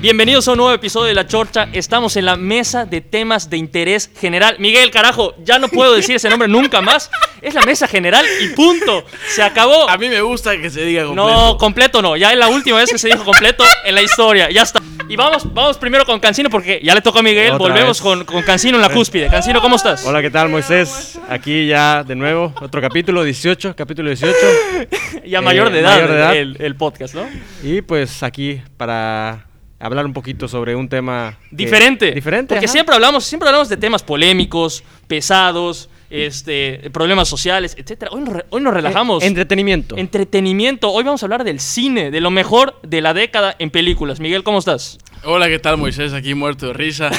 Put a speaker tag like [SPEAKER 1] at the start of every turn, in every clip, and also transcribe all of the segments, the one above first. [SPEAKER 1] Bienvenidos a un nuevo episodio de La Chorcha. Estamos en la mesa de temas de interés general. Miguel, carajo, ya no puedo decir ese nombre nunca más. Es la mesa general y punto. Se acabó.
[SPEAKER 2] A
[SPEAKER 3] Ah,
[SPEAKER 2] mí me gusta que se diga completo.
[SPEAKER 1] No, completo no. Ya es la última vez que se dijo completo en la historia. Ya está. Y vamos, vamos primero con Cancino porque ya le tocó a Miguel.
[SPEAKER 3] Otra
[SPEAKER 1] Volvemos
[SPEAKER 3] vez.
[SPEAKER 1] con, con Cancino en la cúspide. Cancino, ¿cómo estás?
[SPEAKER 3] Hola, ¿qué tal, Moisés? Aquí ya de nuevo, otro capítulo 18, capítulo 18.
[SPEAKER 1] Ya mayor
[SPEAKER 3] Eh,
[SPEAKER 1] de edad,
[SPEAKER 3] mayor de edad.
[SPEAKER 1] El, el podcast, ¿no?
[SPEAKER 3] Y pues aquí para hablar un poquito sobre un tema que-
[SPEAKER 1] Diferente.
[SPEAKER 3] diferente.
[SPEAKER 1] Porque
[SPEAKER 3] ajá.
[SPEAKER 1] siempre hablamos, siempre hablamos de temas polémicos, pesados, este, problemas sociales, etcétera. Hoy nos, re- hoy nos relajamos.
[SPEAKER 3] Eh, entretenimiento.
[SPEAKER 1] Entretenimiento. Hoy vamos a hablar del cine, de lo mejor de la década en películas. Miguel, ¿cómo estás?
[SPEAKER 2] Hola, ¿qué tal Moisés? Aquí muerto de risa.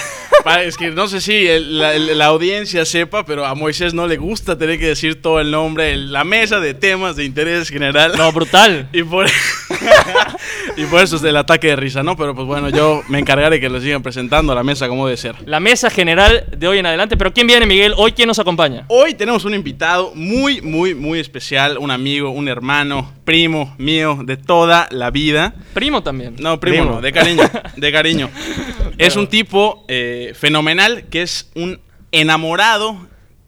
[SPEAKER 2] Pa- es que no sé si el- la, el- la audiencia sepa, pero a Moisés no le gusta tener que decir todo el nombre, el- la mesa de temas de interés general.
[SPEAKER 1] No, brutal.
[SPEAKER 2] Y por, y por eso es el ataque de risa, ¿no? Pero pues bueno, yo me encargaré que lo sigan presentando a la mesa como debe ser.
[SPEAKER 1] La mesa general de hoy en adelante. Pero ¿quién viene, Miguel? Hoy, ¿quién nos acompaña?
[SPEAKER 2] Hoy tenemos un invitado muy, muy, muy especial, un amigo, un hermano, primo mío de toda la vida.
[SPEAKER 1] Primo también.
[SPEAKER 2] No, primo,
[SPEAKER 3] Primo.
[SPEAKER 2] no, de cariño, de cariño. es un tipo eh, fenomenal que es un enamorado,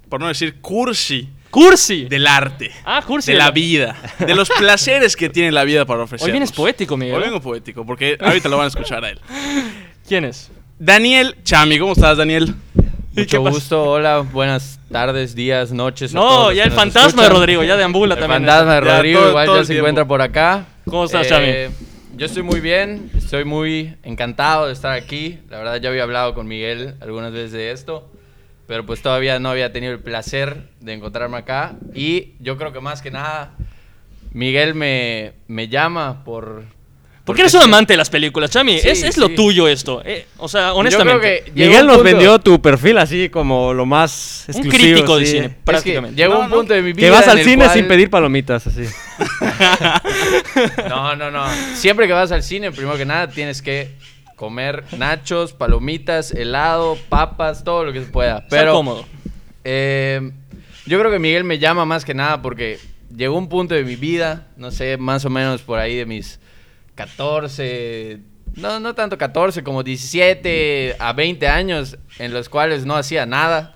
[SPEAKER 2] por no decir cursi,
[SPEAKER 1] Cursi.
[SPEAKER 2] del arte.
[SPEAKER 1] Ah, cursi
[SPEAKER 2] De
[SPEAKER 1] de
[SPEAKER 2] la
[SPEAKER 1] la-
[SPEAKER 2] vida, de los placeres que tiene la vida para ofrecer.
[SPEAKER 1] Hoy vienes poético, Miguel.
[SPEAKER 2] Hoy vengo poético, porque ahorita lo van a escuchar a él.
[SPEAKER 1] ¿Quién es?
[SPEAKER 2] Daniel Chami, ¿cómo estás, Daniel?
[SPEAKER 1] ¿Qué
[SPEAKER 4] Mucho
[SPEAKER 1] pasa?
[SPEAKER 4] gusto, hola, buenas tardes, días, noches. a
[SPEAKER 1] No,
[SPEAKER 4] todos los
[SPEAKER 1] ya
[SPEAKER 4] que
[SPEAKER 1] el
[SPEAKER 4] nos
[SPEAKER 1] fantasma
[SPEAKER 4] escuchan.
[SPEAKER 1] de Rodrigo, ya deambula
[SPEAKER 4] el
[SPEAKER 1] también. ¿eh?
[SPEAKER 4] fantasma de
[SPEAKER 2] Ya,
[SPEAKER 4] Rodrigo,
[SPEAKER 2] todo-
[SPEAKER 4] igual
[SPEAKER 2] todo el
[SPEAKER 4] ya se
[SPEAKER 2] tiempo.
[SPEAKER 4] encuentra por acá. Eh,
[SPEAKER 1] ¿Cómo estás,
[SPEAKER 4] Yo estoy muy bien, estoy muy encantado de estar aquí. La verdad, ya había hablado con Miguel algunas veces de esto, pero pues todavía no había tenido el placer de encontrarme acá. Y yo creo que más que nada, Miguel me, me llama por.
[SPEAKER 1] Porque eres un amante de las películas, Chami.
[SPEAKER 4] Sí,
[SPEAKER 1] es es lo
[SPEAKER 4] sí.
[SPEAKER 1] tuyo esto. eh, o sea, honestamente.
[SPEAKER 4] que llegó
[SPEAKER 3] Miguel
[SPEAKER 4] un
[SPEAKER 3] nos
[SPEAKER 4] punto-
[SPEAKER 3] vendió tu perfil así como lo más
[SPEAKER 1] un
[SPEAKER 3] exclusivo.
[SPEAKER 1] crítico de
[SPEAKER 3] sí.
[SPEAKER 1] cine,
[SPEAKER 4] Es que
[SPEAKER 1] prácticamente.
[SPEAKER 4] llegó
[SPEAKER 2] No,
[SPEAKER 4] un
[SPEAKER 2] no.
[SPEAKER 4] punto de mi vida.
[SPEAKER 3] Que vas
[SPEAKER 4] en
[SPEAKER 3] al
[SPEAKER 4] el
[SPEAKER 3] cine sin
[SPEAKER 4] cual-
[SPEAKER 3] pedir palomitas, así.
[SPEAKER 4] No, no, no. Siempre que vas al cine, primero que nada, tienes que comer nachos, palomitas, helado, papas, todo lo que se pueda.
[SPEAKER 1] Estar
[SPEAKER 4] Pero
[SPEAKER 1] cómodo.
[SPEAKER 4] eh, yo creo que Miguel me llama más que nada porque llegó un punto de mi vida, no sé, más o menos por ahí de mis 14, no, no tanto 14, como 17 a 20 años, en los cuales no hacía nada.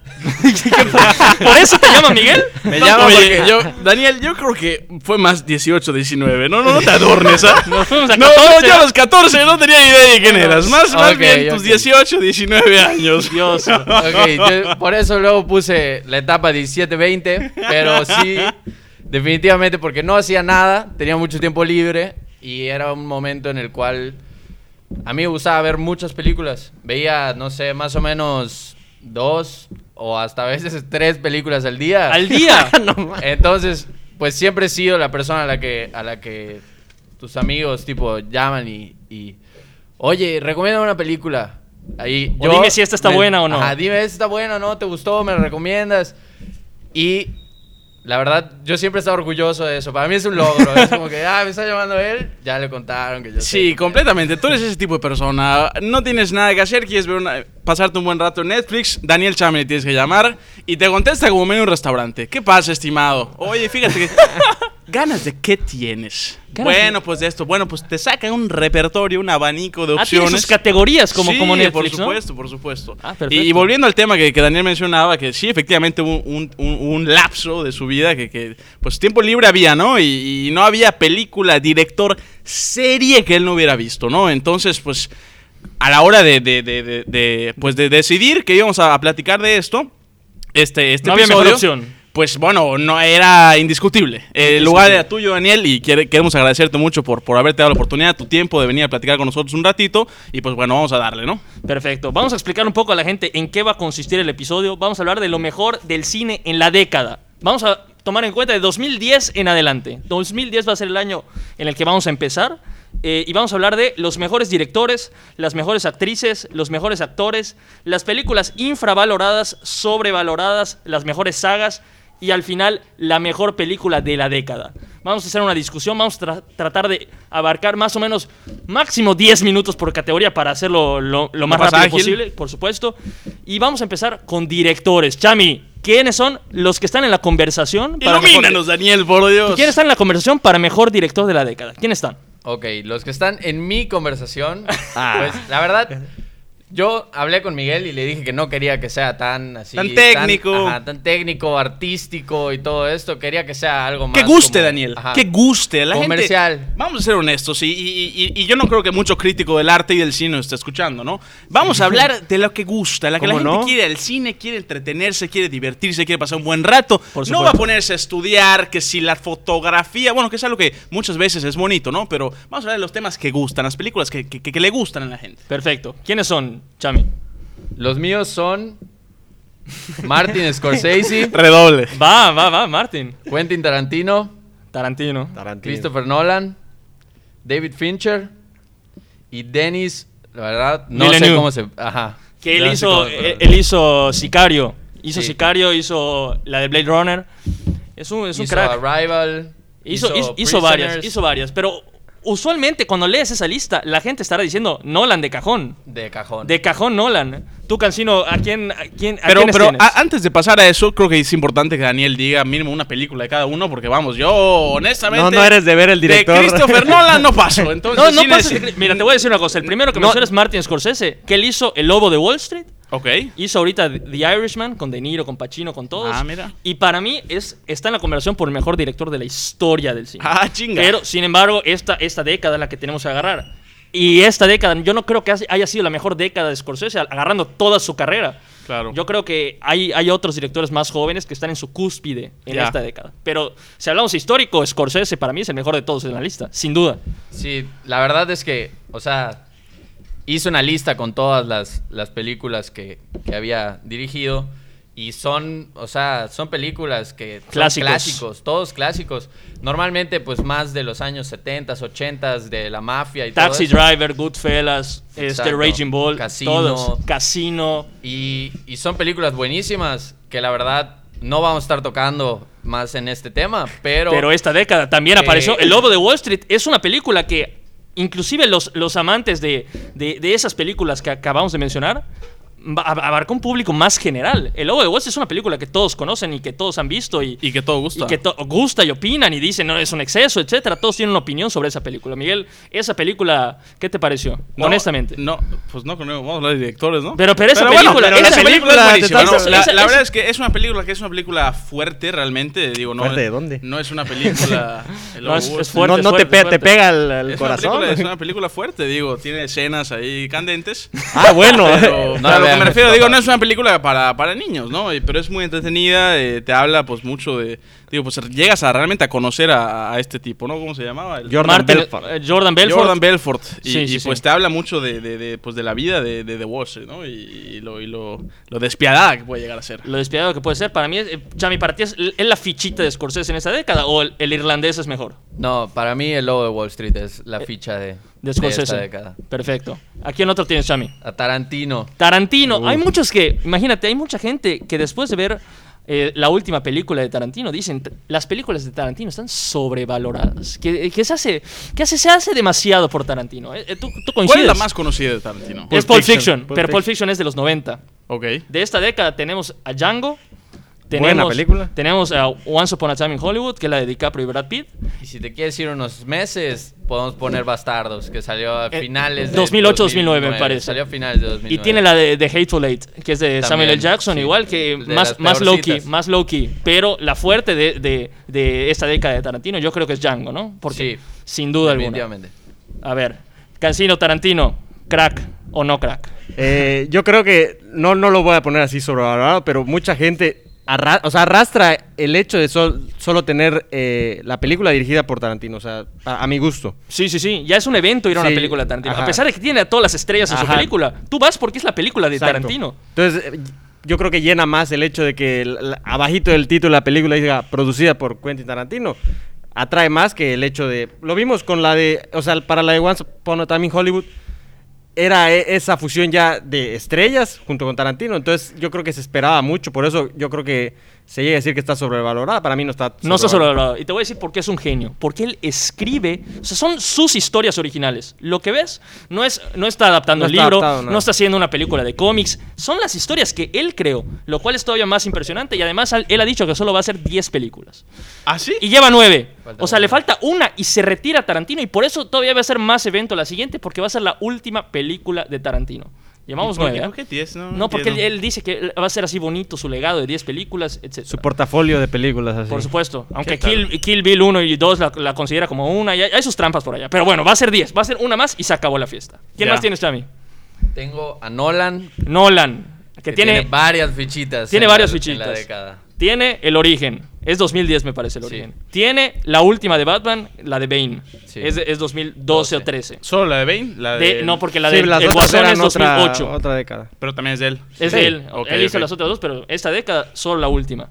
[SPEAKER 1] ¿Por eso te llama Miguel?
[SPEAKER 2] Me
[SPEAKER 4] llama
[SPEAKER 2] porque yo, Daniel, yo creo que fue más 18, 19. No, no, no te adornes, ¿ah?
[SPEAKER 1] Nos fuimos a
[SPEAKER 2] No,
[SPEAKER 1] 14.
[SPEAKER 2] no, yo a los 14 no tenía idea de quién eras. Más, más
[SPEAKER 4] Ok,
[SPEAKER 2] bien tus
[SPEAKER 4] ok.
[SPEAKER 2] 18, 19 años.
[SPEAKER 1] Dios.
[SPEAKER 4] Ok, yo por eso luego puse la etapa 17-20, pero sí, definitivamente porque no hacía nada, tenía mucho tiempo libre y era un momento en el cual a mí me gustaba ver muchas películas. Veía, no sé, más o menos dos o hasta a veces tres películas al día.
[SPEAKER 1] Al día.
[SPEAKER 4] Entonces, pues siempre he sido la persona a la que, a la que tus amigos, tipo, llaman y, y, oye, recomienda una película. Ahí,
[SPEAKER 1] O dime si esta está buena o no.
[SPEAKER 4] Ajá, dime si está buena o no, te gustó, me la recomiendas. Y la verdad, yo siempre he estado orgulloso de eso. Para mí es un logro. es como que, ah, me está llamando él, ya le contaron que yo
[SPEAKER 2] Sí,
[SPEAKER 4] sé.
[SPEAKER 2] completamente. Tú eres ese tipo de persona. No tienes nada que hacer, quieres ver una- pasarte un buen rato en Netflix. Daniel Chame le tienes que llamar y te contesta como medio un restaurante. ¿Qué pasa, estimado? Oye, fíjate que. ¿Ganas de qué tienes?
[SPEAKER 1] Ganas de-
[SPEAKER 2] Bueno, pues de esto. Bueno, pues te sacan un repertorio, un abanico de
[SPEAKER 1] Ah, tiene
[SPEAKER 2] opciones.
[SPEAKER 1] sus categorías como,
[SPEAKER 2] Sí,
[SPEAKER 1] como Netflix,
[SPEAKER 2] por
[SPEAKER 1] ¿no?
[SPEAKER 2] supuesto, por supuesto.
[SPEAKER 1] Ah,
[SPEAKER 2] y,
[SPEAKER 1] perfecto.
[SPEAKER 2] y volviendo al tema que, que Daniel mencionaba, que sí, efectivamente hubo un, un- un lapso de su vida que, que, pues tiempo libre había, ¿no? Y, y no había película, director, serie que él no hubiera visto, ¿no? Entonces, pues a la hora de, de- de- de- de, pues, de decidir que íbamos a, platicar de esto, este, este
[SPEAKER 1] No había mejor
[SPEAKER 2] episodio,
[SPEAKER 1] opción.
[SPEAKER 2] Pues bueno, no era indiscutible. El lugar era tuyo, Daniel, y quiere- queremos agradecerte mucho por, por haberte dado la oportunidad, tu tiempo de venir a platicar con nosotros un ratito. Y pues bueno, vamos a darle, ¿no?
[SPEAKER 1] Perfecto. Vamos a explicar un poco a la gente en qué va a consistir el episodio. Vamos a hablar de lo mejor del cine en la década. Vamos a tomar en cuenta de 2010 en adelante. 2010 va a ser el año en el que vamos a empezar. eh, y vamos a hablar de los mejores directores, las mejores actrices, los mejores actores, las películas infravaloradas, sobrevaloradas, las mejores sagas y al final la mejor película de la década. Vamos a hacer una discusión, vamos a tra- tratar de abarcar más o menos máximo 10 minutos por categoría para hacerlo lo, lo más
[SPEAKER 2] más
[SPEAKER 1] rápido
[SPEAKER 2] ágil.
[SPEAKER 1] posible, por supuesto. Y vamos a empezar con directores. Chami, ¿quiénes son los que están en la conversación? para mejor-
[SPEAKER 2] Ilumínanos, Daniel, por Dios.
[SPEAKER 1] ¿Quiénes están en la conversación para mejor director de la década? ¿Quiénes están?
[SPEAKER 4] Ok, los que están en mi conversación,
[SPEAKER 2] Ah.
[SPEAKER 4] pues la verdad, yo hablé con Miguel y le dije que no quería que sea tan así.
[SPEAKER 2] Tan técnico.
[SPEAKER 4] ajá, tan técnico, artístico y todo esto. Quería que sea algo más.
[SPEAKER 2] Que guste,
[SPEAKER 4] como-
[SPEAKER 2] Daniel.
[SPEAKER 4] ajá.
[SPEAKER 2] Que guste. a La gente-
[SPEAKER 4] Comercial.
[SPEAKER 2] vamos a ser honestos. Y, y- y- y yo no creo que mucho crítico del arte y del cine nos esté escuchando, ¿no? Vamos a hablar de lo que gusta. La que la
[SPEAKER 3] ¿Cómo
[SPEAKER 2] gente
[SPEAKER 3] no?
[SPEAKER 2] quiere al cine, quiere entretenerse, quiere divertirse, quiere pasar un buen rato.
[SPEAKER 1] Por
[SPEAKER 2] no va a
[SPEAKER 1] supuesto.
[SPEAKER 2] ponerse a estudiar que si la fotografía. Bueno, que es algo que muchas veces es bonito, ¿no? Pero vamos a hablar de los temas que gustan, las películas que, que- que- que le gustan a la gente.
[SPEAKER 1] Perfecto. ¿Quiénes son, Chami?
[SPEAKER 4] Los míos son Martin Scorsese,
[SPEAKER 2] Redoble.
[SPEAKER 1] Va, va, va, Martin.
[SPEAKER 4] Quentin Tarantino,
[SPEAKER 1] Tarantino.
[SPEAKER 4] Christopher Nolan, David Fincher y Dennis. La verdad, no sé
[SPEAKER 1] Villeneuve.
[SPEAKER 4] cómo se. Ajá.
[SPEAKER 1] Que él
[SPEAKER 4] No sé
[SPEAKER 1] hizo, eh,
[SPEAKER 4] cómo-
[SPEAKER 1] él, él hizo Sicario. Hizo
[SPEAKER 4] Sí.
[SPEAKER 1] Sicario, hizo la de Blade Runner. Es un, es un
[SPEAKER 4] hizo
[SPEAKER 1] crack.
[SPEAKER 4] Arrival.
[SPEAKER 1] Hizo, hizo, hizo
[SPEAKER 4] Prisoners.
[SPEAKER 1] varias, hizo varias. Pero usualmente cuando lees esa lista, la gente estará diciendo Nolan de cajón.
[SPEAKER 4] De cajón.
[SPEAKER 1] De cajón Nolan. Tú, Cancino, ¿a quién, a quién, a
[SPEAKER 2] Pero,
[SPEAKER 1] quiénes
[SPEAKER 2] pero ah,
[SPEAKER 1] tienes?
[SPEAKER 2] a- antes de pasar a eso, creo que es importante que Daniel diga mínimo una película de cada uno, porque vamos, yo honestamente.
[SPEAKER 3] No, no eres de ver el director.
[SPEAKER 2] De Christopher Nolan no paso. Entonces,
[SPEAKER 1] No, no
[SPEAKER 2] sí
[SPEAKER 1] pases de
[SPEAKER 2] neces-
[SPEAKER 1] cre- Mira, te voy a decir una cosa. El primero que
[SPEAKER 2] No.
[SPEAKER 1] mencioné es Martin Scorsese, que él hizo El Lobo de Wall Street.
[SPEAKER 2] Ok.
[SPEAKER 1] Hizo ahorita The Irishman con De Niro, con Pacino, con todos.
[SPEAKER 2] Ah, mira.
[SPEAKER 1] Y para mí es, está en la conversación por el mejor director de la historia del cine.
[SPEAKER 2] Ah, chinga.
[SPEAKER 1] Pero, sin embargo, esta, esta década es la que tenemos que agarrar. Y esta década, yo no creo que haya sido la mejor década de Scorsese, agarrando toda su carrera.
[SPEAKER 2] Claro.
[SPEAKER 1] Yo creo que hay, hay otros directores más jóvenes que están en su cúspide en
[SPEAKER 2] Ya.
[SPEAKER 1] esta década. Pero si hablamos histórico, Scorsese para mí es el mejor de todos en la lista, sin duda.
[SPEAKER 4] Sí, la verdad es que, o sea, hice una lista con todas las, las películas que, que había dirigido y son, o sea, son películas que son
[SPEAKER 1] Clásicos.
[SPEAKER 4] clásicos, todos clásicos. Normalmente pues más de los años 70, 80 de la mafia y
[SPEAKER 1] Taxi
[SPEAKER 4] todo. eso.
[SPEAKER 1] Driver, Goodfellas, este,
[SPEAKER 4] Exacto.
[SPEAKER 1] Raging Bull,
[SPEAKER 4] Casino.
[SPEAKER 1] todos. Casino.
[SPEAKER 4] Y, y son películas buenísimas que la verdad no vamos a estar tocando más en este tema, pero,
[SPEAKER 1] Pero esta década también
[SPEAKER 4] Eh,
[SPEAKER 1] apareció El Lobo de Wall Street. Es una película que inclusive los, los amantes de, de- de esas películas que acabamos de mencionar ba- ab- abarcó un público más general. El Lobo de Wall Street es una película que todos conocen y que todos han visto y,
[SPEAKER 2] Y que todo gusta.
[SPEAKER 1] y que to- gusta y opinan y dicen, no, es un exceso, etcétera. Todos tienen una opinión sobre esa película. Miguel, esa película, ¿qué te pareció?
[SPEAKER 2] No,
[SPEAKER 1] Honestamente.
[SPEAKER 2] No, pues no, conmigo, vamos a hablar de directores, ¿no?
[SPEAKER 1] Pero- pero esa
[SPEAKER 2] bueno,
[SPEAKER 1] película-
[SPEAKER 2] pero
[SPEAKER 1] esa
[SPEAKER 2] la película
[SPEAKER 3] película
[SPEAKER 2] es
[SPEAKER 3] te
[SPEAKER 2] buenísima,
[SPEAKER 1] estás-
[SPEAKER 2] ¿no? La,
[SPEAKER 1] esa-
[SPEAKER 2] la
[SPEAKER 1] esa-
[SPEAKER 2] verdad es que es una película que es una película fuerte realmente, digo, no.
[SPEAKER 3] ¿Fuerte de dónde?
[SPEAKER 2] No es una película. el
[SPEAKER 1] No, es-
[SPEAKER 2] Overwatch.
[SPEAKER 1] es fuerte,
[SPEAKER 3] no no
[SPEAKER 1] fuerte,
[SPEAKER 3] te, pe-
[SPEAKER 1] fuerte.
[SPEAKER 3] te pega el, el
[SPEAKER 2] Es una,
[SPEAKER 3] corazón.
[SPEAKER 2] película, es una película fuerte, digo, tiene escenas ahí candentes.
[SPEAKER 3] Ah, bueno.
[SPEAKER 2] Pero,
[SPEAKER 4] No
[SPEAKER 2] a
[SPEAKER 4] la
[SPEAKER 2] lo que
[SPEAKER 4] vean,
[SPEAKER 2] me refiero,
[SPEAKER 4] mis
[SPEAKER 2] digo,
[SPEAKER 4] papás.
[SPEAKER 2] no es una película para, para niños, ¿no? Y- Pero es muy entretenida, eh, te habla pues mucho de... Digo, pues llegas a realmente a conocer a, a este tipo, ¿no? ¿Cómo se llamaba? El-
[SPEAKER 3] Jordan
[SPEAKER 1] Martin-
[SPEAKER 3] Belfort.
[SPEAKER 1] eh, Jordan Belfort.
[SPEAKER 2] Jordan Belfort. Y,
[SPEAKER 1] Sí, sí,
[SPEAKER 2] y, pues
[SPEAKER 1] sí.
[SPEAKER 2] te habla mucho de, de, de, pues, de la vida de, de, de Wall Street, ¿no? Y, y lo, y lo, lo despiadada que puede llegar a ser.
[SPEAKER 1] Lo despiadado que puede ser. Para mí, es- eh, Chami, para ti es, es la fichita de Scorsese en esta década o el, el irlandés es mejor
[SPEAKER 4] no, para mí el lobo de Wall Street es la ficha de,
[SPEAKER 1] Eh, de
[SPEAKER 4] de
[SPEAKER 1] Scorsese.
[SPEAKER 4] esta década.
[SPEAKER 1] Perfecto. ¿A quién otro tienes, Chami?
[SPEAKER 4] A Tarantino.
[SPEAKER 1] Tarantino. Hay muchos que, imagínate, hay mucha gente que después de ver eh, la última película de Tarantino dicen, "T- las películas de Tarantino están sobrevaloradas. Que, que se hace, que hace, se hace demasiado por Tarantino. Eh, eh, ¿Tú, tú
[SPEAKER 2] ¿Cuál es
[SPEAKER 1] coincides?
[SPEAKER 2] la más conocida de Tarantino?
[SPEAKER 1] Es
[SPEAKER 3] Pulp
[SPEAKER 1] Pulp
[SPEAKER 3] Fiction,
[SPEAKER 1] Fiction,
[SPEAKER 3] Pulp
[SPEAKER 1] pero Pulp
[SPEAKER 3] Fiction.
[SPEAKER 1] Fiction es de los 90.
[SPEAKER 2] Ok.
[SPEAKER 1] De esta década tenemos a Django. Tenemos,
[SPEAKER 3] Buena película.
[SPEAKER 1] Tenemos a Once Upon a Time in Hollywood, que es la de DiCaprio y Brad Pitt.
[SPEAKER 4] Y si te quieres ir unos meses, podemos poner Bastardos, que salió a
[SPEAKER 1] Eh,
[SPEAKER 4] finales de
[SPEAKER 1] 2008-2009, me parece.
[SPEAKER 4] Salió a finales de 2009.
[SPEAKER 1] Y tiene la de, de Hateful Eight, que es de Samuel L. Jackson,
[SPEAKER 4] sí.
[SPEAKER 1] igual que
[SPEAKER 4] De
[SPEAKER 1] más,
[SPEAKER 4] las
[SPEAKER 1] más low-key,
[SPEAKER 4] peorcitas.
[SPEAKER 1] más low-key. Pero la fuerte de, de- de esta década de Tarantino, yo creo que es Django, ¿no? Porque
[SPEAKER 4] Sí.
[SPEAKER 1] sin duda alguna.
[SPEAKER 4] Definitivamente.
[SPEAKER 1] A ver, Cancino, Tarantino, crack o no crack.
[SPEAKER 3] Eh, yo creo que no, no lo voy a poner así sobrevalorado, pero mucha gente arra- o sea, arrastra el hecho de sol- solo tener eh, la película dirigida por Tarantino, o sea, a, a mi gusto.
[SPEAKER 1] Sí, sí, sí. Ya es un evento ir a una
[SPEAKER 3] Sí,
[SPEAKER 1] película de Tarantino. A
[SPEAKER 3] ajá.
[SPEAKER 1] pesar de que tiene a todas las estrellas en su
[SPEAKER 3] Ajá.
[SPEAKER 1] película, tú vas porque es la película de
[SPEAKER 3] Exacto.
[SPEAKER 1] Tarantino.
[SPEAKER 3] Entonces, eh, yo creo que llena más el hecho de que el- la- abajito del título de la película diga producida por Quentin Tarantino. Atrae más que el hecho de... Lo vimos con la de... O sea, para la de Once Upon a Time in Hollywood, era e- esa fusión ya de estrellas junto con Tarantino. Entonces yo creo que se esperaba mucho. Por eso yo creo que se llega a decir que está sobrevalorada. Para mí no está
[SPEAKER 1] No está sobrevalorado. Y te voy a decir por qué es un genio. Porque él escribe, o sea, son sus historias originales. Lo que ves no es no está adaptando
[SPEAKER 3] No
[SPEAKER 1] el
[SPEAKER 3] está
[SPEAKER 1] libro,
[SPEAKER 3] adaptado, no.
[SPEAKER 1] no está haciendo una película de cómics, son las historias que él creó, lo cual es todavía más impresionante y además al- él ha dicho que solo va a hacer 10 películas.
[SPEAKER 2] ¿Ah, sí?
[SPEAKER 1] Y lleva 9.
[SPEAKER 4] Falta
[SPEAKER 1] O sea, le
[SPEAKER 4] una.
[SPEAKER 1] falta una y se retira Tarantino y por eso todavía va a ser más evento la siguiente porque va a ser la última película de Tarantino. Llevamos
[SPEAKER 2] ¿Y por
[SPEAKER 1] 9.
[SPEAKER 2] qué- por qué 10? No,
[SPEAKER 1] No, porque él,
[SPEAKER 2] entiendo.
[SPEAKER 1] él dice que va a ser así bonito su legado de 10 películas, etc.
[SPEAKER 3] Su portafolio de películas así.
[SPEAKER 1] Por supuesto. Aunque
[SPEAKER 2] tal?
[SPEAKER 1] Kill, Kill Bill 1 y 2 la, la considera como una. y hay, hay sus trampas por allá. Pero bueno, va a ser 10. Va a ser una más y se acabó la fiesta. ¿Quién
[SPEAKER 2] Ya.
[SPEAKER 1] más tienes, Chami?
[SPEAKER 4] Tengo a Nolan,
[SPEAKER 1] Nolan. Que,
[SPEAKER 4] que,
[SPEAKER 1] tiene,
[SPEAKER 4] tiene,
[SPEAKER 1] tiene,
[SPEAKER 4] varias fichitas. en
[SPEAKER 1] varias
[SPEAKER 4] la-
[SPEAKER 1] fichitas.
[SPEAKER 4] En la década.
[SPEAKER 1] Tiene el origen. Es 2010, me parece, el
[SPEAKER 4] Sí.
[SPEAKER 1] origen. Tiene la última de Batman, la de Bane.
[SPEAKER 4] Sí.
[SPEAKER 1] Es, de- es 2012 o 13.
[SPEAKER 2] ¿Solo la de Bane? La
[SPEAKER 1] De-
[SPEAKER 2] de...
[SPEAKER 1] no, porque la
[SPEAKER 3] Sí,
[SPEAKER 1] de
[SPEAKER 3] las
[SPEAKER 1] el
[SPEAKER 3] otras
[SPEAKER 1] Guasón
[SPEAKER 3] eran
[SPEAKER 1] es
[SPEAKER 3] otra-
[SPEAKER 1] 2008.
[SPEAKER 3] Otra, década.
[SPEAKER 2] Pero también es de él.
[SPEAKER 1] Es
[SPEAKER 2] Sí.
[SPEAKER 1] de él.
[SPEAKER 2] Ok,
[SPEAKER 1] él hizo
[SPEAKER 2] ok.
[SPEAKER 1] las otras dos, pero esta década solo la última.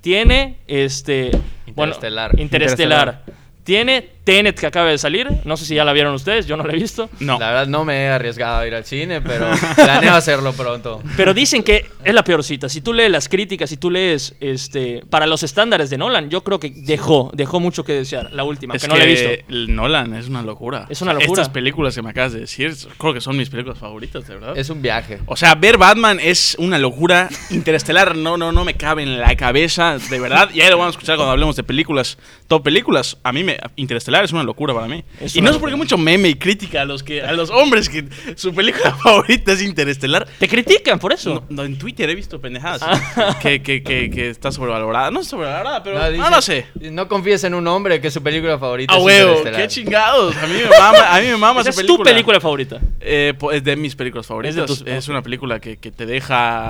[SPEAKER 1] Tiene este. bueno,
[SPEAKER 4] Interestelar.
[SPEAKER 1] Interestelar. Tiene Tenet que acaba de salir. No sé si ya la vieron ustedes, yo no la he visto.
[SPEAKER 2] No.
[SPEAKER 4] La verdad no me he arriesgado a ir al cine, pero planeo hacerlo pronto.
[SPEAKER 1] Pero dicen que es la peor cita. Si tú lees las críticas, si tú lees este para los estándares de Nolan, yo creo que dejó, dejó mucho que desear la última,
[SPEAKER 2] Es
[SPEAKER 1] que no la he visto.
[SPEAKER 2] el Nolan es una locura.
[SPEAKER 1] Es una
[SPEAKER 2] O sea,
[SPEAKER 1] locura.
[SPEAKER 2] Estas películas que me acabas de decir, creo que son mis películas favoritas, de verdad.
[SPEAKER 4] Es un viaje.
[SPEAKER 2] O sea, ver Batman es una locura interestelar. No, no, no me cabe en la cabeza, de verdad. Y ahí lo vamos a escuchar cuando hablemos de películas, top películas. A mí, me, interestelar es una locura para mí.
[SPEAKER 1] Es
[SPEAKER 2] y
[SPEAKER 1] una
[SPEAKER 2] no sé por qué
[SPEAKER 1] locura.
[SPEAKER 2] mucho meme y crítica a los, que, a los hombres que su película favorita es interestelar.
[SPEAKER 1] Te critican por eso. Ah.
[SPEAKER 2] No, no, en Twitter he visto pendejadas que, que, que, que está sobrevalorada. No es sobrevalorada, pero no,
[SPEAKER 4] dice-
[SPEAKER 2] no sé.
[SPEAKER 4] No confíes en un hombre que su película favorita
[SPEAKER 1] Ah,
[SPEAKER 2] A
[SPEAKER 4] es
[SPEAKER 2] Ah, huevo,
[SPEAKER 4] Interestelar.
[SPEAKER 2] qué chingados. A mí me mama, a mí me mama
[SPEAKER 1] Esa
[SPEAKER 2] esa
[SPEAKER 1] es tu película favorita.
[SPEAKER 2] Eh, po- es de mis películas favoritas.
[SPEAKER 1] Es
[SPEAKER 2] Es,
[SPEAKER 1] de tus- ok.
[SPEAKER 2] una película que, que te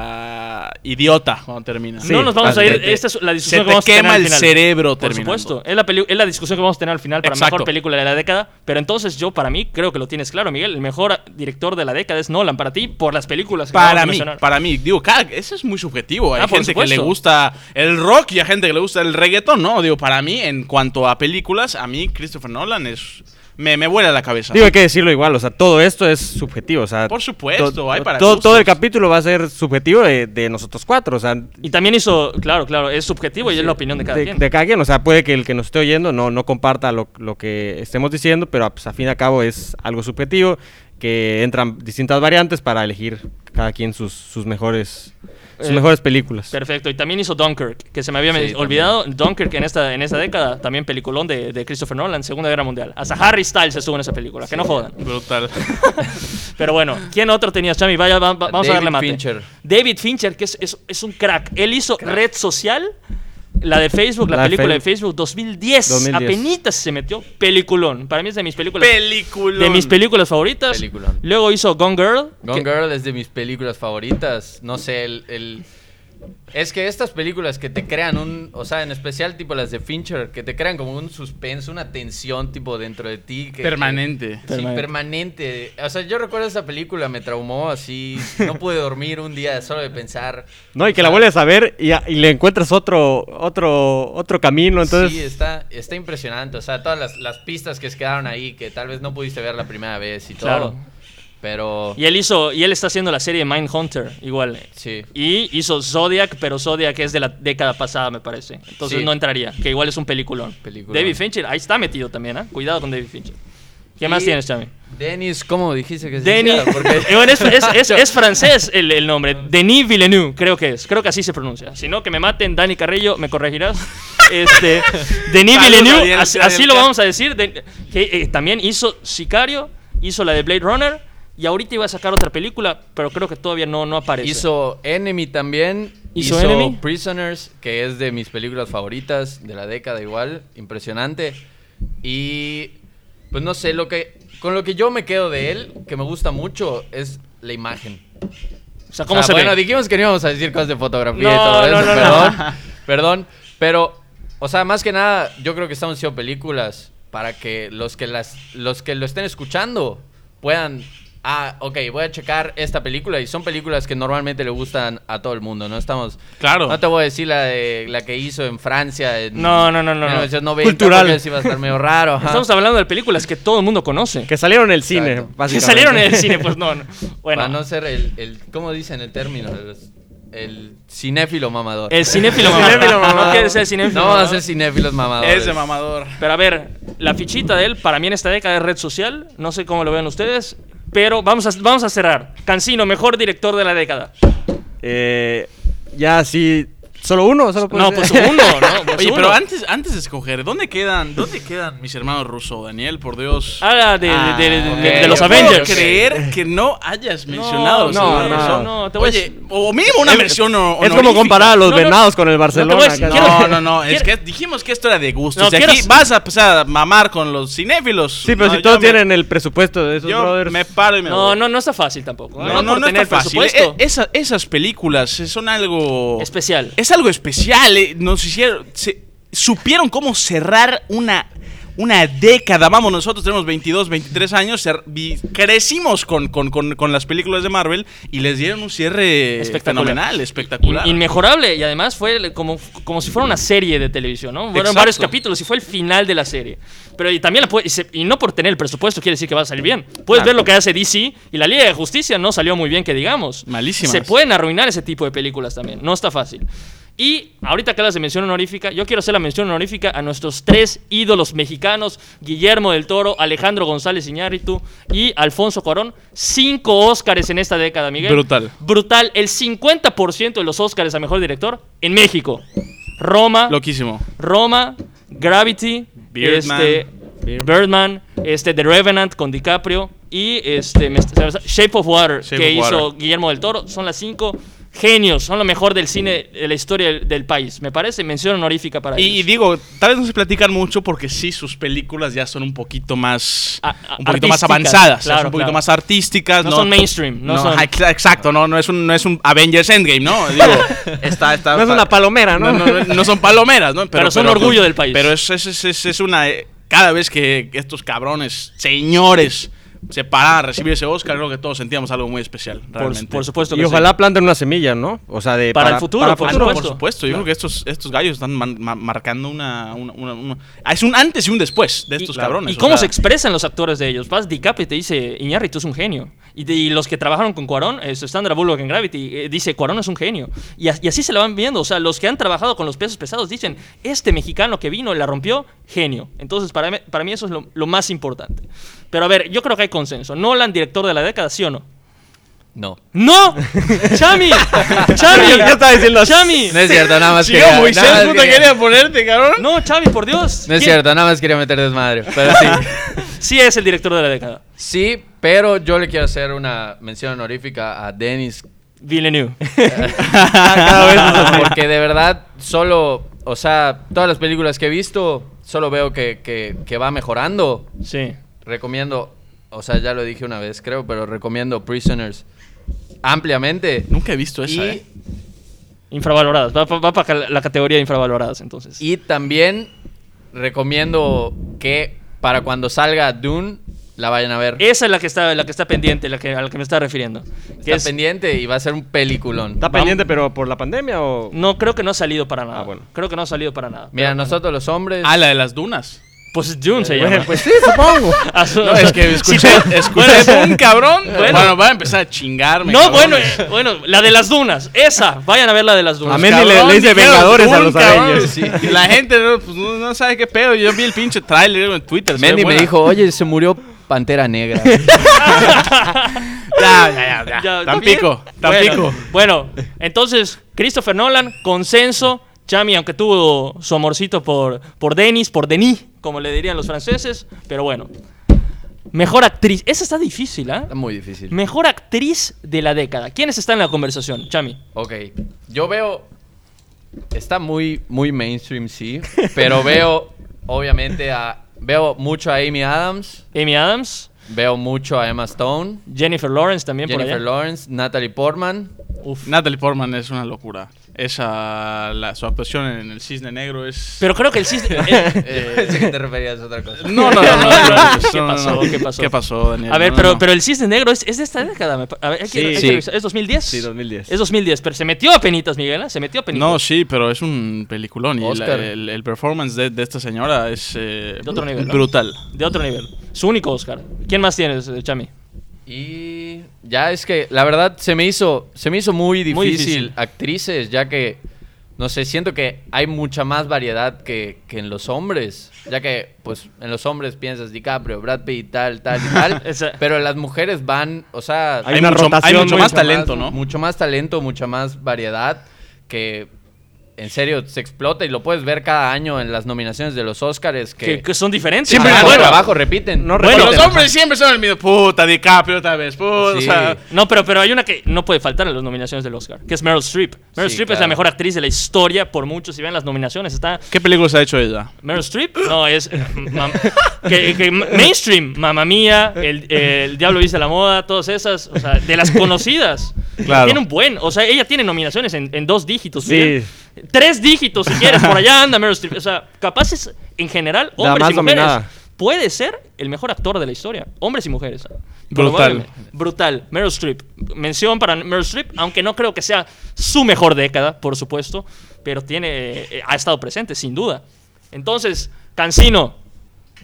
[SPEAKER 2] deja idiota cuando termina.
[SPEAKER 3] Sí,
[SPEAKER 1] no nos vamos a ir.
[SPEAKER 3] te-
[SPEAKER 1] Esta es la
[SPEAKER 2] Se
[SPEAKER 1] discusión que
[SPEAKER 2] te
[SPEAKER 1] vamos a tener
[SPEAKER 2] quema
[SPEAKER 1] al
[SPEAKER 2] el
[SPEAKER 1] final.
[SPEAKER 2] cerebro
[SPEAKER 1] Por
[SPEAKER 2] terminando.
[SPEAKER 1] supuesto, es la, peli- es la discusión que vamos a tener al final para
[SPEAKER 2] Exacto.
[SPEAKER 1] mejor película de la década. Pero entonces yo, para mí, creo que lo tienes claro, Miguel. El mejor director de la década es Nolan. Para ti, por las películas que acabamos
[SPEAKER 2] Para
[SPEAKER 1] de
[SPEAKER 2] mí,
[SPEAKER 1] mencionar.
[SPEAKER 2] para mí, digo, cada, eso es muy subjetivo. Hay
[SPEAKER 1] Ah, por
[SPEAKER 2] gente que le
[SPEAKER 1] supuesto.
[SPEAKER 2] gusta el rock y hay gente que le gusta el reggaetón, ¿no? Digo, para mí, en cuanto a películas, a mí Christopher Nolan es me, me vuela la cabeza.
[SPEAKER 3] Digo, hay que decirlo igual, o sea, todo esto es subjetivo, o sea...
[SPEAKER 2] Por supuesto,
[SPEAKER 3] to-
[SPEAKER 2] hay para
[SPEAKER 3] todo, todo el
[SPEAKER 2] gustos.
[SPEAKER 3] capítulo va a ser subjetivo de, de nosotros cuatro, o sea...
[SPEAKER 1] Y también hizo, claro, claro, es subjetivo y es la opinión de cada quien.
[SPEAKER 3] de cada quien, o sea, puede que el que nos esté oyendo no, no comparta lo, lo que estemos diciendo, pero pues, a fin y al cabo es algo subjetivo, que entran distintas variantes para elegir cada quien sus, sus mejores sus
[SPEAKER 1] Eh,
[SPEAKER 3] mejores películas.
[SPEAKER 1] Perfecto, y también hizo Dunkirk, que se me había
[SPEAKER 4] Sí,
[SPEAKER 1] me-
[SPEAKER 4] también.
[SPEAKER 1] olvidado. Dunkirk en esta, en esta década, también peliculón de, de Christopher Nolan, Segunda Guerra Mundial. Hasta Harry Styles estuvo en esa película, que no jodan.
[SPEAKER 2] Brutal.
[SPEAKER 1] Pero bueno, ¿quién otro tenías, Chami? Vaya, va- va- vamos a
[SPEAKER 4] David
[SPEAKER 1] darle mate.
[SPEAKER 4] Fincher.
[SPEAKER 1] David Fincher, que es, es- es un crack. Él hizo Red Social, la de Facebook, la,
[SPEAKER 3] La de
[SPEAKER 1] película de
[SPEAKER 3] Facebook.
[SPEAKER 1] Facebook, 2010.
[SPEAKER 3] 2010.
[SPEAKER 1] Apenitas se metió. Peliculón. Para mí es de mis películas.
[SPEAKER 2] Película.
[SPEAKER 1] de mis películas favoritas.
[SPEAKER 4] Peliculón.
[SPEAKER 1] Luego hizo Gone Girl.
[SPEAKER 4] Gone
[SPEAKER 1] que-
[SPEAKER 4] Girl es de mis películas favoritas. No sé, el, el- Es que estas películas que te crean un... O sea, en especial tipo las de Fincher, que te crean como un suspenso, una tensión tipo dentro de ti. que-
[SPEAKER 2] Permanente.
[SPEAKER 4] Sí, permanente. O sea, yo recuerdo esa película, me traumó así. No pude dormir un día solo de pensar.
[SPEAKER 3] No, y que la vuelves a ver y, a- y le encuentras otro, otro, otro camino, entonces...
[SPEAKER 4] Sí, está, está impresionante. O sea, todas las, las pistas que se quedaron ahí, que tal vez no pudiste ver la primera vez y todo.
[SPEAKER 1] Claro.
[SPEAKER 4] Pero.
[SPEAKER 1] Y él hizo, y él está haciendo la serie Mindhunter, igual.
[SPEAKER 4] Sí.
[SPEAKER 1] Y hizo Zodiac, pero Zodiac es de la década pasada, me parece. Entonces
[SPEAKER 4] Sí.
[SPEAKER 1] no entraría, que igual es un peliculón.
[SPEAKER 4] Peliculón.
[SPEAKER 1] David Fincher, ahí está metido también, ¿ah? Cuidado con David Fincher. ¿Qué
[SPEAKER 4] Y-
[SPEAKER 1] más tienes, Chami?
[SPEAKER 4] Denis, ¿cómo dijiste que se
[SPEAKER 1] Denis. eh,
[SPEAKER 4] hiciera? Porque-
[SPEAKER 1] Bueno, es, es- es- es francés el, el nombre. Denis Villeneuve, creo que es. Creo que así se pronuncia. Si no, que me maten, Dani Carrillo, me corregirás. Este, Denis
[SPEAKER 2] Saludos,
[SPEAKER 1] Villeneuve,
[SPEAKER 2] Daniel,
[SPEAKER 1] así,
[SPEAKER 2] Daniel
[SPEAKER 1] así lo
[SPEAKER 2] Car-
[SPEAKER 1] vamos a decir. de- que eh, también hizo Sicario, hizo la de Blade Runner. Y ahorita iba a sacar otra película, pero creo que todavía no, no aparece.
[SPEAKER 4] Hizo Enemy también.
[SPEAKER 1] ¿Hizo Enemy?
[SPEAKER 4] Prisoners, que es de mis películas favoritas de la década igual. Impresionante. Y pues no sé, lo que con lo que yo me quedo de él, que me gusta mucho, es la imagen.
[SPEAKER 1] O sea, ¿cómo
[SPEAKER 4] Ah,
[SPEAKER 1] se
[SPEAKER 4] bueno,
[SPEAKER 1] ve?
[SPEAKER 4] dijimos que no íbamos a decir cosas de fotografía y
[SPEAKER 1] No,
[SPEAKER 4] todo
[SPEAKER 1] no,
[SPEAKER 4] eso,
[SPEAKER 1] no, no.
[SPEAKER 4] perdón. Perdón, pero, o sea, más que nada, yo creo que estamos haciendo películas para que los que, las, los que lo estén escuchando puedan. Ah, ok, voy a checar esta película. Y son películas que normalmente le gustan a todo el mundo, ¿no? Estamos.
[SPEAKER 2] Claro.
[SPEAKER 4] No te voy a decir la, de, la que hizo en Francia. En
[SPEAKER 1] No, no, no, no, no.
[SPEAKER 4] 1990,
[SPEAKER 3] Cultural.
[SPEAKER 4] porque sí va a estar medio raro. ajá.
[SPEAKER 1] Estamos hablando de películas que todo el mundo conoce.
[SPEAKER 3] Que salieron del cine,
[SPEAKER 4] Exacto.
[SPEAKER 3] básicamente.
[SPEAKER 1] Que salieron en el cine, pues no. no. Bueno,
[SPEAKER 4] Para no ser el, el- ¿Cómo dicen el término? de los- El, el cinéfilo mamador.
[SPEAKER 1] El cinéfilo
[SPEAKER 3] El
[SPEAKER 1] mamador.
[SPEAKER 3] cinéfilo mamador.
[SPEAKER 1] No quiere ser cinéfilo.
[SPEAKER 4] No vamos a
[SPEAKER 1] mamador.
[SPEAKER 4] ser cinéfilos mamadores.
[SPEAKER 2] Ese mamador.
[SPEAKER 1] Pero a ver, la fichita de él para mí en esta década es red social. No sé cómo lo vean ustedes. Pero vamos a, vamos a cerrar. Cancino, mejor director de la década.
[SPEAKER 2] Pues
[SPEAKER 3] Eh, ya sí. ¿Solo uno? Solo puede
[SPEAKER 1] No,
[SPEAKER 3] ser.
[SPEAKER 1] pues uno, ¿no? Pues
[SPEAKER 2] Oye,
[SPEAKER 1] uno.
[SPEAKER 2] pero antes, antes de escoger, ¿dónde quedan, ¿dónde quedan mis hermanos rusos, Daniel? Por Dios.
[SPEAKER 1] Ah, de, de- de- de-
[SPEAKER 4] Ah,
[SPEAKER 1] de
[SPEAKER 4] ok,
[SPEAKER 1] los
[SPEAKER 4] ok,
[SPEAKER 1] Avengers.
[SPEAKER 4] ok.
[SPEAKER 2] ¿Puedo creer que no hayas mencionado a los
[SPEAKER 3] no,
[SPEAKER 2] hermanos
[SPEAKER 3] no,
[SPEAKER 2] Rousseau?
[SPEAKER 1] no, te voy a-
[SPEAKER 2] Oye, o mínimo una mención o-
[SPEAKER 3] es como
[SPEAKER 2] honorífica.
[SPEAKER 3] comparar a los
[SPEAKER 1] No, no.
[SPEAKER 3] venados con
[SPEAKER 1] voy
[SPEAKER 3] el
[SPEAKER 1] a
[SPEAKER 3] Barcelona.
[SPEAKER 1] decir-
[SPEAKER 3] casi.
[SPEAKER 1] quiero-
[SPEAKER 2] No, no, no. Es que
[SPEAKER 1] Quiero-
[SPEAKER 2] dijimos que esto era de gusto.
[SPEAKER 1] No,
[SPEAKER 2] o sea,
[SPEAKER 1] quiero-
[SPEAKER 2] aquí vas a empezar a mamar con los cinéfilos.
[SPEAKER 3] Sí, pero
[SPEAKER 2] No,
[SPEAKER 3] si
[SPEAKER 2] yo
[SPEAKER 3] todos
[SPEAKER 2] me-
[SPEAKER 3] tienen el presupuesto de esos
[SPEAKER 2] Yo
[SPEAKER 3] brothers.
[SPEAKER 2] me paro y me
[SPEAKER 1] No,
[SPEAKER 2] voy.
[SPEAKER 1] no, no está fácil tampoco.
[SPEAKER 2] No, no,
[SPEAKER 1] por
[SPEAKER 2] no
[SPEAKER 1] tener
[SPEAKER 2] está fácil.
[SPEAKER 1] presupuesto.
[SPEAKER 2] Eh, esa- esas películas eh, son algo...
[SPEAKER 1] Especial.
[SPEAKER 2] Es algo especial. eh, Nos hicieron... se- supieron cómo cerrar una... Una década, vamos, nosotros tenemos 22, 23 años, cer- vi- crecimos con, con- con- con las películas de Marvel y les dieron un cierre
[SPEAKER 1] Espectacular.
[SPEAKER 2] fenomenal, espectacular.
[SPEAKER 1] In- inmejorable y además fue como, como si fuera una serie de televisión, ¿no? Fueron
[SPEAKER 2] Exacto.
[SPEAKER 1] varios capítulos y fue el final de la serie. Pero y también la puede- y, se- y no por tener el presupuesto quiere decir que va a salir bien. Puedes ver lo que hace DC y la Liga de Justicia no salió muy bien, que digamos.
[SPEAKER 2] Malísimas.
[SPEAKER 1] Se pueden arruinar ese tipo de películas también, no está fácil. Y ahorita que hablas de mención honorífica, yo quiero hacer la mención honorífica a nuestros tres ídolos mexicanos, Guillermo del Toro, Alejandro González Iñárritu y Alfonso Cuarón. Cinco Óscares en esta década, Miguel.
[SPEAKER 2] Brutal.
[SPEAKER 1] Brutal. El 50% de los Óscares a Mejor Director en México. Roma,
[SPEAKER 2] Loquísimo.
[SPEAKER 1] Roma, Gravity,
[SPEAKER 2] Birdman.
[SPEAKER 1] este, Birdman, este, The Revenant con DiCaprio y este, me- se me- Shape of Water
[SPEAKER 2] Shape
[SPEAKER 1] que
[SPEAKER 2] of
[SPEAKER 1] hizo
[SPEAKER 2] Water.
[SPEAKER 1] Guillermo del Toro. Son las cinco genios, son lo mejor del cine de la historia del, del país. Me parece mención honorífica para
[SPEAKER 2] Y, y
[SPEAKER 1] ellos.
[SPEAKER 2] digo, tal vez no se platican mucho porque sí, sus películas ya son un poquito más,
[SPEAKER 1] A- a-
[SPEAKER 2] un poquito
[SPEAKER 1] artísticas,
[SPEAKER 2] más avanzadas, ya
[SPEAKER 1] claro,
[SPEAKER 2] son un poquito
[SPEAKER 1] claro.
[SPEAKER 2] más artísticas.
[SPEAKER 1] No son mainstream, no son-
[SPEAKER 2] ajá, exa- Exacto, no, no, es un, no es un Avengers Endgame, ¿no? Digo, está, está-
[SPEAKER 3] No es
[SPEAKER 2] está-
[SPEAKER 3] una palomera, ¿no?
[SPEAKER 2] No, no, no- no son palomeras, ¿no?
[SPEAKER 1] Pero son orgullo del país.
[SPEAKER 2] Pero es, es- es- es- es una... eh, Cada vez que estos cabrones, señores, se paran a recibir ese Oscar, creo que todos sentíamos algo muy especial,
[SPEAKER 1] por,
[SPEAKER 2] realmente.
[SPEAKER 1] por supuesto que
[SPEAKER 3] Y
[SPEAKER 1] sí.
[SPEAKER 3] ojalá planten una semilla, ¿no? O sea, de.
[SPEAKER 1] Para el futuro,
[SPEAKER 3] para
[SPEAKER 1] por
[SPEAKER 2] Ah, no,
[SPEAKER 1] supuesto.
[SPEAKER 2] por supuesto. Yo creo que estos, estos gallos están man- ma- marcando una, una- una- una- ah, Es un antes y un después de estos
[SPEAKER 1] y,
[SPEAKER 2] cabrones.
[SPEAKER 1] ¿Y
[SPEAKER 2] o
[SPEAKER 1] cómo
[SPEAKER 2] sea.
[SPEAKER 1] se expresan los actores de ellos? Vas DiCaprio y te dice, Iñárritu es un genio. Y, de- y los que trabajaron con Cuarón, eh, Sandra Bullock en Gravity, eh, dice, Cuarón es un genio. Y, as- y así se la van viendo. O sea, los que han trabajado con los pesos pesados dicen, este mexicano que vino y la rompió, genio. Entonces, para, mí- para mí eso es lo, lo más importante. Pero a ver, yo creo que hay consenso. Nolan, director de la década, ¿sí o no?
[SPEAKER 4] No.
[SPEAKER 1] ¡No! ¡Chami! ¡Chami!
[SPEAKER 3] Yo- yo estaba diciendo,
[SPEAKER 1] ¡Chami!
[SPEAKER 4] No es cierto, nada más
[SPEAKER 2] Si
[SPEAKER 4] que.
[SPEAKER 2] yo,
[SPEAKER 4] nada
[SPEAKER 2] Moisés,
[SPEAKER 4] más
[SPEAKER 2] puta,
[SPEAKER 4] que-
[SPEAKER 2] quería ponerte, cabrón.
[SPEAKER 1] No, Chami, por Dios.
[SPEAKER 4] No es
[SPEAKER 1] ¿Quién-
[SPEAKER 4] cierto, nada más quería meter desmadre. Pero sí.
[SPEAKER 1] Sí es el director de la década.
[SPEAKER 4] Sí, pero yo le quiero hacer una mención honorífica a Dennis.
[SPEAKER 1] Villeneuve.
[SPEAKER 2] Ah,
[SPEAKER 4] porque de verdad, solo. O sea, todas las películas que he visto, solo veo que, que- que va mejorando.
[SPEAKER 1] Sí.
[SPEAKER 4] Recomiendo. O sea, ya lo dije una vez, creo, pero recomiendo Prisoners ampliamente.
[SPEAKER 2] Nunca he visto esa,
[SPEAKER 4] Y-
[SPEAKER 2] eh.
[SPEAKER 1] Infravaloradas. Va, va- va para la- la categoría de infravaloradas, entonces.
[SPEAKER 4] Y también recomiendo que para cuando salga Dune la vayan a ver.
[SPEAKER 1] Esa es la que está, la que está pendiente, la que, a la que me está refiriendo. Que
[SPEAKER 4] Está
[SPEAKER 1] es-
[SPEAKER 4] pendiente y va a ser un peliculón.
[SPEAKER 3] ¿Está pendiente, pero por la pandemia o.?
[SPEAKER 1] No, creo que no ha salido para nada.
[SPEAKER 3] Ah, bueno.
[SPEAKER 1] Creo que no ha salido para nada.
[SPEAKER 4] Mira, nosotros los hombres.
[SPEAKER 2] Ah, la de las dunas.
[SPEAKER 1] Pues es Dune se
[SPEAKER 3] Bueno,
[SPEAKER 1] llama.
[SPEAKER 3] pues sí, supongo.
[SPEAKER 1] A su-
[SPEAKER 2] No, es que escuché,
[SPEAKER 1] Sí,
[SPEAKER 2] escuché
[SPEAKER 1] bueno,
[SPEAKER 2] un cabrón. Bueno,
[SPEAKER 1] Bueno.
[SPEAKER 2] va a empezar a chingarme.
[SPEAKER 1] no,
[SPEAKER 2] cabrón.
[SPEAKER 1] bueno, eh, bueno, la de las dunas. Esa, vayan a ver la de las dunas.
[SPEAKER 3] Amén. Mendy le-
[SPEAKER 2] Cabrón,
[SPEAKER 3] le dice
[SPEAKER 2] dijeron
[SPEAKER 3] Vengadores a
[SPEAKER 2] Dune,
[SPEAKER 3] los
[SPEAKER 2] cabrón.
[SPEAKER 3] Avengers.
[SPEAKER 2] Sí. Y la gente no, pues, no, no sabe qué pedo. Yo vi el pinche trailer en Twitter. se ve
[SPEAKER 4] Mendy me
[SPEAKER 2] buena.
[SPEAKER 4] dijo, oye, se murió Pantera Negra.
[SPEAKER 2] Ya, ya, ya.
[SPEAKER 1] Ya,
[SPEAKER 2] ya Tampico,
[SPEAKER 1] ¿está bien?
[SPEAKER 2] Tampico.
[SPEAKER 1] Bueno, bueno, entonces, Christopher Nolan, consenso. Chami, aunque tuvo su amorcito por, por Denis, por Denis, como le dirían los franceses, pero bueno. Mejor actriz. Esa está difícil, ¿ah?
[SPEAKER 4] Está muy difícil.
[SPEAKER 1] Mejor actriz de la década. ¿Quiénes están en la conversación, Chami?
[SPEAKER 4] Ok, yo veo. Está muy, muy mainstream, sí. Pero veo, obviamente, a. Veo mucho a Amy Adams.
[SPEAKER 1] Amy Adams,
[SPEAKER 4] Veo mucho a Emma Stone.
[SPEAKER 1] Jennifer Lawrence también
[SPEAKER 4] Jennifer
[SPEAKER 1] por allá.
[SPEAKER 4] Lawrence, Natalie Portman.
[SPEAKER 1] Uf.
[SPEAKER 2] Natalie Portman es una locura. Esa, la- su actuación en El Cisne Negro es...
[SPEAKER 1] Pero creo que el cisne. el-
[SPEAKER 4] Eh, pensé que te referías a otra cosa.
[SPEAKER 2] No, no, no, no, no,
[SPEAKER 1] ¿Qué
[SPEAKER 2] no, no,
[SPEAKER 1] pasó?
[SPEAKER 2] no.
[SPEAKER 1] ¿Qué pasó?
[SPEAKER 2] ¿Qué pasó, Daniel?
[SPEAKER 1] A ver,
[SPEAKER 2] No,
[SPEAKER 1] pero,
[SPEAKER 2] no.
[SPEAKER 1] pero el cisne negro es, es de esta década. me pa- a ver, hay que- hay que
[SPEAKER 3] Sí.
[SPEAKER 1] revisar. ¿Es 2010?
[SPEAKER 3] Sí, 2010.
[SPEAKER 1] Es 2010, pero se metió a penitas, Miguel. ¿eh? Se metió a penitas.
[SPEAKER 2] No, sí, pero es un peliculón. Y la-
[SPEAKER 4] Oscar.
[SPEAKER 2] el, el performance de, de esta señora es eh,
[SPEAKER 1] De otro nivel, ¿no?
[SPEAKER 2] brutal.
[SPEAKER 1] De otro nivel. Su único Oscar. ¿Quién más tienes, eh, Chami?
[SPEAKER 4] Y Ya es que la verdad se me hizo, se me hizo muy, difícil
[SPEAKER 1] Muy difícil.
[SPEAKER 4] actrices, ya que no sé, siento que hay mucha más variedad que, que en los hombres, ya que pues en los hombres piensas DiCaprio, Brad Pitt, tal, tal y tal,
[SPEAKER 1] Esa-
[SPEAKER 4] pero las mujeres van, o sea,
[SPEAKER 3] Hay una
[SPEAKER 2] mucho, hay
[SPEAKER 3] rotación
[SPEAKER 2] mucho
[SPEAKER 3] muy-
[SPEAKER 2] más talento, ¿no?
[SPEAKER 4] Mucho más talento, mucha más variedad que en serio se explota y lo puedes ver cada año en las nominaciones de los Oscars que,
[SPEAKER 1] Que, que son diferentes. Ah,
[SPEAKER 2] Siempre
[SPEAKER 1] Ajá.
[SPEAKER 4] trabajo,
[SPEAKER 2] bueno.
[SPEAKER 4] trabajo repiten.
[SPEAKER 3] No
[SPEAKER 2] Bueno,
[SPEAKER 1] Bueno,
[SPEAKER 2] los
[SPEAKER 1] pero-
[SPEAKER 2] hombres siempre son el mismo. Puta, DiCaprio otra vez. Puta, o
[SPEAKER 4] Sí.
[SPEAKER 2] sea,
[SPEAKER 1] No, pero, pero hay una que no puede faltar en las nominaciones del Oscar, que es Meryl Streep. Meryl
[SPEAKER 4] Sí,
[SPEAKER 1] Streep es la
[SPEAKER 4] claro.
[SPEAKER 1] mejor actriz de la historia por mucho. Si ven las nominaciones, está
[SPEAKER 2] ¿Qué películas ha hecho ella?
[SPEAKER 1] Meryl Streep. No, es. eh, mam- que, que ma- mainstream, Mamma Mía, el, el Diablo Viste la Moda, todas esas. O sea, de las conocidas.
[SPEAKER 2] Claro.
[SPEAKER 1] Tiene un buen. O sea, ella tiene nominaciones en, en dos dígitos.
[SPEAKER 3] Sí.
[SPEAKER 1] bien. Tres dígitos, si quieres. Por allá anda Meryl Streep. O sea, capaz es, en general,
[SPEAKER 3] La
[SPEAKER 1] hombres
[SPEAKER 3] más
[SPEAKER 1] y mujeres.
[SPEAKER 3] dominada.
[SPEAKER 1] Puede ser el mejor actor de la historia. Hombres y mujeres.
[SPEAKER 2] Brutal.
[SPEAKER 1] Probablemente. Brutal. Meryl Streep. Mención para Meryl Streep, aunque no creo que sea su mejor década, por supuesto, pero tiene, eh, ha estado presente, sin duda. Entonces, Cancino,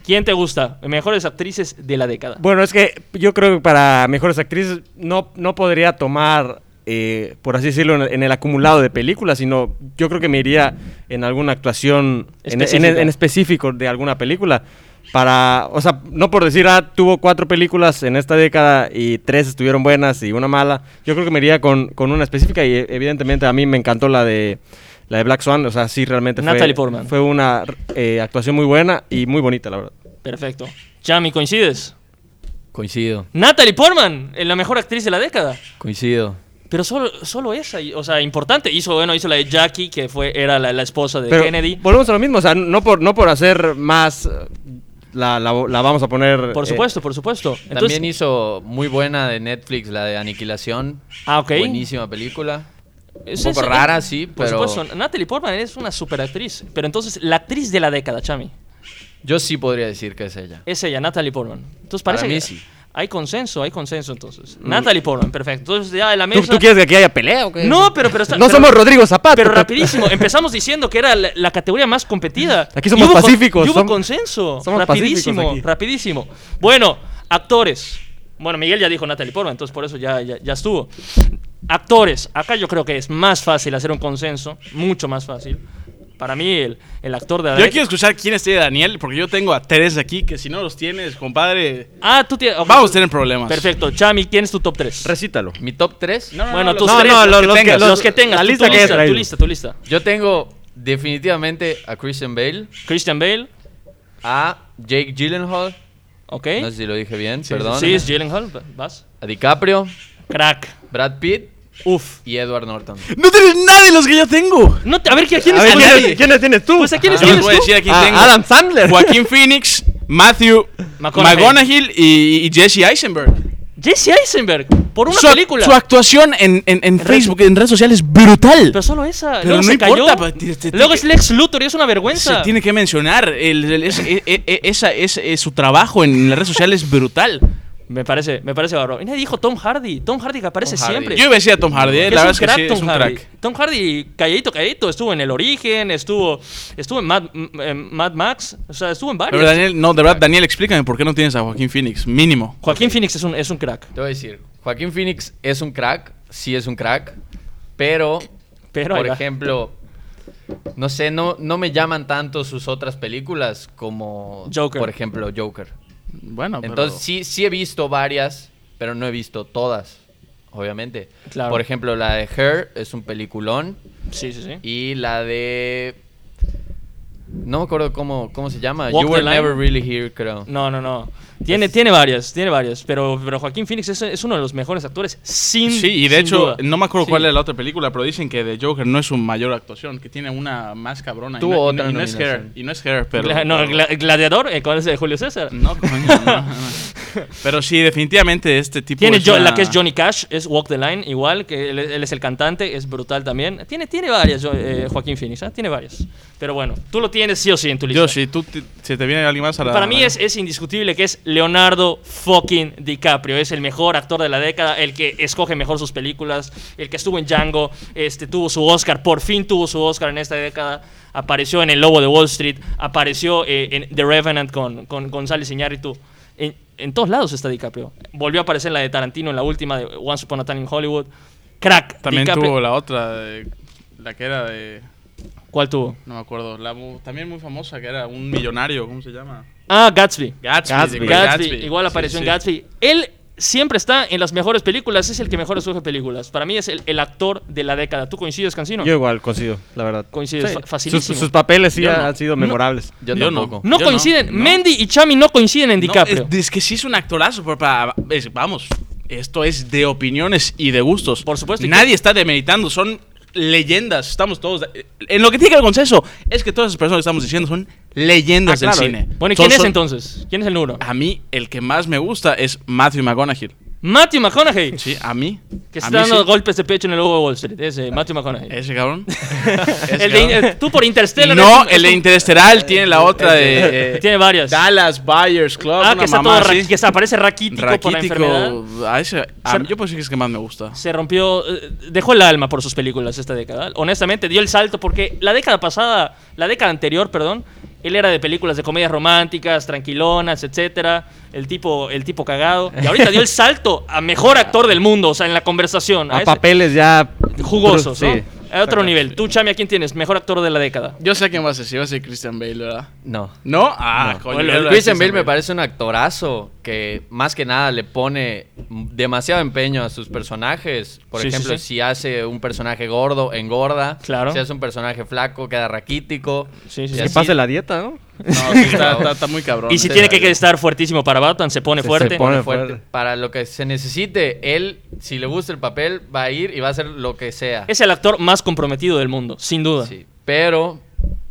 [SPEAKER 1] ¿quién te gusta? Mejores actrices de la década.
[SPEAKER 3] Bueno, es que yo creo que para mejores actrices no, no podría tomar, eh, por así decirlo, en el, en el acumulado de películas, sino yo creo que me iría en alguna actuación en, en- en- en específico de alguna película. Para, o sea, no por decir, ah, tuvo cuatro películas en esta década y tres estuvieron buenas y una mala. Yo creo que me iría con, con una específica y eh, evidentemente a mí me encantó la de, la de Black Swan. O sea, sí, realmente fue,
[SPEAKER 1] Natalie Portman.
[SPEAKER 3] fue una eh, actuación muy buena y muy bonita, la verdad.
[SPEAKER 1] Perfecto. Chami, ¿coincides?
[SPEAKER 4] Coincido,
[SPEAKER 1] Natalie Portman, eh, la mejor actriz de la década.
[SPEAKER 4] coincido.
[SPEAKER 1] Pero solo, solo esa, y- o sea, importante. Hizo, bueno, hizo la de Jackie, que fue, era la, la esposa de
[SPEAKER 3] Pero
[SPEAKER 1] Kennedy.
[SPEAKER 3] Volvemos a lo mismo, o sea, no por, no por hacer más, eh, la, la, la vamos a poner...
[SPEAKER 1] Por
[SPEAKER 3] eh,
[SPEAKER 1] supuesto, por supuesto. Entonces,
[SPEAKER 4] También hizo muy buena de Netflix la de Aniquilación.
[SPEAKER 1] Ah, ok.
[SPEAKER 4] Buenísima película.
[SPEAKER 1] Es-
[SPEAKER 4] Un poco
[SPEAKER 1] es-
[SPEAKER 4] rara, sí,
[SPEAKER 1] eh, Por
[SPEAKER 4] pero-
[SPEAKER 1] supuesto, Natalie Portman es una superactriz. Pero entonces, la actriz de la década, Chami,
[SPEAKER 4] Yo sí podría decir que es ella.
[SPEAKER 1] es ella, Natalie Portman. Entonces parece
[SPEAKER 4] Para mí
[SPEAKER 1] que
[SPEAKER 4] sí. Mm.
[SPEAKER 1] hay consenso, hay consenso entonces. Natalie Portman, perfecto. Entonces ya de la
[SPEAKER 3] ¿tú,
[SPEAKER 1] mesa...
[SPEAKER 3] tú quieres que aquí haya pelea o qué?
[SPEAKER 1] No, pero... pero está-
[SPEAKER 3] No
[SPEAKER 1] pero-
[SPEAKER 3] somos Rodrigo Zapata.
[SPEAKER 1] Pero rapidísimo, empezamos diciendo que era la, la categoría más competida.
[SPEAKER 3] Aquí somos
[SPEAKER 1] Y hubo con-
[SPEAKER 3] pacíficos,
[SPEAKER 1] y hubo
[SPEAKER 3] som-
[SPEAKER 1] consenso.
[SPEAKER 3] somos
[SPEAKER 1] rapidísimo,
[SPEAKER 3] pacíficos aquí.
[SPEAKER 1] rapidísimo. Bueno, actores. Bueno, Miguel ya dijo Natalie Portman, entonces por eso ya, ya, ya estuvo. Actores. Acá yo creo que es más fácil hacer un consenso, mucho más fácil. Para mí, el, el actor de la
[SPEAKER 2] Yo
[SPEAKER 1] década-
[SPEAKER 2] quiero escuchar quién es Daniel, porque yo tengo a tres aquí, que si no los tienes, compadre,
[SPEAKER 1] Ah, tú tienes. ok,
[SPEAKER 2] vamos a
[SPEAKER 1] tú-
[SPEAKER 2] tener problemas.
[SPEAKER 1] Perfecto. Chami, ¿quién es tu top 3?
[SPEAKER 3] Recítalo.
[SPEAKER 4] Mi top 3.
[SPEAKER 1] bueno,
[SPEAKER 2] no,
[SPEAKER 1] tus
[SPEAKER 2] los-
[SPEAKER 1] tres,
[SPEAKER 2] no, no,
[SPEAKER 1] los,
[SPEAKER 2] los
[SPEAKER 1] que
[SPEAKER 2] que-
[SPEAKER 1] tengas.
[SPEAKER 2] los-
[SPEAKER 1] los que tengas.
[SPEAKER 3] la
[SPEAKER 1] tú-
[SPEAKER 3] lista
[SPEAKER 1] tu
[SPEAKER 3] que hayas
[SPEAKER 1] lista, tu
[SPEAKER 3] traído.
[SPEAKER 1] lista, tu lista.
[SPEAKER 4] Yo tengo definitivamente a Christian Bale,
[SPEAKER 1] Christian Bale,
[SPEAKER 4] a Jake Gyllenhaal.
[SPEAKER 1] ok.
[SPEAKER 4] No sé si lo dije bien, perdón.
[SPEAKER 1] Sí, es Gyllenhaal, vas.
[SPEAKER 4] A DiCaprio,
[SPEAKER 1] Crack.
[SPEAKER 4] Brad Pitt
[SPEAKER 1] Uf.
[SPEAKER 4] y Edward Norton.
[SPEAKER 2] No tienes nadie de los que yo tengo.
[SPEAKER 1] No te- a ver, ¿qui- ¿quién
[SPEAKER 3] A
[SPEAKER 1] es
[SPEAKER 3] ver,
[SPEAKER 1] Johnny
[SPEAKER 3] ¿quiénes,
[SPEAKER 1] Depp?
[SPEAKER 3] quiénes tienes tú?
[SPEAKER 1] Pues a quiénes
[SPEAKER 2] Yo les
[SPEAKER 1] tienes
[SPEAKER 2] voy a
[SPEAKER 1] tú.
[SPEAKER 2] decir aquí
[SPEAKER 3] Ah,
[SPEAKER 2] tengo
[SPEAKER 3] Adam Sandler.
[SPEAKER 2] Joaquín Phoenix, Matthew
[SPEAKER 1] McConaughey.
[SPEAKER 2] McGonagall y, y Jesse Eisenberg.
[SPEAKER 1] Jesse Eisenberg, por una
[SPEAKER 2] su,
[SPEAKER 1] película.
[SPEAKER 2] su actuación en, en- en Facebook, en redes sociales, brutal.
[SPEAKER 1] pero solo esa.
[SPEAKER 2] Pero
[SPEAKER 1] Luego
[SPEAKER 2] no
[SPEAKER 1] se
[SPEAKER 2] importa, pues,
[SPEAKER 1] cayó.
[SPEAKER 2] pa- te- te-
[SPEAKER 1] Luego
[SPEAKER 2] te-
[SPEAKER 1] es Lex Luthor y es una
[SPEAKER 2] se
[SPEAKER 1] vergüenza.
[SPEAKER 2] tiene que mencionar. el- el- es- e- e- e- esa es, es su trabajo en las redes sociales brutal.
[SPEAKER 1] Me parece, me parece bárbaro. Y nadie dijo Tom Hardy. Tom Hardy que aparece
[SPEAKER 4] Tom Hardy.
[SPEAKER 1] siempre.
[SPEAKER 2] Yo iba a decir a Tom Hardy, eh,
[SPEAKER 1] Que
[SPEAKER 2] la verdad
[SPEAKER 1] es un
[SPEAKER 2] es que
[SPEAKER 1] crack,
[SPEAKER 2] sí, es
[SPEAKER 1] Tom
[SPEAKER 2] un
[SPEAKER 1] Hardy.
[SPEAKER 2] crack.
[SPEAKER 1] Tom Hardy, calladito, calladito, estuvo en El Origen, estuvo, estuvo en Mad, m- eh, Mad Max, o sea, estuvo en varios.
[SPEAKER 2] Pero Daniel, no, de verdad, Daniel, explícame por qué no tienes a Joaquín Phoenix, mínimo.
[SPEAKER 1] Joaquín Phoenix es un, es un crack,
[SPEAKER 4] Te voy a decir, Joaquín Phoenix es un crack, sí es un crack, pero,
[SPEAKER 1] Pero ahí
[SPEAKER 4] por
[SPEAKER 1] va.
[SPEAKER 4] ejemplo, no sé, no, no me llaman tanto sus otras películas como,
[SPEAKER 1] Joker.
[SPEAKER 4] por ejemplo, Joker.
[SPEAKER 2] Bueno, pero-
[SPEAKER 4] Entonces sí, sí he visto varias, pero no he visto todas, obviamente.
[SPEAKER 1] Claro.
[SPEAKER 4] Por ejemplo, la de Her es un peliculón
[SPEAKER 1] sí, sí, sí.
[SPEAKER 4] y la de... No me acuerdo cómo, cómo se llama.
[SPEAKER 1] Walk
[SPEAKER 4] you
[SPEAKER 1] the
[SPEAKER 4] Were
[SPEAKER 1] Line.
[SPEAKER 4] Never Really Here, creo.
[SPEAKER 1] No, no, no. Tiene, tiene varias, tiene varias, pero, pero Joaquín Phoenix es, es uno de los mejores actores, sin
[SPEAKER 2] Sí, y de
[SPEAKER 1] sin
[SPEAKER 2] hecho,
[SPEAKER 1] duda.
[SPEAKER 2] no me acuerdo
[SPEAKER 4] Sí.
[SPEAKER 2] cuál era la otra película, pero dicen que The Joker no es su mayor actuación, que tiene una más cabrona.
[SPEAKER 4] Tuvo
[SPEAKER 2] y no, y
[SPEAKER 4] otra
[SPEAKER 2] no- y no es Hair,
[SPEAKER 4] nominación.
[SPEAKER 2] y no es Hair, pero...
[SPEAKER 1] Gla- no,
[SPEAKER 2] pero-
[SPEAKER 1] Gla- Gladiador, eh, con ese de Julio César.
[SPEAKER 2] No, coño, no, no. Pero sí, definitivamente este tipo
[SPEAKER 1] Tiene
[SPEAKER 2] es
[SPEAKER 1] Jo-
[SPEAKER 2] una-
[SPEAKER 1] la que es Johnny Cash, es Walk the Line, igual, que él, él es el cantante, es brutal también. Tiene, tiene varias, jo- eh, Joaquín Phoenix, ¿ah? tiene varias. Pero bueno, tú lo tienes sí o sí en tu lista.
[SPEAKER 2] Yo, si tú te, se te viene alguien más a la...
[SPEAKER 1] Para mí es, es indiscutible que es Leonardo fucking DiCaprio. Es el mejor actor de la década, el que escoge mejor sus películas, el que estuvo en Django, este, tuvo su Oscar, por fin tuvo su Oscar en esta década. Apareció en El Lobo de Wall Street, apareció eh, en The Revenant con, con González Iñárritu. En, en todos lados está DiCaprio. Volvió a aparecer en la de Tarantino, en la última de Once Upon a Time in Hollywood. Crack.
[SPEAKER 2] También
[SPEAKER 1] DiCaprio-
[SPEAKER 2] tuvo la otra, de- la que era de...
[SPEAKER 1] ¿Cuál tuvo?
[SPEAKER 2] No me acuerdo, la mu- también muy famosa, que era un millonario, ¿cómo se llama?
[SPEAKER 1] Ah, Gatsby.
[SPEAKER 2] Gatsby.
[SPEAKER 3] Gatsby.
[SPEAKER 2] de-
[SPEAKER 1] Gatsby,
[SPEAKER 2] Gatsby.
[SPEAKER 1] igual
[SPEAKER 2] Sí,
[SPEAKER 1] apareció
[SPEAKER 2] sí.
[SPEAKER 1] en Gatsby. Él siempre está en las mejores películas, es el que mejor escoge películas. Para mí es el, el actor de la década. ¿Tú coincides, Cancino?
[SPEAKER 3] Yo igual coincido, la verdad.
[SPEAKER 1] Coincides, fa- facilísimo.
[SPEAKER 3] Sus, sus papeles sí
[SPEAKER 2] Yo
[SPEAKER 3] ha-
[SPEAKER 2] no.
[SPEAKER 3] han sido memorables.
[SPEAKER 4] Yo
[SPEAKER 2] Yo
[SPEAKER 4] tampoco.
[SPEAKER 1] no
[SPEAKER 2] yo no,
[SPEAKER 1] coinciden.
[SPEAKER 2] no.
[SPEAKER 1] Mendy y Chami no coinciden en
[SPEAKER 2] No,
[SPEAKER 1] DiCaprio.
[SPEAKER 2] es, es que sí es un actorazo, pero para- es- vamos, esto es de opiniones y de gustos.
[SPEAKER 1] Por supuesto, y
[SPEAKER 2] Nadie está demeritando, son leyendas, estamos todos... En lo que tiene que ver con eso, es que todas esas personas que estamos diciendo son leyendas
[SPEAKER 3] Ah, claro,
[SPEAKER 2] del cine.
[SPEAKER 1] eh. Bueno, ¿y
[SPEAKER 2] Son- Ah.
[SPEAKER 1] quién es
[SPEAKER 2] son-
[SPEAKER 1] entonces? ¿Quién es el número?
[SPEAKER 2] A mí, el que más me gusta es Matthew McConaughey.
[SPEAKER 1] Matthew McConaughey.
[SPEAKER 2] Sí, a mí.
[SPEAKER 1] Que
[SPEAKER 2] a
[SPEAKER 1] está
[SPEAKER 2] mí
[SPEAKER 1] dando
[SPEAKER 2] sí. Ah,
[SPEAKER 1] golpes de pecho en el logo de Wall Street. Ese, Matthew McConaughey.
[SPEAKER 2] Ese cabrón.
[SPEAKER 1] El de- el- tú por Interstellar. es
[SPEAKER 2] No,
[SPEAKER 1] un- es
[SPEAKER 2] el de
[SPEAKER 1] un-
[SPEAKER 2] Interesteral tiene la otra de. eh,
[SPEAKER 1] Tiene varias.
[SPEAKER 2] Dallas Buyers Club.
[SPEAKER 1] Ah,
[SPEAKER 2] una
[SPEAKER 1] que está
[SPEAKER 2] mamá
[SPEAKER 1] todo ra-
[SPEAKER 2] así.
[SPEAKER 1] que está- aparece raquítico, por la enfermedad.
[SPEAKER 2] Raquítico. A ese, a
[SPEAKER 1] Ser-
[SPEAKER 2] mí- yo puedo decir que es el que más me gusta.
[SPEAKER 1] Se rompió, eh, dejó el alma por sus películas esta década. Honestamente, dio el salto porque la década pasada, la década anterior, perdón, él era de películas de comedias románticas, tranquilonas, etcétera, el tipo, el tipo cagado. Y ahorita dio el salto a mejor actor del mundo, o sea, en la conversación.
[SPEAKER 3] A
[SPEAKER 1] ese-
[SPEAKER 3] papeles ya
[SPEAKER 1] jugosos,
[SPEAKER 3] Sí.
[SPEAKER 1] ¿no? A otro nivel. Tú, Chami, ¿a quién tienes? Mejor actor de la década.
[SPEAKER 2] Yo sé quién va a ser, si va a ser Christian Bale, ¿verdad?
[SPEAKER 3] No.
[SPEAKER 2] ¿No? Ah, coño.
[SPEAKER 4] Bueno,
[SPEAKER 2] yo
[SPEAKER 4] el
[SPEAKER 2] era
[SPEAKER 4] Christian Bale me parece un actorazo que más que nada le pone demasiado empeño a sus personajes. Por
[SPEAKER 1] Sí, sí,
[SPEAKER 4] ejemplo,
[SPEAKER 1] sí.
[SPEAKER 4] si hace un personaje gordo, engorda.
[SPEAKER 1] Claro.
[SPEAKER 4] Si hace un personaje flaco, queda raquítico.
[SPEAKER 1] Sí, sí,
[SPEAKER 4] Y
[SPEAKER 1] sí.
[SPEAKER 3] Que
[SPEAKER 4] así-
[SPEAKER 3] pase la dieta, ¿no?
[SPEAKER 2] No, sí, está, está- está muy cabrón.
[SPEAKER 1] Y si tiene que estar fuertísimo para Batman, se pone
[SPEAKER 3] Se- se
[SPEAKER 1] fuerte.
[SPEAKER 3] pone-
[SPEAKER 4] fuerte.
[SPEAKER 3] fuerte.
[SPEAKER 4] Para lo que se necesite, él, si le gusta el papel, va a ir y va a hacer lo que sea.
[SPEAKER 1] Es el actor más comprometido del mundo, sin duda.
[SPEAKER 4] Sí. Pero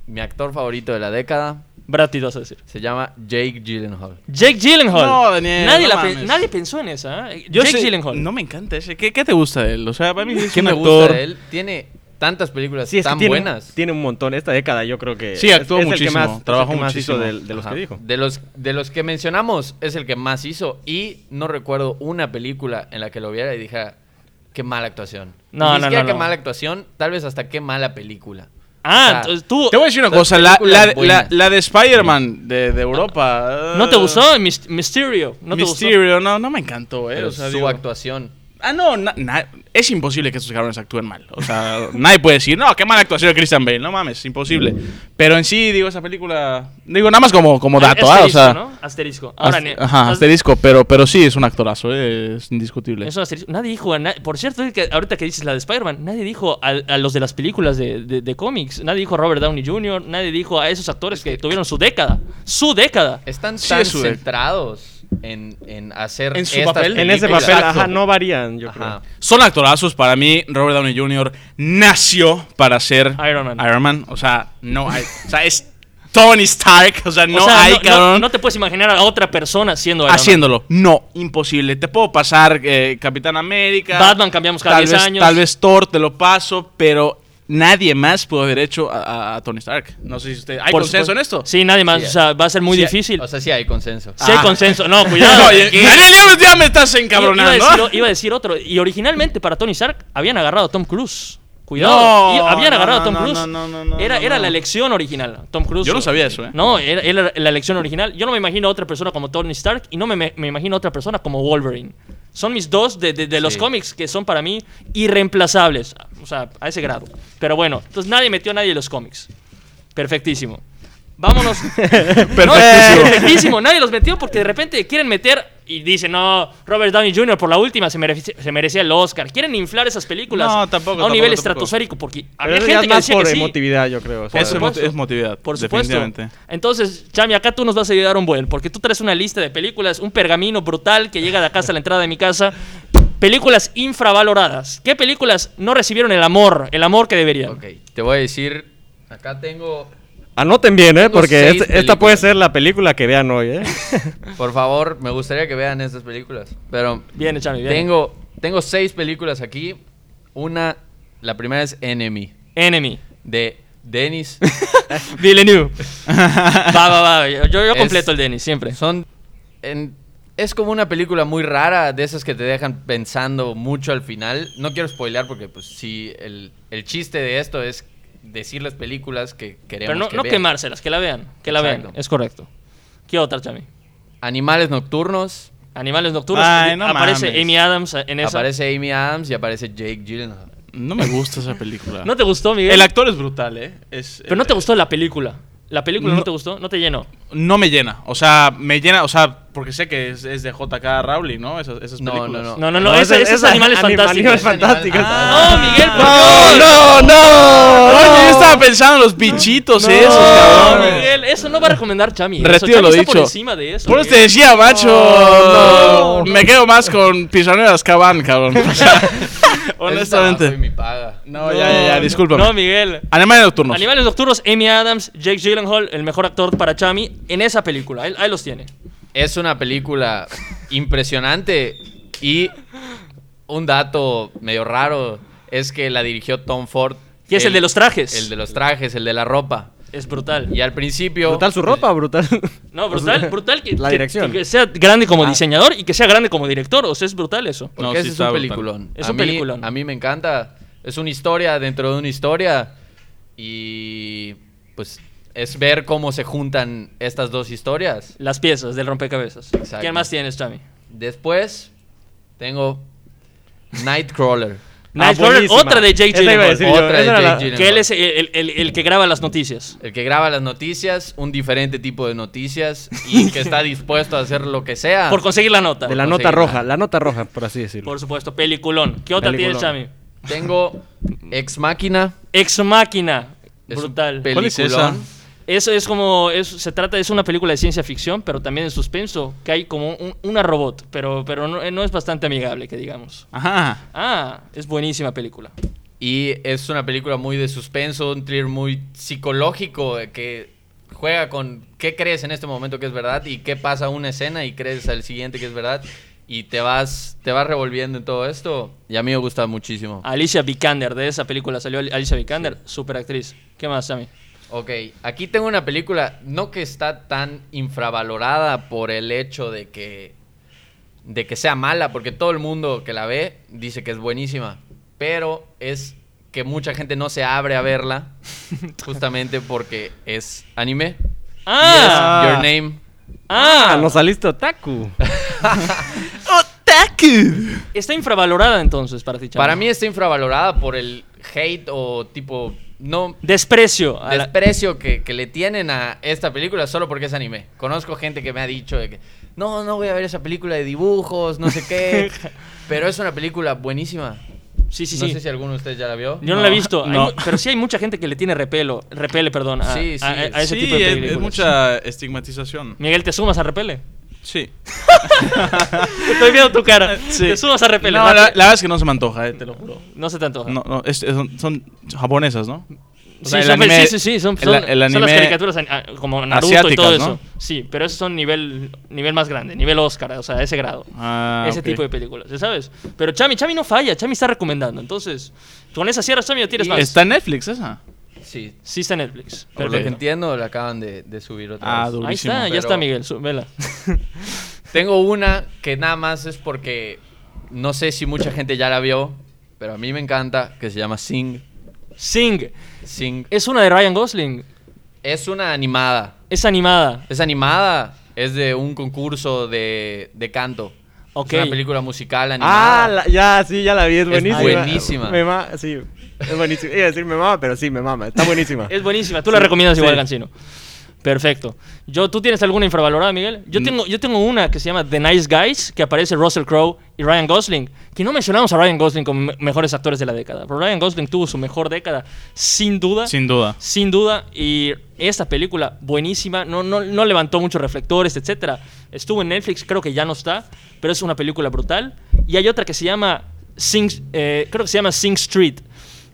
[SPEAKER 4] mi actor favorito de la década
[SPEAKER 1] Brad Pitt, vas a decir.
[SPEAKER 4] se llama Jake Gyllenhaal.
[SPEAKER 1] Jake Gyllenhaal.
[SPEAKER 2] No, Daniel,
[SPEAKER 1] Nadie,
[SPEAKER 2] no
[SPEAKER 1] la pe-
[SPEAKER 2] mames.
[SPEAKER 1] nadie pensó en esa. ¿eh?
[SPEAKER 2] Yo
[SPEAKER 1] Jake
[SPEAKER 2] sé-
[SPEAKER 1] Gyllenhaal.
[SPEAKER 2] No me encanta ese. ¿Qué, qué te gusta de él? O sea, para mí es
[SPEAKER 4] ¿Qué
[SPEAKER 2] un
[SPEAKER 4] me
[SPEAKER 2] actor.
[SPEAKER 4] gusta de él? Tiene tantas películas
[SPEAKER 3] Sí, es que
[SPEAKER 4] tan
[SPEAKER 3] tiene,
[SPEAKER 4] buenas.
[SPEAKER 3] tiene un montón. Esta década yo creo que.
[SPEAKER 2] Sí,
[SPEAKER 3] es-
[SPEAKER 2] actuó
[SPEAKER 3] es el que
[SPEAKER 2] muchísimo,
[SPEAKER 3] más- es el que
[SPEAKER 2] trabajó
[SPEAKER 3] más hizo
[SPEAKER 2] muchísimo.
[SPEAKER 3] de, de los
[SPEAKER 4] Ajá.
[SPEAKER 3] que dijo.
[SPEAKER 4] De los, de los que mencionamos, es el que más hizo. Y no recuerdo una película en la que lo viera y dijera, qué mala actuación.
[SPEAKER 1] No,
[SPEAKER 4] Ni
[SPEAKER 1] no,
[SPEAKER 4] siquiera
[SPEAKER 1] no,
[SPEAKER 4] qué
[SPEAKER 1] no.
[SPEAKER 4] mala actuación, tal vez hasta qué mala película.
[SPEAKER 1] Ah,
[SPEAKER 4] O sea,
[SPEAKER 1] entonces tú.
[SPEAKER 2] Te voy a decir una
[SPEAKER 4] Las
[SPEAKER 2] cosa, la, la,
[SPEAKER 4] películas
[SPEAKER 2] la-
[SPEAKER 4] buenas.
[SPEAKER 2] la de Spider-Man de, de Europa.
[SPEAKER 1] ¿No te
[SPEAKER 2] eh,
[SPEAKER 1] gustó? Mis- Mysterio. ¿No te gustó? Ah,
[SPEAKER 2] Mysterio, no, no me encantó, eh.
[SPEAKER 4] pero
[SPEAKER 2] o sea,
[SPEAKER 4] su
[SPEAKER 2] digo-
[SPEAKER 4] actuación.
[SPEAKER 2] Ah, no, na- na- es imposible que estos cabrones actúen mal. O sea, nadie puede decir, no, qué mala actuación de Christian Bale, no mames, imposible. Pero en sí, digo, esa película. Digo, nada más como, como dato, ah, o
[SPEAKER 1] Asterisco,
[SPEAKER 2] sea.
[SPEAKER 1] este ¿no? Asterisco. Ahora,
[SPEAKER 2] ast-
[SPEAKER 1] ne-
[SPEAKER 2] ajá,
[SPEAKER 1] has-
[SPEAKER 2] asterisco, pero, pero sí es un actorazo, eh, es indiscutible.
[SPEAKER 1] Es un asterisco. Nadie dijo a na- Por cierto, que ahorita que dices la de Spider-Man, nadie dijo al- a, los de las películas de, de- de cómics. Nadie dijo a Robert Downey Jr., nadie dijo a esos actores que tuvieron su década. Su década.
[SPEAKER 4] Están
[SPEAKER 2] Sí,
[SPEAKER 4] tan
[SPEAKER 2] es su-
[SPEAKER 4] centrados en, en hacer
[SPEAKER 2] En su
[SPEAKER 4] estas
[SPEAKER 2] papel.
[SPEAKER 3] En ese
[SPEAKER 4] películas.
[SPEAKER 3] papel,
[SPEAKER 4] Exacto.
[SPEAKER 3] ajá, no varían, yo
[SPEAKER 4] Ajá.
[SPEAKER 3] creo.
[SPEAKER 2] Son actorazos para mí. Robert Downey Jr. nació para ser
[SPEAKER 1] Iron Man.
[SPEAKER 2] Iron Man. O sea, no hay. o sea, es Tony Stark. O sea,
[SPEAKER 1] O
[SPEAKER 2] no
[SPEAKER 1] sea,
[SPEAKER 2] hay,
[SPEAKER 1] no,
[SPEAKER 2] cabrón.
[SPEAKER 1] no- no te puedes imaginar a otra persona siendo Iron Man.
[SPEAKER 2] haciéndolo. No, imposible. Te puedo pasar eh, Capitán América.
[SPEAKER 1] Batman cambiamos cada
[SPEAKER 2] tal
[SPEAKER 1] 10
[SPEAKER 2] vez,
[SPEAKER 1] años.
[SPEAKER 2] Tal vez Thor, te lo paso, pero nadie más pudo haber hecho a, a- a Tony Stark. No sé si usted. ¿Hay
[SPEAKER 1] Por
[SPEAKER 2] consenso
[SPEAKER 1] supuesto.
[SPEAKER 2] en esto?
[SPEAKER 1] Sí, nadie más.
[SPEAKER 4] Sí.
[SPEAKER 1] O sea, va a ser muy
[SPEAKER 2] Sí,
[SPEAKER 1] difícil.
[SPEAKER 4] O sea, sí hay consenso.
[SPEAKER 1] Sí hay
[SPEAKER 2] Ah.
[SPEAKER 1] consenso. No, cuidado.
[SPEAKER 2] No,
[SPEAKER 1] Iba-
[SPEAKER 2] ya, ya- ya me estás
[SPEAKER 1] iba,
[SPEAKER 2] encabronando.
[SPEAKER 1] a decir, iba a decir otro. Y originalmente para Tony Stark habían agarrado a Tom Cruise. Cuidado.
[SPEAKER 2] No,
[SPEAKER 1] Y habían
[SPEAKER 2] no,
[SPEAKER 1] agarrado
[SPEAKER 2] no,
[SPEAKER 1] a Tom
[SPEAKER 2] no,
[SPEAKER 1] Cruise.
[SPEAKER 2] no, no, no, no,
[SPEAKER 1] era
[SPEAKER 2] no,
[SPEAKER 1] era
[SPEAKER 2] no.
[SPEAKER 1] la elección original, Tom Cruise.
[SPEAKER 2] Yo no sabía eso, ¿eh?
[SPEAKER 1] No, era, era la elección original. Yo no me imagino a otra persona como Tony Stark y no me, me imagino a otra persona como Wolverine. Son mis dos de, de- de los
[SPEAKER 4] Sí.
[SPEAKER 1] cómics que son para mí irreemplazables. O sea, a ese grado. Pero bueno, entonces nadie metió a nadie en los cómics. Perfectísimo. Vámonos. No,
[SPEAKER 2] Perfectísimo.
[SPEAKER 1] perfectísimo. Nadie los metió porque de repente quieren meter y dicen, no, Robert Downey Jr. por la última se, merece- se merecía el Oscar. Quieren inflar esas películas
[SPEAKER 2] No, tampoco,
[SPEAKER 1] a
[SPEAKER 2] tampoco,
[SPEAKER 1] un nivel
[SPEAKER 2] tampoco.
[SPEAKER 1] estratosférico porque
[SPEAKER 3] Pero
[SPEAKER 1] había
[SPEAKER 3] eso ya
[SPEAKER 1] gente que
[SPEAKER 3] es más
[SPEAKER 1] decía
[SPEAKER 3] por
[SPEAKER 1] que sí.
[SPEAKER 3] emotividad, yo creo. o
[SPEAKER 1] Por
[SPEAKER 3] sea,
[SPEAKER 2] Eso es,
[SPEAKER 1] supuesto.
[SPEAKER 2] mot- es motividad.
[SPEAKER 1] Por supuesto.
[SPEAKER 2] definitivamente.
[SPEAKER 1] Entonces, Chami, acá tú nos vas a ayudar un buen, porque tú traes una lista de películas, un pergamino brutal que llega de acá hasta la entrada de mi casa. Películas infravaloradas. ¿Qué películas no recibieron el amor, el amor que deberían?
[SPEAKER 4] Ah, Ok, te voy a decir, acá tengo,
[SPEAKER 3] Anoten bien, ¿eh?
[SPEAKER 4] Tengo
[SPEAKER 3] Porque
[SPEAKER 4] seis
[SPEAKER 3] este- esta puede
[SPEAKER 4] películas.
[SPEAKER 3] ser la película que vean hoy, ¿eh?
[SPEAKER 4] por favor, me gustaría que vean estas películas, pero
[SPEAKER 1] Bien, Chami, bien.
[SPEAKER 4] tengo, tengo seis películas aquí. Una, la primera es Enemy,
[SPEAKER 1] Enemy.
[SPEAKER 4] de Dennis.
[SPEAKER 1] Villeneuve. va, va, va. Yo, yo
[SPEAKER 4] Es-
[SPEAKER 1] completo el Dennis, siempre.
[SPEAKER 4] Son, en- es como una película muy rara, de esas que te dejan pensando mucho al final. No quiero spoilear porque, pues, sí, el, el chiste de esto es decir las películas que queremos
[SPEAKER 1] Pero no,
[SPEAKER 4] que
[SPEAKER 1] no
[SPEAKER 4] vean.
[SPEAKER 1] quemárselas, que la vean. Que la vean,
[SPEAKER 4] Exacto.
[SPEAKER 1] es correcto. ¿Qué otra, Chami?
[SPEAKER 4] Animales Nocturnos.
[SPEAKER 1] Animales nocturnos.
[SPEAKER 2] Ay, no
[SPEAKER 1] aparece
[SPEAKER 2] mames.
[SPEAKER 1] Amy Adams en esa.
[SPEAKER 4] Aparece Amy Adams y aparece Jake Gyllenhaal.
[SPEAKER 2] No me gusta esa película.
[SPEAKER 1] ¿No te gustó, Miguel?
[SPEAKER 2] El actor es brutal, ¿eh? Es,
[SPEAKER 1] Pero no te gustó la película. La película no,
[SPEAKER 2] No.
[SPEAKER 1] te gustó, no te llenó.
[SPEAKER 2] No me llena. O sea, me llena, o sea, porque sé que es, es de JK Rowling, ¿no? Esas, esas
[SPEAKER 4] No,
[SPEAKER 2] películas.
[SPEAKER 4] no,
[SPEAKER 1] No, no, no, ese-
[SPEAKER 3] esa-
[SPEAKER 1] esos
[SPEAKER 3] esa-
[SPEAKER 1] animales
[SPEAKER 3] anim-
[SPEAKER 1] fantásticos. Ah,
[SPEAKER 3] animales fantásticos. Ah,
[SPEAKER 1] No, Miguel, por
[SPEAKER 2] No,
[SPEAKER 1] favor.
[SPEAKER 2] no, no. Oye, yo estaba pensando en los bichitos esos,
[SPEAKER 1] No,
[SPEAKER 2] cabrones.
[SPEAKER 1] Miguel, eso no va a recomendar Chami. ¿eh? Eso,
[SPEAKER 2] Retiro
[SPEAKER 1] Chami
[SPEAKER 2] lo
[SPEAKER 1] está
[SPEAKER 2] dicho.
[SPEAKER 1] por encima de eso.
[SPEAKER 2] Por eso te
[SPEAKER 1] Miguel.
[SPEAKER 2] decía, macho.
[SPEAKER 1] No, no.
[SPEAKER 2] Me quedo más con Pizarro de Azkaban, cabrón. O sea,
[SPEAKER 4] Soy
[SPEAKER 2] honestamente.
[SPEAKER 4] mi paga.
[SPEAKER 2] No, ya, ya, ya, discúlpame.
[SPEAKER 1] No, Miguel.
[SPEAKER 2] Animales nocturnos.
[SPEAKER 1] Animales nocturnos, Amy Adams, Jake Gyllenhaal, el mejor actor para Chami en esa película. Ahí, ahí los tiene.
[SPEAKER 4] Es una película impresionante y un dato medio raro es que la dirigió Tom Ford.
[SPEAKER 1] Y es el de los trajes.
[SPEAKER 4] El de los trajes, el de la ropa.
[SPEAKER 1] Es brutal.
[SPEAKER 4] Y al principio...
[SPEAKER 3] ¿Brutal su ropa brutal?
[SPEAKER 1] No, brutal, brutal que,
[SPEAKER 3] La
[SPEAKER 1] que-
[SPEAKER 3] dirección. Ah.
[SPEAKER 1] que sea grande como diseñador y que sea grande como director. O sea, es brutal eso.
[SPEAKER 4] Porque
[SPEAKER 2] No, sí
[SPEAKER 4] ese es
[SPEAKER 2] está
[SPEAKER 4] un
[SPEAKER 2] brutal.
[SPEAKER 4] peliculón.
[SPEAKER 1] Es
[SPEAKER 4] a
[SPEAKER 1] un
[SPEAKER 4] mí,
[SPEAKER 1] peliculón.
[SPEAKER 4] A mí me encanta. Es una historia dentro de una historia. Y pues es ver cómo se juntan estas dos historias.
[SPEAKER 1] Las piezas del rompecabezas.
[SPEAKER 4] Exacto.
[SPEAKER 1] ¿Quién más tienes, Chami?
[SPEAKER 4] Después tengo Nightcrawler.
[SPEAKER 1] Nightcrawler,
[SPEAKER 3] Ah, buenísima.
[SPEAKER 1] otra de Jake
[SPEAKER 3] Esa iba a
[SPEAKER 1] Gyllenhaal.
[SPEAKER 3] decir
[SPEAKER 4] Otra
[SPEAKER 3] yo,
[SPEAKER 4] de
[SPEAKER 3] esa era
[SPEAKER 4] Jake
[SPEAKER 3] la-
[SPEAKER 4] Gyllenhaal.
[SPEAKER 1] Que él es el, el- el- el que graba las noticias.
[SPEAKER 4] El que graba las noticias, un diferente tipo de noticias y que está dispuesto a hacer lo que sea.
[SPEAKER 1] Por conseguir la nota.
[SPEAKER 3] Ah. De la
[SPEAKER 4] No
[SPEAKER 3] nota
[SPEAKER 4] conseguí
[SPEAKER 3] roja,
[SPEAKER 4] nada.
[SPEAKER 3] la nota roja, por así decirlo.
[SPEAKER 1] Por supuesto, peliculón. ¿Qué otra
[SPEAKER 3] Peliculón.
[SPEAKER 1] tienes, Chami?
[SPEAKER 4] Tengo Ex Máquina.
[SPEAKER 1] Ex Máquina.
[SPEAKER 4] es un
[SPEAKER 1] Brutal.
[SPEAKER 2] ¿Cuál es esa?
[SPEAKER 4] peliculón.
[SPEAKER 1] Eso es como, es- se trata, es una película de ciencia ficción, pero también de suspenso, que hay como un- una robot, pero, pero no, no es bastante amigable, que digamos.
[SPEAKER 2] Ajá.
[SPEAKER 1] Ah, es buenísima película.
[SPEAKER 4] Y es una película muy de suspenso, un thriller muy psicológico eh, que juega con qué crees en este momento que es verdad y qué pasa una escena y crees al siguiente que es verdad y te vas te vas revolviendo en todo esto y a mí me gusta muchísimo.
[SPEAKER 1] Alicia Vikander, de esa película salió Al- Alicia Vikander, super actriz. ¿Qué más, Sammy?
[SPEAKER 4] Ok, aquí tengo una película, no que está tan infravalorada por el hecho de que, de que sea mala, porque todo el mundo que la ve dice que es buenísima, pero es que mucha gente no se abre a verla justamente porque es anime.
[SPEAKER 1] Ah,
[SPEAKER 4] Y es Your Name.
[SPEAKER 1] ah,
[SPEAKER 3] Ah, no saliste otaku.
[SPEAKER 1] está infravalorada entonces para ti, Chami.
[SPEAKER 4] Para mí está infravalorada por el hate o tipo, no,
[SPEAKER 1] Desprecio. a la-
[SPEAKER 4] desprecio que, que le tienen a esta película solo porque es anime. Conozco gente que me ha dicho de que no, no voy a ver esa película de dibujos, no sé qué. pero es una película buenísima.
[SPEAKER 1] Sí, sí,
[SPEAKER 4] no
[SPEAKER 1] sí.
[SPEAKER 4] sé si alguno de ustedes ya la vio.
[SPEAKER 1] Yo no, la he
[SPEAKER 2] No,
[SPEAKER 1] visto, hay
[SPEAKER 2] no.
[SPEAKER 1] mu- pero sí hay mucha gente que le tiene repelo, repele, perdón, a,
[SPEAKER 4] Sí, sí,
[SPEAKER 1] a- a- a ese
[SPEAKER 2] sí,
[SPEAKER 1] tipo de
[SPEAKER 2] es-
[SPEAKER 1] películas.
[SPEAKER 2] es mucha estigmatización.
[SPEAKER 1] Miguel, ¿te sumas a repele?
[SPEAKER 2] Sí.
[SPEAKER 1] Estoy viendo tu cara. Te subas a repele.
[SPEAKER 2] No, la, la
[SPEAKER 1] date.
[SPEAKER 2] verdad es que no se me antoja, eh, te lo juro.
[SPEAKER 1] No se te antoja.
[SPEAKER 2] No, no, es- es- son, son japonesas, ¿no? O sea,
[SPEAKER 1] sí,
[SPEAKER 2] el
[SPEAKER 1] son-
[SPEAKER 2] anime-
[SPEAKER 1] sí, sí, sí, son,
[SPEAKER 2] el-
[SPEAKER 1] son-
[SPEAKER 2] el
[SPEAKER 1] son las
[SPEAKER 2] anime-
[SPEAKER 1] caricaturas an- ah, como Naruto y todo
[SPEAKER 2] asiáticas,
[SPEAKER 1] eso.
[SPEAKER 2] ¿no?
[SPEAKER 1] Sí, pero esos son nivel, nivel más grande, nivel Oscar, o sea, ese grado.
[SPEAKER 2] Ah,
[SPEAKER 1] ese
[SPEAKER 2] ok.
[SPEAKER 1] tipo de películas, ¿ya ¿sabes? Pero Chami, Chami no falla, Chami está recomendando. Entonces, con esa cierras, Chami, no tienes
[SPEAKER 4] Y
[SPEAKER 1] más.
[SPEAKER 2] Está en Netflix esa.
[SPEAKER 4] Sí.
[SPEAKER 1] Sí, está en Netflix.
[SPEAKER 4] Por lo que
[SPEAKER 1] Perfecto.
[SPEAKER 4] entiendo, la acaban de, de subir otra
[SPEAKER 2] Ah,
[SPEAKER 4] vez.
[SPEAKER 2] duro.
[SPEAKER 1] Ahí
[SPEAKER 2] durísimo,
[SPEAKER 1] está, ya
[SPEAKER 4] pero-
[SPEAKER 1] está Miguel, su- vela.
[SPEAKER 4] Tengo una que nada más es porque no sé si mucha gente ya la vio, pero a mí me encanta, que se llama Sing.
[SPEAKER 1] Sing,
[SPEAKER 4] Sing.
[SPEAKER 1] es una de Ryan Gosling,
[SPEAKER 4] Es una animada.
[SPEAKER 1] es animada.
[SPEAKER 4] Es animada. Es de un concurso de, de canto.
[SPEAKER 1] Ok.
[SPEAKER 4] Es una película musical animada.
[SPEAKER 3] Ah, la- ya, sí, ya la vi, es buenísima.
[SPEAKER 4] buenísima.
[SPEAKER 3] Me mama, sí, es buenísima. Iba a decir me mama, pero sí, me mama, está buenísima.
[SPEAKER 1] Es buenísima, tú la recomiendas
[SPEAKER 3] sí.
[SPEAKER 1] igual, Gancino. Perfecto. Yo, ¿Tú tienes alguna infravalorada, Miguel? Yo tengo, yo tengo una que se llama The Nice Guys, que aparece Russell Crowe y Ryan Gosling. Que no mencionamos a Ryan Gosling como me- mejores actores de la década, pero Ryan Gosling tuvo su mejor década, sin duda.
[SPEAKER 2] Sin duda.
[SPEAKER 1] Sin duda, y esta película buenísima, no, no, no levantó muchos reflectores, etcétera. Estuvo en Netflix, creo que ya no está, pero es una película brutal. Y hay otra que se llama Sing, eh, creo que se llama Sing Street,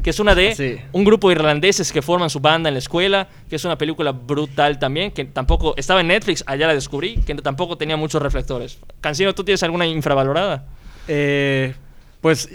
[SPEAKER 1] que es una de
[SPEAKER 3] Sí.
[SPEAKER 1] un grupo de irlandeses que forman su banda en la escuela, que es una película brutal también, que tampoco estaba en Netflix, allá la descubrí, que tampoco tenía muchos reflectores. Cancino, ¿tú tienes alguna infravalorada?
[SPEAKER 3] Eh, pues,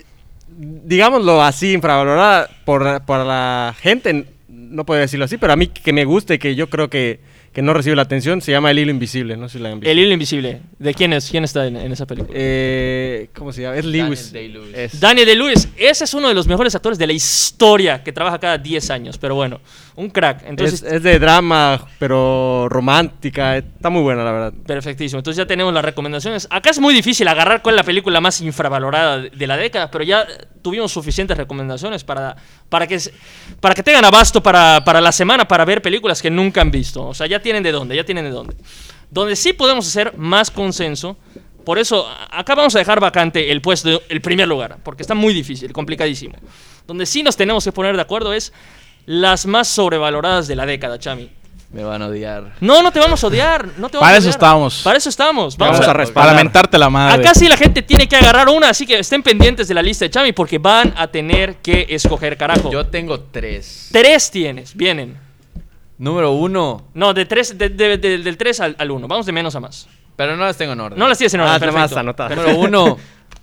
[SPEAKER 3] digámoslo así, infravalorada por, por la gente, no puedo decirlo así, pero a mí que me guste, que yo creo que, que no recibe la atención, se llama El Hilo Invisible, no sé si la han visto.
[SPEAKER 1] El hilo invisible. ¿De quién es? ¿Quién está en, en esa película?
[SPEAKER 3] Eh, ¿Cómo se llama? Es
[SPEAKER 4] Daniel
[SPEAKER 3] Lewis.
[SPEAKER 4] Day-Lewis.
[SPEAKER 3] Es-
[SPEAKER 1] E. Daniel de Lewis, ese es uno de los mejores actores de la historia que trabaja cada 10 años, pero bueno, un crack. Entonces,
[SPEAKER 3] es, es de drama, pero romántica. Está muy buena, la verdad.
[SPEAKER 1] Perfectísimo. Entonces ya tenemos las recomendaciones. Acá es muy difícil agarrar cuál es la película más infravalorada de- de la década, pero ya tuvimos suficientes recomendaciones para, para, que, se- para que tengan abasto para, para la semana para ver películas que nunca han visto. O sea, ya tienen de dónde, ya tienen de dónde. Donde sí podemos hacer más consenso. Por eso, a- acá vamos a dejar vacante el puesto, el primer lugar, porque está muy difícil, complicadísimo. Donde sí nos tenemos que poner de acuerdo es las más sobrevaloradas de la década, Chami.
[SPEAKER 4] Me van a odiar.
[SPEAKER 1] No, no te vamos a odiar. No te vamos
[SPEAKER 2] Para
[SPEAKER 1] a
[SPEAKER 2] eso
[SPEAKER 1] odiar.
[SPEAKER 2] estamos.
[SPEAKER 1] Para eso estamos. Vamos,
[SPEAKER 3] Vamos
[SPEAKER 1] a,
[SPEAKER 3] a res-
[SPEAKER 2] Para mentarte la madre.
[SPEAKER 1] Acá sí la gente tiene que agarrar una, así que estén pendientes de la lista de Chami porque van a tener que escoger, carajo.
[SPEAKER 4] Yo tengo tres.
[SPEAKER 1] Tres tienes, vienen.
[SPEAKER 4] Número uno.
[SPEAKER 1] No, de tres, de- de- de- del 3 al, 1. Vamos de menos a más.
[SPEAKER 4] Pero no las tengo en orden.
[SPEAKER 1] No las tienes en orden,
[SPEAKER 3] Ah, te vas
[SPEAKER 1] perfecto.
[SPEAKER 3] a anotar.
[SPEAKER 4] Número uno,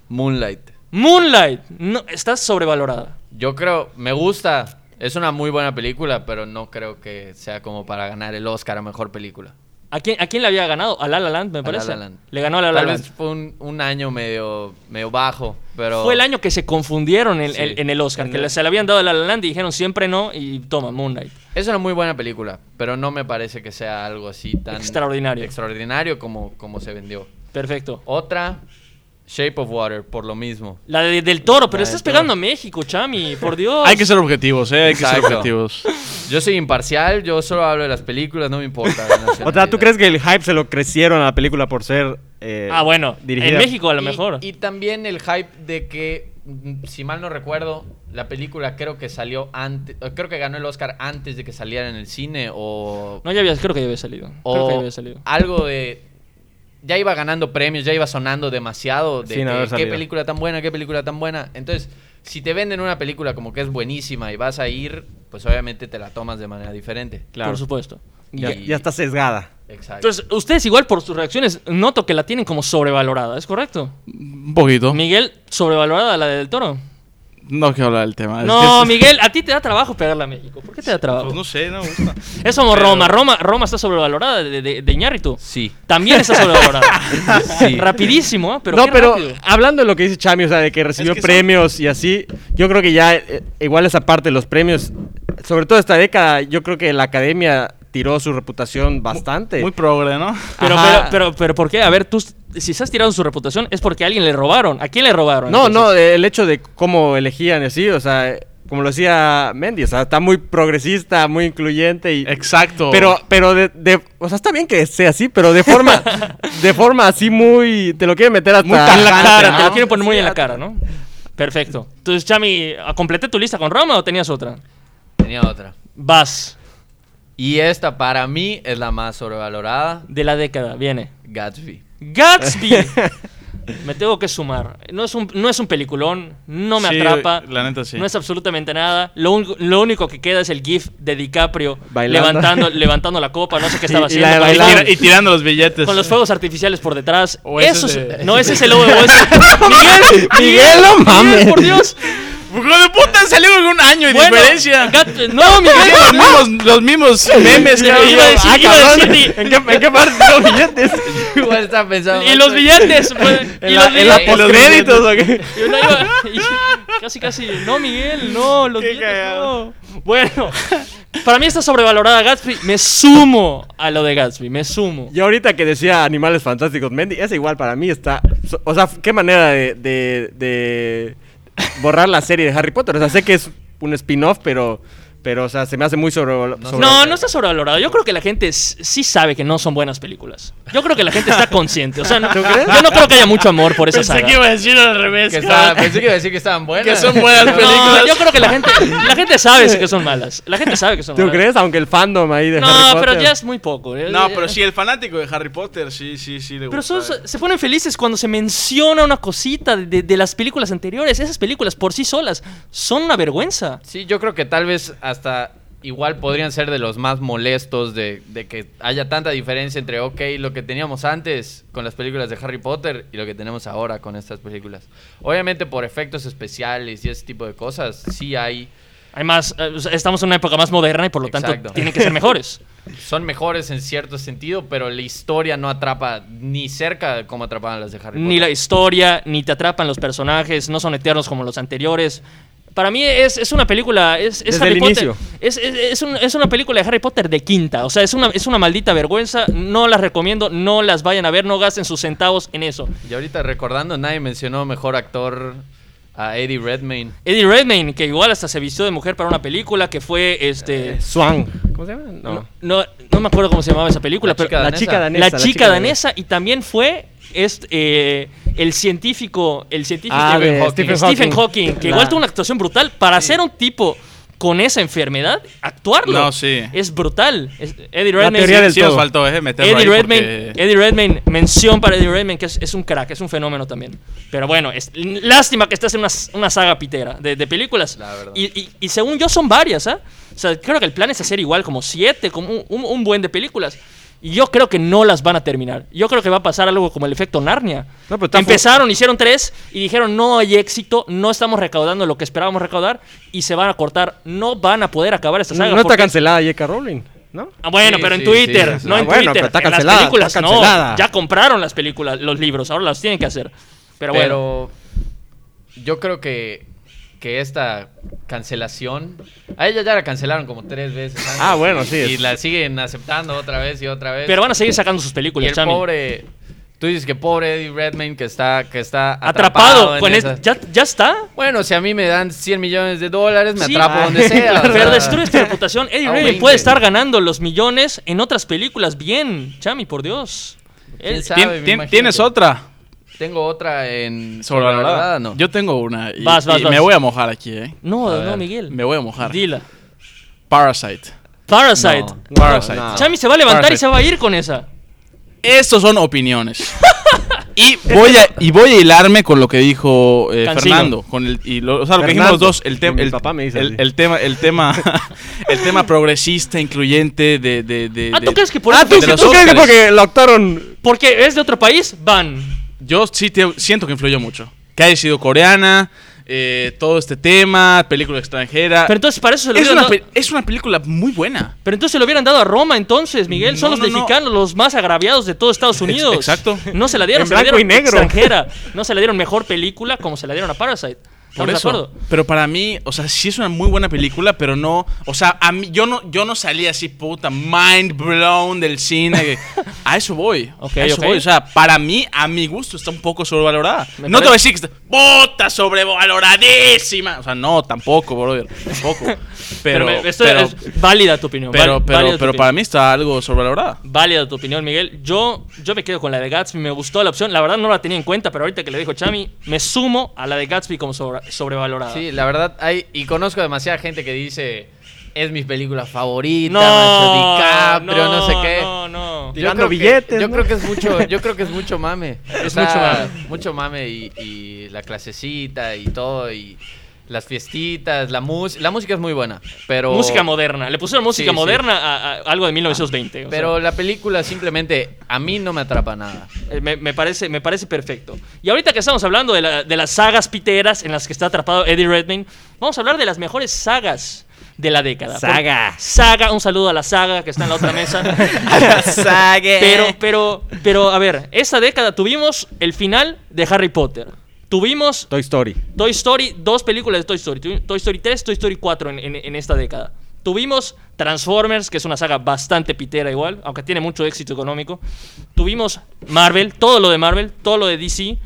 [SPEAKER 4] Moonlight.
[SPEAKER 1] Moonlight. No, estás sobrevalorada.
[SPEAKER 4] Yo creo, me gusta. Es una muy buena película, pero no creo que sea como para ganar el Oscar a mejor película.
[SPEAKER 1] ¿A quién, ¿A quién le había ganado? A La La Land, me
[SPEAKER 4] A
[SPEAKER 1] parece.
[SPEAKER 4] La La Land.
[SPEAKER 1] Le ganó a La La
[SPEAKER 4] Tal
[SPEAKER 1] Land.
[SPEAKER 4] vez fue un, un año medio, medio bajo, pero.
[SPEAKER 1] Fue el año que se confundieron en,
[SPEAKER 4] Sí.
[SPEAKER 1] en- en el Oscar,
[SPEAKER 4] En
[SPEAKER 1] que
[SPEAKER 4] el-
[SPEAKER 1] le- se le habían dado a La La Land y dijeron siempre no y toma, Moonlight.
[SPEAKER 4] Es una muy buena película, pero no me parece que sea algo así tan.
[SPEAKER 1] Extraordinario.
[SPEAKER 4] Extraordinario como, como se vendió.
[SPEAKER 1] Perfecto.
[SPEAKER 4] Otra, Shape of Water, por lo mismo.
[SPEAKER 1] La de- del toro, pero
[SPEAKER 4] La
[SPEAKER 1] estás
[SPEAKER 4] del
[SPEAKER 1] pegando a
[SPEAKER 4] toro.
[SPEAKER 1] México, Chami, por Dios.
[SPEAKER 2] Hay que ser objetivos, ¿eh? Hay que ser
[SPEAKER 4] Exacto.
[SPEAKER 2] objetivos.
[SPEAKER 4] Yo soy imparcial, yo solo hablo de las películas, no me importa. la
[SPEAKER 3] O sea, ¿tú
[SPEAKER 4] nacionalidad.
[SPEAKER 3] crees que el hype se lo crecieron a la película por ser. eh,
[SPEAKER 1] Ah, bueno, en
[SPEAKER 3] dirigida?
[SPEAKER 1] México a lo
[SPEAKER 4] Y-
[SPEAKER 1] mejor.
[SPEAKER 4] Y, también el hype de que, mm, si mal no recuerdo, la película creo que salió antes, creo que ganó el Oscar antes de que saliera en el cine o,
[SPEAKER 1] No, ya había, creo que ya había salido. creo
[SPEAKER 4] o Ah,
[SPEAKER 1] que ya había salido.
[SPEAKER 4] algo de... Ya iba ganando premios, ya iba sonando demasiado de
[SPEAKER 3] Sin
[SPEAKER 4] que,
[SPEAKER 3] haber
[SPEAKER 4] qué
[SPEAKER 3] salido.
[SPEAKER 4] película tan buena, qué película tan buena. Entonces, si te venden una película como que es buenísima y vas a ir, pues obviamente te la tomas de manera diferente.
[SPEAKER 3] Claro.
[SPEAKER 1] Por supuesto.
[SPEAKER 3] Ya,
[SPEAKER 4] Y-
[SPEAKER 3] ya está sesgada.
[SPEAKER 4] Exacto.
[SPEAKER 1] Entonces, ustedes igual por sus reacciones, noto que la tienen como sobrevalorada, ¿es correcto?
[SPEAKER 2] Un poquito.
[SPEAKER 1] Miguel, sobrevalorada la del toro.
[SPEAKER 2] No quiero hablar del tema. Ah, Es
[SPEAKER 1] No,
[SPEAKER 2] que-
[SPEAKER 1] Miguel, a ti te da trabajo pegarla a México. ¿Por qué te da trabajo?
[SPEAKER 2] Pues no sé, no me gusta.
[SPEAKER 1] es como
[SPEAKER 2] pero-
[SPEAKER 1] Roma. Roma. Roma está sobrevalorada de, de, de Iñárritu.
[SPEAKER 4] sí.
[SPEAKER 1] También está sobrevalorada.
[SPEAKER 4] Sí.
[SPEAKER 1] Rapidísimo, ¿eh? Pero
[SPEAKER 3] no,
[SPEAKER 1] qué
[SPEAKER 3] pero
[SPEAKER 1] rápido.
[SPEAKER 3] hablando de lo que dice Chami, o sea, de que recibió
[SPEAKER 2] que son-
[SPEAKER 3] premios y así, yo creo que ya, eh, igual esa parte de los premios, sobre todo esta década, yo creo que la academia tiró su reputación bastante.
[SPEAKER 2] Muy progre, ¿no?
[SPEAKER 1] Pero, pero,
[SPEAKER 3] Ajá.
[SPEAKER 1] pero, pero, ¿por qué? A ver, tú, si estás tirando su reputación, es porque a alguien le robaron. ¿A quién le robaron?
[SPEAKER 3] no,
[SPEAKER 1] entonces?
[SPEAKER 3] no, el hecho de cómo elegían y así, o sea, como lo decía Mendy, o sea, está muy progresista, muy incluyente y...
[SPEAKER 2] Exacto.
[SPEAKER 3] Pero, pero de, de- o sea, está bien que sea así, pero de forma, de forma así muy, te lo quieren meter hasta
[SPEAKER 2] Muy
[SPEAKER 1] en la
[SPEAKER 2] tajante,
[SPEAKER 1] cara,
[SPEAKER 2] ¿no?
[SPEAKER 1] te lo quieren poner muy en la cara, ¿no? Perfecto. Entonces, Chami, ¿a- ¿completé tu lista con Roma o tenías otra?
[SPEAKER 4] Tenía otra.
[SPEAKER 1] Vas,
[SPEAKER 4] Y esta para mí es la más sobrevalorada,
[SPEAKER 1] de la década, viene.
[SPEAKER 4] Gatsby.
[SPEAKER 1] Gatsby. Me tengo que sumar. No es un, no es un peliculón, no me
[SPEAKER 2] Sí,
[SPEAKER 1] atrapa.
[SPEAKER 2] la neta sí.
[SPEAKER 1] No es absolutamente nada. Lo, un- lo único que queda es el GIF de DiCaprio
[SPEAKER 3] Bailando.
[SPEAKER 1] levantando, levantando la copa, no sé qué estaba
[SPEAKER 3] Y- y la
[SPEAKER 1] haciendo.
[SPEAKER 3] de
[SPEAKER 1] con-
[SPEAKER 2] y,
[SPEAKER 3] bailar.
[SPEAKER 2] tira- y tirando los billetes.
[SPEAKER 1] con los fuegos artificiales por detrás.
[SPEAKER 2] O ese
[SPEAKER 1] Eso
[SPEAKER 2] es
[SPEAKER 1] es-
[SPEAKER 2] de-
[SPEAKER 1] No, ese es el lobo de West. Miguel,
[SPEAKER 3] Miguel, no mames.
[SPEAKER 1] por Dios.
[SPEAKER 2] ¡Hijo de puta! Salió con un año de
[SPEAKER 1] Bueno,
[SPEAKER 2] diferencia.
[SPEAKER 1] Gat- no, Miguel.
[SPEAKER 2] Los mismos, los mismos memes,
[SPEAKER 1] Iba
[SPEAKER 2] cabrón.
[SPEAKER 1] a decir-
[SPEAKER 2] Ah,
[SPEAKER 1] iba a
[SPEAKER 2] cabrón.
[SPEAKER 1] decir-
[SPEAKER 3] ¿En qué, en qué parte están los billetes?
[SPEAKER 4] Igual estaba pensando.
[SPEAKER 1] Y los billetes. pues, y los
[SPEAKER 4] en la
[SPEAKER 1] billetes.
[SPEAKER 4] pos-
[SPEAKER 2] los créditos, ¿o qué?
[SPEAKER 1] Y uno iba- y- casi, casi. No, Miguel, no, los
[SPEAKER 2] Qué
[SPEAKER 1] billetes
[SPEAKER 2] cagado.
[SPEAKER 1] no. Bueno, para mí está sobrevalorada Gatsby. Me sumo a lo de Gatsby, me sumo.
[SPEAKER 3] Yo ahorita que decía Animales Fantásticos, Mendy, esa igual para mí está... so- O sea, qué manera de, de- de borrar la serie de Harry Potter. O sea, sé que es un spin-off, pero, pero, o sea, se me hace muy sobre... sobre-
[SPEAKER 1] No, no está sobrevalorada. Yo creo que la gente s- sí sabe que no son buenas películas. Yo creo que la gente está consciente. O sea, no- yo no creo que haya mucho amor por esa
[SPEAKER 2] Pensé
[SPEAKER 1] saga.
[SPEAKER 2] que iba a decir al revés.
[SPEAKER 4] Que
[SPEAKER 2] cabrón.
[SPEAKER 4] estaba- pensé que iba a decir que estaban buenas.
[SPEAKER 2] Que son buenas
[SPEAKER 4] No,
[SPEAKER 2] películas.
[SPEAKER 1] No, yo creo que la gente, la gente sabe que son malas. La gente sabe que son
[SPEAKER 3] ¿Tú
[SPEAKER 1] malas.
[SPEAKER 3] crees? Aunque el fandom ahí de Harry
[SPEAKER 1] No,
[SPEAKER 3] Potter...
[SPEAKER 1] pero ya es muy poco. eh.
[SPEAKER 2] No, pero sí, el fanático de Harry Potter, sí, sí, sí. Le
[SPEAKER 1] Pero
[SPEAKER 2] gusta.
[SPEAKER 1] son- se ponen felices cuando se menciona una cosita de, de- de las películas anteriores. Esas películas por sí solas son una vergüenza.
[SPEAKER 4] Sí, yo creo que tal vez hasta igual podrían ser de los más molestos de, de que haya tanta diferencia entre, ok, lo que teníamos antes con las películas de Harry Potter y lo que tenemos ahora con estas películas. Obviamente por efectos especiales y ese tipo de cosas, sí hay,
[SPEAKER 1] Además, eh, o sea, estamos en una época más moderna y por lo tanto
[SPEAKER 4] Exacto.
[SPEAKER 1] tienen que ser mejores.
[SPEAKER 4] son mejores en cierto sentido, pero la historia no atrapa ni cerca de cómo atrapaban las de Harry
[SPEAKER 1] ni la
[SPEAKER 4] Potter.
[SPEAKER 1] historia, ni te atrapan los personajes, no son eternos como los anteriores. Para mí es, es una película, es, es
[SPEAKER 3] Desde
[SPEAKER 1] Harry
[SPEAKER 3] el
[SPEAKER 1] Potter.
[SPEAKER 3] inicio.
[SPEAKER 1] Es, es- es un- es una película de Harry Potter de quinta. O sea, es una, es una maldita vergüenza. No las recomiendo. No las vayan a ver. No gasten sus centavos en eso.
[SPEAKER 4] Y ahorita recordando, nadie mencionó mejor actor a Eddie Redmayne.
[SPEAKER 1] Eddie Redmayne, que igual hasta se vistió de mujer para una película que fue este.
[SPEAKER 3] Eh, Swan. ¿Cómo se llama? No.
[SPEAKER 1] No, no, no me acuerdo cómo se llamaba esa película,
[SPEAKER 4] La
[SPEAKER 1] pero
[SPEAKER 4] chica
[SPEAKER 3] La chica danesa.
[SPEAKER 1] la chica danesa y también fue este, eh, el científico, el científico
[SPEAKER 3] Ah,
[SPEAKER 1] Stephen
[SPEAKER 3] de
[SPEAKER 1] Hawking.
[SPEAKER 3] Stephen
[SPEAKER 1] Stephen
[SPEAKER 3] Hawking.
[SPEAKER 1] Hawking, que
[SPEAKER 3] La-
[SPEAKER 1] igual tuvo una actuación brutal para ser un tipo con esa enfermedad, actuarlo
[SPEAKER 2] No, sí.
[SPEAKER 1] es brutal. Es- Eddie
[SPEAKER 3] La
[SPEAKER 1] Redmayne,
[SPEAKER 3] teoría del
[SPEAKER 2] Sí, nos
[SPEAKER 3] todo.
[SPEAKER 2] faltó, eh, meterlo
[SPEAKER 1] Eddie
[SPEAKER 2] ahí
[SPEAKER 1] Redmayne,
[SPEAKER 2] porque-
[SPEAKER 1] Eddie Redmayne, mención para Eddie Redmayne, que es, es un crack, es un fenómeno también. Pero bueno, es, lástima que estás en una, s- una saga pitera de, de películas.
[SPEAKER 4] La verdad.
[SPEAKER 1] Y, y- y según yo son varias, ¿ah? O sea, creo que el plan es hacer igual, como siete, como un, un- un buen de películas. Y yo creo que no las van a terminar. Yo creo que va a pasar algo como el efecto Narnia.
[SPEAKER 3] No, pero está fu-
[SPEAKER 1] Empezaron, hicieron tres y dijeron no hay éxito, no estamos recaudando lo que esperábamos recaudar y se van a cortar. No van a poder acabar esta saga.
[SPEAKER 3] No está
[SPEAKER 1] porque-
[SPEAKER 3] cancelada J.K. Rowling, ¿no?
[SPEAKER 1] Ah, bueno,
[SPEAKER 4] Sí,
[SPEAKER 1] pero en
[SPEAKER 4] sí,
[SPEAKER 1] Twitter,
[SPEAKER 4] sí, sí.
[SPEAKER 1] no
[SPEAKER 3] Ah,
[SPEAKER 1] en
[SPEAKER 3] bueno,
[SPEAKER 1] Twitter.
[SPEAKER 3] pero está
[SPEAKER 1] En las
[SPEAKER 3] cancelada,
[SPEAKER 1] películas,
[SPEAKER 3] está
[SPEAKER 1] no.
[SPEAKER 3] cancelada.
[SPEAKER 1] Ya compraron las películas, los libros, ahora los tienen que hacer. Pero
[SPEAKER 4] Pero,
[SPEAKER 1] bueno,
[SPEAKER 4] yo creo que, que esta cancelación. A ella ya la cancelaron como tres veces. antes.
[SPEAKER 3] Ah, bueno, sí,
[SPEAKER 4] Y
[SPEAKER 3] es-
[SPEAKER 4] la siguen aceptando otra vez y otra vez.
[SPEAKER 1] pero van a seguir sacando sus
[SPEAKER 4] y
[SPEAKER 1] películas,
[SPEAKER 4] el
[SPEAKER 1] Chami.
[SPEAKER 4] pobre. Tú dices que pobre Eddie Redmayne que está, que está atrapado.
[SPEAKER 1] Atrapado
[SPEAKER 4] en
[SPEAKER 1] con
[SPEAKER 4] esa-
[SPEAKER 1] es- ya, ya está.
[SPEAKER 4] Bueno, si a mí me dan 100 millones de dólares, me
[SPEAKER 1] Sí.
[SPEAKER 4] atrapo
[SPEAKER 1] Ah,
[SPEAKER 4] donde sea. o
[SPEAKER 1] Pero este-
[SPEAKER 4] sea.
[SPEAKER 1] destruyes tu reputación. Eddie
[SPEAKER 4] Ah,
[SPEAKER 1] Redmayne
[SPEAKER 4] veinte.
[SPEAKER 1] puede estar ganando los millones en otras películas bien, Chami, por Dios.
[SPEAKER 4] ¿Quién
[SPEAKER 1] Él-
[SPEAKER 4] sabe?
[SPEAKER 2] Tien-
[SPEAKER 4] me
[SPEAKER 2] tien-
[SPEAKER 4] imagino
[SPEAKER 2] ¿Tienes
[SPEAKER 4] que-
[SPEAKER 2] otra?
[SPEAKER 4] Tengo otra en.
[SPEAKER 2] Sobrevalorada.
[SPEAKER 4] ¿no?
[SPEAKER 2] Yo tengo una. Y,
[SPEAKER 1] Vas, vas,
[SPEAKER 2] y
[SPEAKER 1] vas.
[SPEAKER 2] me voy a mojar aquí, eh.
[SPEAKER 1] No,
[SPEAKER 4] A
[SPEAKER 1] no,
[SPEAKER 4] ver,
[SPEAKER 1] Miguel.
[SPEAKER 2] Me voy a mojar.
[SPEAKER 1] Dila.
[SPEAKER 2] Parasite.
[SPEAKER 1] Parasite.
[SPEAKER 4] No.
[SPEAKER 2] Parasite.
[SPEAKER 3] no.
[SPEAKER 1] Chami se va a levantar y
[SPEAKER 2] Parasite.
[SPEAKER 1] se va a ir con esa.
[SPEAKER 2] Estos son opiniones. y, voy a, y voy a hilarme con lo que dijo eh,
[SPEAKER 1] Cancino.
[SPEAKER 2] Fernando. Con el, y lo, o sea, lo que dijimos
[SPEAKER 3] Fernando.
[SPEAKER 2] los dos. El, tem-
[SPEAKER 3] Mi
[SPEAKER 2] el,
[SPEAKER 3] papá me dice
[SPEAKER 2] el-
[SPEAKER 3] así.
[SPEAKER 2] el tema, el tema, el tema progresista, incluyente de. de, de-
[SPEAKER 1] Ah, ¿tú
[SPEAKER 2] de-
[SPEAKER 1] crees que por
[SPEAKER 2] Ah,
[SPEAKER 1] eso-
[SPEAKER 2] de
[SPEAKER 1] ¿tú
[SPEAKER 2] los
[SPEAKER 3] ¿Tú crees que
[SPEAKER 2] Óscares?
[SPEAKER 3] porque lo actuaron?
[SPEAKER 1] Porque es de otro país, van.
[SPEAKER 2] Yo sí te- siento que influyó mucho. Que haya sido coreana, eh, todo este tema, película extranjera.
[SPEAKER 1] Pero entonces para eso se lo
[SPEAKER 2] es,
[SPEAKER 1] hubieran
[SPEAKER 2] una,
[SPEAKER 1] dado-
[SPEAKER 2] pe- es una película muy buena.
[SPEAKER 1] Pero entonces lo hubieran dado a Roma entonces, Miguel. Son
[SPEAKER 2] No,
[SPEAKER 1] los
[SPEAKER 2] no, no.
[SPEAKER 1] mexicanos los más agraviados de todo Estados Unidos.
[SPEAKER 2] exacto.
[SPEAKER 1] No se la dieron,
[SPEAKER 3] En
[SPEAKER 1] se la
[SPEAKER 3] blanco
[SPEAKER 1] dieron
[SPEAKER 3] y negro.
[SPEAKER 1] extranjera. No se la dieron mejor película como se la dieron a Parasite. ¿Estamos
[SPEAKER 2] Por
[SPEAKER 1] de
[SPEAKER 2] eso.
[SPEAKER 1] acuerdo?
[SPEAKER 2] Pero para mí, o sea, sí es una muy buena película, pero no, o sea, a mí yo no yo no salí así puta mind blown del cine. a eso voy.
[SPEAKER 1] Ok,
[SPEAKER 2] a eso
[SPEAKER 1] ok.
[SPEAKER 2] voy, o sea, para mí a mi gusto está un poco sobrevalorada.
[SPEAKER 1] Me
[SPEAKER 2] no te voy a
[SPEAKER 1] parece-
[SPEAKER 2] decir que está puta sobrevaloradísima, o sea, no, tampoco, brother, tampoco. Pero
[SPEAKER 1] me-
[SPEAKER 2] pero
[SPEAKER 1] esto
[SPEAKER 2] pero,
[SPEAKER 1] es válida tu opinión.
[SPEAKER 2] pero,
[SPEAKER 1] val-
[SPEAKER 2] pero,
[SPEAKER 1] válida tu opinión.
[SPEAKER 2] para mí está algo sobrevalorada.
[SPEAKER 1] Válida tu opinión, Miguel. Yo, yo me quedo con la de Gatsby. Me gustó la opción. La verdad no la tenía en cuenta, pero ahorita que le dijo Chami, me sumo a la de Gatsby como sobra- sobrevalorada.
[SPEAKER 4] Sí, la verdad, hay, y conozco demasiada gente que dice, es mi película favorita,
[SPEAKER 1] no,
[SPEAKER 4] macho DiCaprio, no, sé qué.
[SPEAKER 1] No, no.
[SPEAKER 4] Yo
[SPEAKER 3] Tirando
[SPEAKER 4] creo que-
[SPEAKER 3] billetes,
[SPEAKER 4] yo
[SPEAKER 3] ¿no?
[SPEAKER 4] creo que es mucho, yo creo que es mucho mame.
[SPEAKER 1] Es mucho mame.
[SPEAKER 4] Mucho mame y, y la clasecita y todo, y las fiestitas, la música. La música es muy buena, pero...
[SPEAKER 1] Música moderna. Le pusieron música
[SPEAKER 4] Sí, sí.
[SPEAKER 1] moderna a, a algo de 1920. o sea.
[SPEAKER 4] Pero la película simplemente a mí no me atrapa nada.
[SPEAKER 1] Eh, Me, me parece, me parece perfecto. Y ahorita que estamos hablando de, la- de las sagas piteras en las que está atrapado Eddie Redmayne, vamos a hablar de las mejores sagas de la década.
[SPEAKER 3] Saga.
[SPEAKER 1] Por- Saga, un saludo a la saga que está en la otra mesa. Pero, pero, pero, a ver, esta década tuvimos el final de Harry Potter. Tuvimos
[SPEAKER 3] Toy Story.
[SPEAKER 1] Toy Story, dos películas de Toy Story. Tu- Toy Story 3, Toy Story 4 en, en- en esta década. Tuvimos Transformers, que es una saga bastante pitera igual, aunque tiene mucho éxito económico. Tuvimos Marvel, todo lo de Marvel, todo lo de DC.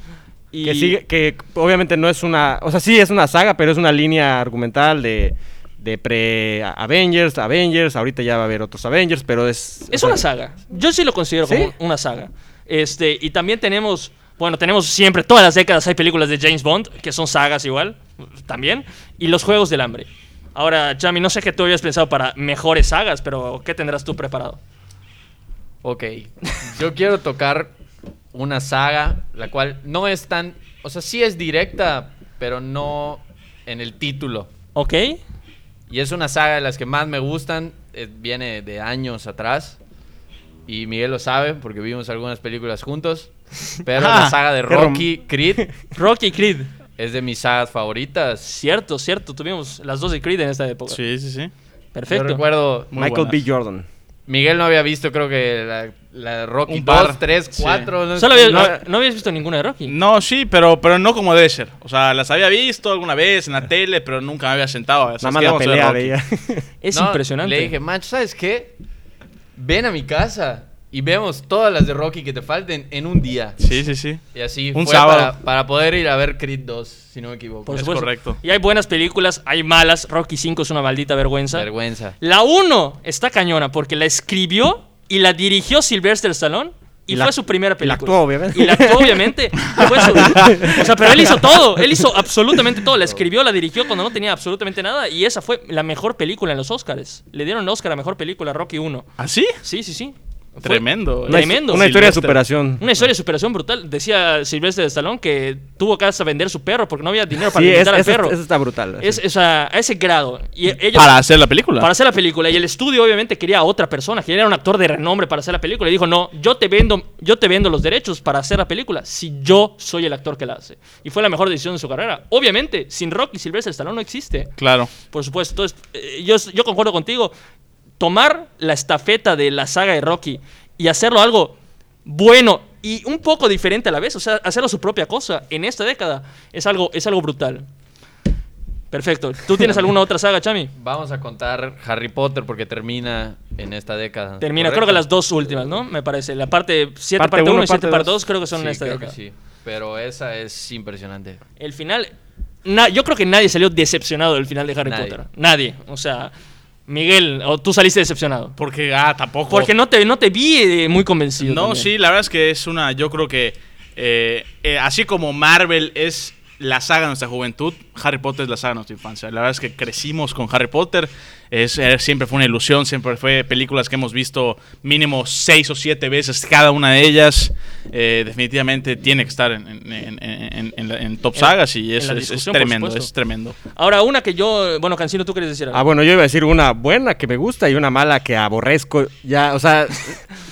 [SPEAKER 1] Y
[SPEAKER 3] Que, sigue- que obviamente no es una. O sea, sí es una saga, pero es una línea argumental de, de pre-Avengers, Avengers. Ahorita ya va a haber otros Avengers, pero es.
[SPEAKER 1] Es
[SPEAKER 3] o sea,
[SPEAKER 1] una saga. Yo sí lo considero
[SPEAKER 3] ¿Sí?
[SPEAKER 1] como una saga. Este, y también tenemos, bueno, tenemos siempre, todas las décadas hay películas de James Bond, que son sagas igual, también. Y los Juegos del Hambre. Ahora, Chami, no sé qué tú habías pensado para mejores sagas, pero ¿qué tendrás tú preparado?
[SPEAKER 4] Ok, yo quiero tocar una saga, la cual no es tan... O sea, sí es directa, pero no en el título.
[SPEAKER 1] ¿Ok?
[SPEAKER 4] Y es una saga de las que más me gustan. eh, viene de años atrás. Y Miguel lo sabe porque vimos algunas películas juntos. Pero
[SPEAKER 2] Ah,
[SPEAKER 4] la saga de
[SPEAKER 3] qué rom-
[SPEAKER 4] Rocky Creed
[SPEAKER 1] Rocky Creed.
[SPEAKER 4] es de mis sagas favoritas.
[SPEAKER 1] Cierto, cierto. Tuvimos las dos de Creed en esta época.
[SPEAKER 2] Sí, sí, sí.
[SPEAKER 1] Perfecto.
[SPEAKER 4] Yo recuerdo
[SPEAKER 2] Muy
[SPEAKER 3] Michael
[SPEAKER 2] buenas.
[SPEAKER 3] B. Jordan.
[SPEAKER 4] Miguel no había visto, creo que la, la Rocky
[SPEAKER 2] Un par.
[SPEAKER 4] 2, 3,
[SPEAKER 2] Sí.
[SPEAKER 4] 4. no-
[SPEAKER 1] Solo había- ah,
[SPEAKER 4] no-
[SPEAKER 1] no, no habías visto ninguna de Rocky.
[SPEAKER 2] No, sí, pero, pero no como debe ser. O sea, las había visto alguna vez en la tele, pero nunca me había sentado. O
[SPEAKER 3] Nada
[SPEAKER 2] sea,
[SPEAKER 3] más
[SPEAKER 2] es que
[SPEAKER 3] la
[SPEAKER 2] vamos a ver
[SPEAKER 3] pelea
[SPEAKER 2] Rocky.
[SPEAKER 3] de ella.
[SPEAKER 1] Es
[SPEAKER 4] no,
[SPEAKER 1] impresionante.
[SPEAKER 4] Le dije, macho, ¿sabes qué? Ven a mi casa y vemos todas las de Rocky que te falten en un día.
[SPEAKER 2] Sí, sí, sí.
[SPEAKER 4] Y así
[SPEAKER 2] Un
[SPEAKER 4] fue
[SPEAKER 2] sábado.
[SPEAKER 4] para, para poder ir a ver Creed 2, si no me equivoco.
[SPEAKER 1] Por
[SPEAKER 2] Es
[SPEAKER 1] supuesto.
[SPEAKER 2] correcto.
[SPEAKER 1] Y hay buenas películas, hay malas. Rocky 5 es una maldita vergüenza.
[SPEAKER 4] Vergüenza.
[SPEAKER 1] La 1 está cañona porque la escribió y la dirigió Sylvester Stallone. Y,
[SPEAKER 3] Y la-
[SPEAKER 1] fue su primera
[SPEAKER 3] y
[SPEAKER 1] película.
[SPEAKER 3] la actuó, obviamente.
[SPEAKER 1] Y la actuó, obviamente. que fue su- o sea, pero él hizo todo. Él hizo absolutamente todo. La escribió, la dirigió cuando no tenía absolutamente nada. Y esa fue la mejor película en los Oscars. Le dieron el Oscar a mejor película, Rocky 1.
[SPEAKER 2] ¿Ah, sí?
[SPEAKER 1] Sí, sí, sí. Fue-
[SPEAKER 2] Tremendo.
[SPEAKER 1] Una- Tremendo. este-
[SPEAKER 3] Una historia de
[SPEAKER 2] Silvestre.
[SPEAKER 3] superación.
[SPEAKER 1] Una historia de superación brutal. Decía Sylvester Stallone que tuvo que hasta vender su perro porque no había dinero para
[SPEAKER 3] Sí, es,
[SPEAKER 1] alimentar al
[SPEAKER 3] eso-
[SPEAKER 1] perro.
[SPEAKER 3] eso está brutal.
[SPEAKER 1] Es, o sea, a ese grado. Y ellos,
[SPEAKER 2] Para hacer la película.
[SPEAKER 1] para hacer la película. Y el estudio, obviamente, quería a otra persona. Quería un actor de renombre para hacer la película. Y dijo, no, yo te vendo, yo te vendo los derechos para hacer la película si yo soy el actor que la hace. Y fue la mejor decisión de su carrera. Obviamente, sin Rocky Sylvester Stallone no existe.
[SPEAKER 2] Claro.
[SPEAKER 1] Por supuesto. Entonces, eh, yo, yo concuerdo contigo. Tomar la estafeta de la saga de Rocky y hacerlo algo bueno y un poco diferente a la vez, o sea, hacerlo su propia cosa en esta década, es algo, es algo brutal. Perfecto. ¿Tú tienes alguna otra saga, Chami?
[SPEAKER 4] Vamos a contar Harry Potter porque termina en esta década.
[SPEAKER 1] Termina, creo que las dos últimas, ¿no? Me parece. La parte 7,
[SPEAKER 3] Parte
[SPEAKER 1] parte 1
[SPEAKER 3] uno,
[SPEAKER 1] y 7,
[SPEAKER 3] parte
[SPEAKER 1] parte
[SPEAKER 3] dos.
[SPEAKER 1] 2, creo que son
[SPEAKER 4] Sí,
[SPEAKER 1] en esta
[SPEAKER 4] creo
[SPEAKER 1] década.
[SPEAKER 4] que sí. Pero esa es impresionante.
[SPEAKER 1] El final. na- yo creo que nadie salió decepcionado del final de Harry
[SPEAKER 4] Nadie.
[SPEAKER 1] Potter. Nadie. O sea, Miguel, o tú saliste decepcionado.
[SPEAKER 2] Porque, ah, tampoco.
[SPEAKER 1] Porque no te, no te vi eh, muy convencido.
[SPEAKER 2] No,
[SPEAKER 1] también.
[SPEAKER 2] sí, la verdad es que es una. Yo creo que. eh, eh, así como Marvel es la saga de nuestra juventud, Harry Potter es la saga de nuestra infancia. La verdad es que crecimos con Harry Potter. Es, eh, siempre fue una ilusión, siempre fue películas que hemos visto mínimo seis o siete veces cada una de ellas. Eh, definitivamente tiene que estar en, en- en- en- en la- en top
[SPEAKER 1] En-
[SPEAKER 2] sagas y
[SPEAKER 1] en
[SPEAKER 2] es,
[SPEAKER 1] la
[SPEAKER 2] es- es
[SPEAKER 1] discusión, por
[SPEAKER 2] tremendo,
[SPEAKER 1] supuesto.
[SPEAKER 2] es tremendo.
[SPEAKER 1] Ahora, una que yo. Bueno, Cancino, tú quieres decir algo.
[SPEAKER 3] Ah, bueno, yo iba a decir una buena que me gusta y una mala que aborrezco. Ya, o sea,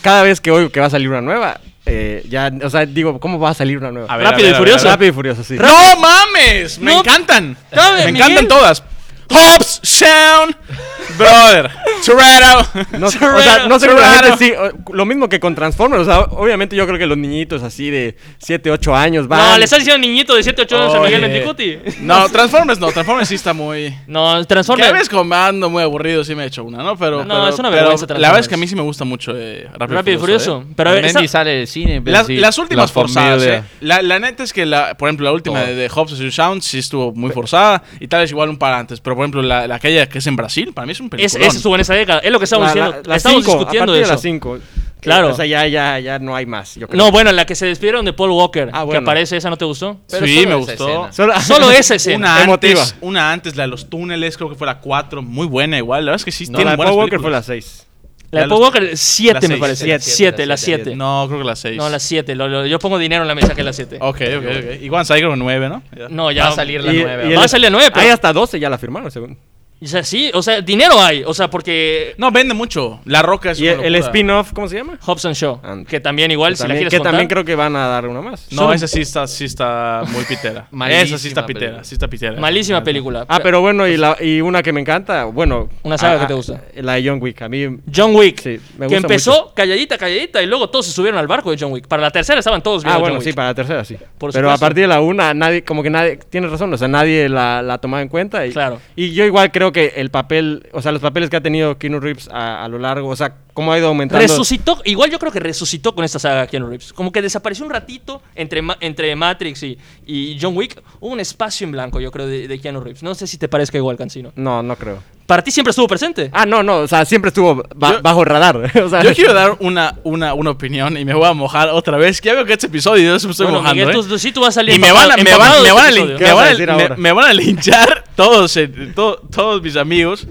[SPEAKER 3] cada vez que oigo que va a salir una nueva, eh, ya, o sea, digo, ¿cómo va a salir una nueva?
[SPEAKER 2] A ver,
[SPEAKER 1] Rápido
[SPEAKER 2] a
[SPEAKER 1] y
[SPEAKER 2] ver, a ver, a
[SPEAKER 1] furioso.
[SPEAKER 2] ver.
[SPEAKER 3] Rápido y furioso, sí.
[SPEAKER 2] ¡No mames! ¡Me
[SPEAKER 1] No.
[SPEAKER 2] encantan!
[SPEAKER 1] Dame,
[SPEAKER 2] ¡Me
[SPEAKER 1] Miguel.
[SPEAKER 2] encantan todas! Hobbs, Sound, Brother, Toretto.
[SPEAKER 3] No, o
[SPEAKER 1] Churrero,
[SPEAKER 3] sea, no sé
[SPEAKER 2] churrero.
[SPEAKER 3] seguramente sí, o- lo mismo que con Transformers, o sea, obviamente yo creo que los niñitos así de 7, 8 años van.
[SPEAKER 1] no, le estás diciendo niñito de 7, 8 años a
[SPEAKER 2] Oye.
[SPEAKER 1] Miguel Mendicuti.
[SPEAKER 2] No, Transformers no, Transformers sí está muy.
[SPEAKER 1] No,
[SPEAKER 2] Cada
[SPEAKER 1] Transformers.
[SPEAKER 2] vez comando muy aburrido, sí me he hecho una, ¿no? Pero,
[SPEAKER 1] No,
[SPEAKER 2] pero-
[SPEAKER 1] es una
[SPEAKER 2] pero
[SPEAKER 1] vergüenza
[SPEAKER 2] La verdad
[SPEAKER 1] Transformers.
[SPEAKER 2] es que a mí sí me gusta mucho eh, Rápido,
[SPEAKER 1] Rápido y Furioso.
[SPEAKER 2] ¿eh?
[SPEAKER 1] Pero a ver,
[SPEAKER 4] Mendy
[SPEAKER 1] esa-
[SPEAKER 4] sale del cine. pero
[SPEAKER 2] Las,
[SPEAKER 4] sí,
[SPEAKER 2] las últimas
[SPEAKER 4] la
[SPEAKER 2] forzadas,
[SPEAKER 4] familia.
[SPEAKER 2] ¿eh? la, la neta es que, la, por ejemplo, la última
[SPEAKER 4] Todo.
[SPEAKER 2] de, de Hobbs and Sound sí estuvo muy forzada y tal vez igual un par antes. Pero, por ejemplo, la, la aquella que es en Brasil, para mí es un
[SPEAKER 1] es,
[SPEAKER 2] peliculón.
[SPEAKER 1] esa estuvo en esa década. Es lo que estamos
[SPEAKER 3] La- la-
[SPEAKER 1] diciendo.
[SPEAKER 3] las
[SPEAKER 1] estamos
[SPEAKER 3] cinco, a
[SPEAKER 1] discutiendo
[SPEAKER 3] partir de
[SPEAKER 1] eso.
[SPEAKER 3] las 5.
[SPEAKER 1] Claro.
[SPEAKER 3] O sea, ya, ya, ya no hay más, yo creo.
[SPEAKER 1] No, bueno, la que se despidieron de Paul Walker.
[SPEAKER 3] Ah, bueno.
[SPEAKER 1] Que aparece, ¿esa no te gustó?
[SPEAKER 4] Pero
[SPEAKER 2] Sí,
[SPEAKER 4] solo
[SPEAKER 2] me
[SPEAKER 4] esa
[SPEAKER 2] gustó.
[SPEAKER 4] escena.
[SPEAKER 3] Solo-
[SPEAKER 1] Solo esa escena.
[SPEAKER 2] Una antes,
[SPEAKER 3] Emotiva.
[SPEAKER 2] una antes, la de los túneles, creo que fue la 4, muy buena igual. La verdad es que sí,
[SPEAKER 3] No,
[SPEAKER 2] tienen
[SPEAKER 3] la de
[SPEAKER 2] buenas
[SPEAKER 3] Paul Walker fue la 6.
[SPEAKER 2] películas.
[SPEAKER 1] La de
[SPEAKER 2] La
[SPEAKER 1] Paul
[SPEAKER 2] los-
[SPEAKER 1] Walker, 7 me
[SPEAKER 2] seis,
[SPEAKER 1] parece.
[SPEAKER 4] siete,
[SPEAKER 1] 7,
[SPEAKER 4] siete,
[SPEAKER 1] la
[SPEAKER 4] siete.
[SPEAKER 1] 7. No,
[SPEAKER 2] No, creo que la Oh, 6.
[SPEAKER 1] la 7. yo pongo dinero en la mesa que es la 7.
[SPEAKER 2] Ok, ok, ok. Igual Sai creo que 9, ¿no? Ya.
[SPEAKER 1] No, ya.
[SPEAKER 4] Va a salir la
[SPEAKER 3] Y-
[SPEAKER 4] nueva.
[SPEAKER 3] y
[SPEAKER 1] Va
[SPEAKER 3] el-
[SPEAKER 1] a salir la 9,
[SPEAKER 3] Hay
[SPEAKER 1] pero.
[SPEAKER 3] hasta 12 ya la firmaron, según.
[SPEAKER 1] O sea, sí, o sea, dinero hay. O sea, porque.
[SPEAKER 2] No, vende mucho. La Roca es
[SPEAKER 3] Y
[SPEAKER 2] una
[SPEAKER 3] el, el
[SPEAKER 2] locura.
[SPEAKER 3] spin-off, ¿cómo se llama?
[SPEAKER 1] Hobson Show.
[SPEAKER 3] And-
[SPEAKER 1] Que también igual,
[SPEAKER 3] que
[SPEAKER 1] si la
[SPEAKER 3] también-
[SPEAKER 1] quieres
[SPEAKER 3] que
[SPEAKER 1] contar.
[SPEAKER 3] también creo que van a dar una más.
[SPEAKER 2] No, esa sí está, sí está muy pitera. esa sí
[SPEAKER 4] Malísima
[SPEAKER 2] está pitera,
[SPEAKER 4] película.
[SPEAKER 2] sí está pitera.
[SPEAKER 1] Malísima película.
[SPEAKER 3] Ah, pero bueno, y, la, y una que me encanta, bueno.
[SPEAKER 1] Pues- Una saga
[SPEAKER 3] a-
[SPEAKER 1] que te
[SPEAKER 3] a-
[SPEAKER 1] gusta.
[SPEAKER 3] La de John Wick. A mí.
[SPEAKER 1] John Wick.
[SPEAKER 3] Sí, me
[SPEAKER 1] que
[SPEAKER 3] gusta
[SPEAKER 1] empezó calladita, calladita, y luego todos se subieron al barco de John Wick. Para la tercera estaban todos
[SPEAKER 2] Pues
[SPEAKER 1] viendo
[SPEAKER 3] Ah,
[SPEAKER 1] John
[SPEAKER 3] bueno, sí,
[SPEAKER 1] Wick.
[SPEAKER 3] para la tercera sí.
[SPEAKER 1] Por
[SPEAKER 3] Pero a
[SPEAKER 1] supuesto.
[SPEAKER 3] partir de la una, nadie, como que nadie, tienes razón, o sea, nadie la, la tomaba en cuenta. Y,
[SPEAKER 1] Claro.
[SPEAKER 3] Y yo igual creo que el papel, o sea, los papeles que ha tenido Keanu Reeves a, a lo largo, o sea, cómo ha ido aumentando.
[SPEAKER 1] Resucitó, igual yo creo que resucitó con esta saga Keanu Reeves. Como que desapareció un ratito entre, Ma- entre Matrix y, y John Wick. Hubo un espacio en blanco, yo creo, de, de Keanu Reeves. No sé si te parezca igual, Cancino.
[SPEAKER 3] No, no creo.
[SPEAKER 1] Para ti siempre estuvo presente.
[SPEAKER 3] Ah, no, no, o sea, siempre estuvo ba-
[SPEAKER 2] Yo-
[SPEAKER 3] bajo el radar. o sea,
[SPEAKER 2] Yo quiero dar una, una, una opinión y me voy a mojar otra vez. que Ya veo que este episodio yo me estoy
[SPEAKER 1] Bueno,
[SPEAKER 2] mojando,
[SPEAKER 1] Miguel,
[SPEAKER 2] ¿eh?
[SPEAKER 1] tú- tú- sí tú vas a salir
[SPEAKER 2] Y me van a,
[SPEAKER 1] empapado-
[SPEAKER 2] me van,
[SPEAKER 1] empapado de
[SPEAKER 2] me van a,
[SPEAKER 1] este
[SPEAKER 2] lin-
[SPEAKER 1] episodio.
[SPEAKER 3] ¿Qué
[SPEAKER 2] me
[SPEAKER 3] vas a
[SPEAKER 2] van a-
[SPEAKER 3] decir
[SPEAKER 2] me-
[SPEAKER 3] ahora?
[SPEAKER 2] me van a linchar todos, eh, to- todos mis amigos.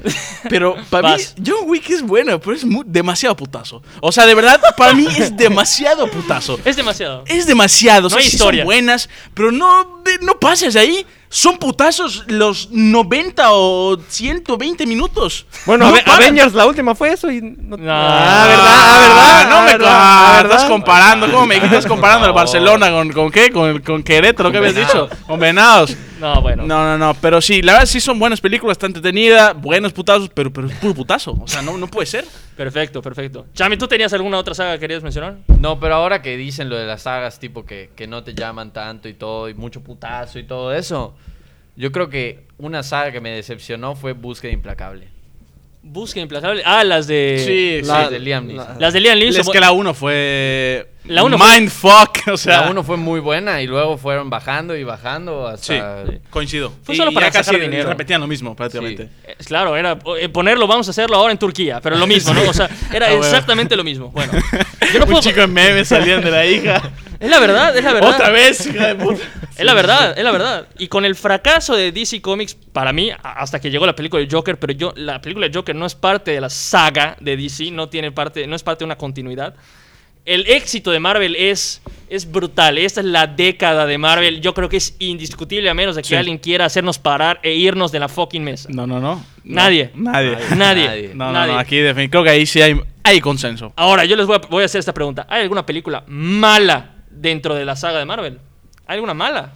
[SPEAKER 2] Pero para mí,
[SPEAKER 1] Vas.
[SPEAKER 2] John Wick es bueno, pero es mu- demasiado putazo. O sea, de verdad, para mí es demasiado putazo.
[SPEAKER 1] Es demasiado.
[SPEAKER 2] Es demasiado. o sea,
[SPEAKER 1] No hay
[SPEAKER 2] sí
[SPEAKER 1] historia.
[SPEAKER 2] son buenas, pero no, de- no pasas de ahí. Son putazos los 90 o 120 minutos.
[SPEAKER 3] Bueno,
[SPEAKER 2] No
[SPEAKER 3] Ave-
[SPEAKER 2] paran.
[SPEAKER 3] Avengers, la última fue eso y. No,
[SPEAKER 1] Ah,
[SPEAKER 2] Ah,
[SPEAKER 3] ah,
[SPEAKER 2] verdad, ah, verdad. No me
[SPEAKER 3] verdad,
[SPEAKER 2] ah,
[SPEAKER 3] verdad.
[SPEAKER 2] estás comparando. ¿Cómo me estás comparando el
[SPEAKER 4] Por favor.
[SPEAKER 2] Barcelona con, con qué? Con, con Querétaro, ¿qué habías dicho?
[SPEAKER 4] Venados.
[SPEAKER 2] Con Venados.
[SPEAKER 1] No, bueno.
[SPEAKER 2] No, no, no, pero sí, la verdad sí son buenas películas, está entretenida, buenos putazos, pero, pero es puro putazo. O sea, no, no puede ser.
[SPEAKER 1] Perfecto, perfecto. Chami, ¿tú tenías alguna otra saga que querías mencionar?
[SPEAKER 4] No, pero ahora que dicen lo de las sagas, tipo que, que no te llaman tanto y todo, y mucho putazo y todo eso, yo creo que una saga que me decepcionó fue Búsqueda Implacable.
[SPEAKER 1] Busca Implacable. Ah, las de.
[SPEAKER 2] Sí,
[SPEAKER 4] La-
[SPEAKER 2] sí.
[SPEAKER 4] de Liam Neeson.
[SPEAKER 1] Las de Liam Neeson. pues,
[SPEAKER 2] Es que la 1 fue.
[SPEAKER 1] La uno fue-
[SPEAKER 2] Mindfuck, o sea.
[SPEAKER 4] La uno fue muy buena y luego fueron bajando y bajando
[SPEAKER 2] Sí,
[SPEAKER 4] hasta...
[SPEAKER 2] coincido.
[SPEAKER 1] Fue solo para
[SPEAKER 2] ya casi
[SPEAKER 1] sacar dinero.
[SPEAKER 2] Repetían lo mismo, prácticamente.
[SPEAKER 1] Eh, Claro, era eh, ponerlo, vamos a hacerlo ahora en Turquía, pero lo mismo, ¿no? O sea, era
[SPEAKER 2] Ah, bueno.
[SPEAKER 1] exactamente lo mismo. Bueno, yo no
[SPEAKER 2] Un
[SPEAKER 1] puedo-
[SPEAKER 2] chico en memes salían de la hija.
[SPEAKER 1] Es la verdad, es la verdad.
[SPEAKER 2] Otra vez, hija de puta.
[SPEAKER 1] Es la verdad, es la verdad. Y con el fracaso de DC Comics, para mí, a- hasta que llegó la película de Joker, pero yo, la película de Joker no es parte de la saga de DC, no tiene parte, no es parte de una continuidad. El éxito de Marvel es, es brutal. Esta es la década de Marvel. Yo creo que es indiscutible, a menos de que
[SPEAKER 2] Sí.
[SPEAKER 1] alguien quiera hacernos parar e irnos de la fucking mesa.
[SPEAKER 2] No, no, no.
[SPEAKER 1] Nadie.
[SPEAKER 2] Nadie.
[SPEAKER 1] Nadie.
[SPEAKER 4] Nadie.
[SPEAKER 2] No, no,
[SPEAKER 1] Nadie.
[SPEAKER 2] no. Aquí definitivamente. Creo que ahí sí hay, hay consenso.
[SPEAKER 1] Ahora, yo les voy a, voy a hacer esta pregunta. ¿Hay alguna película mala dentro de la saga de Marvel? ¿Hay alguna mala?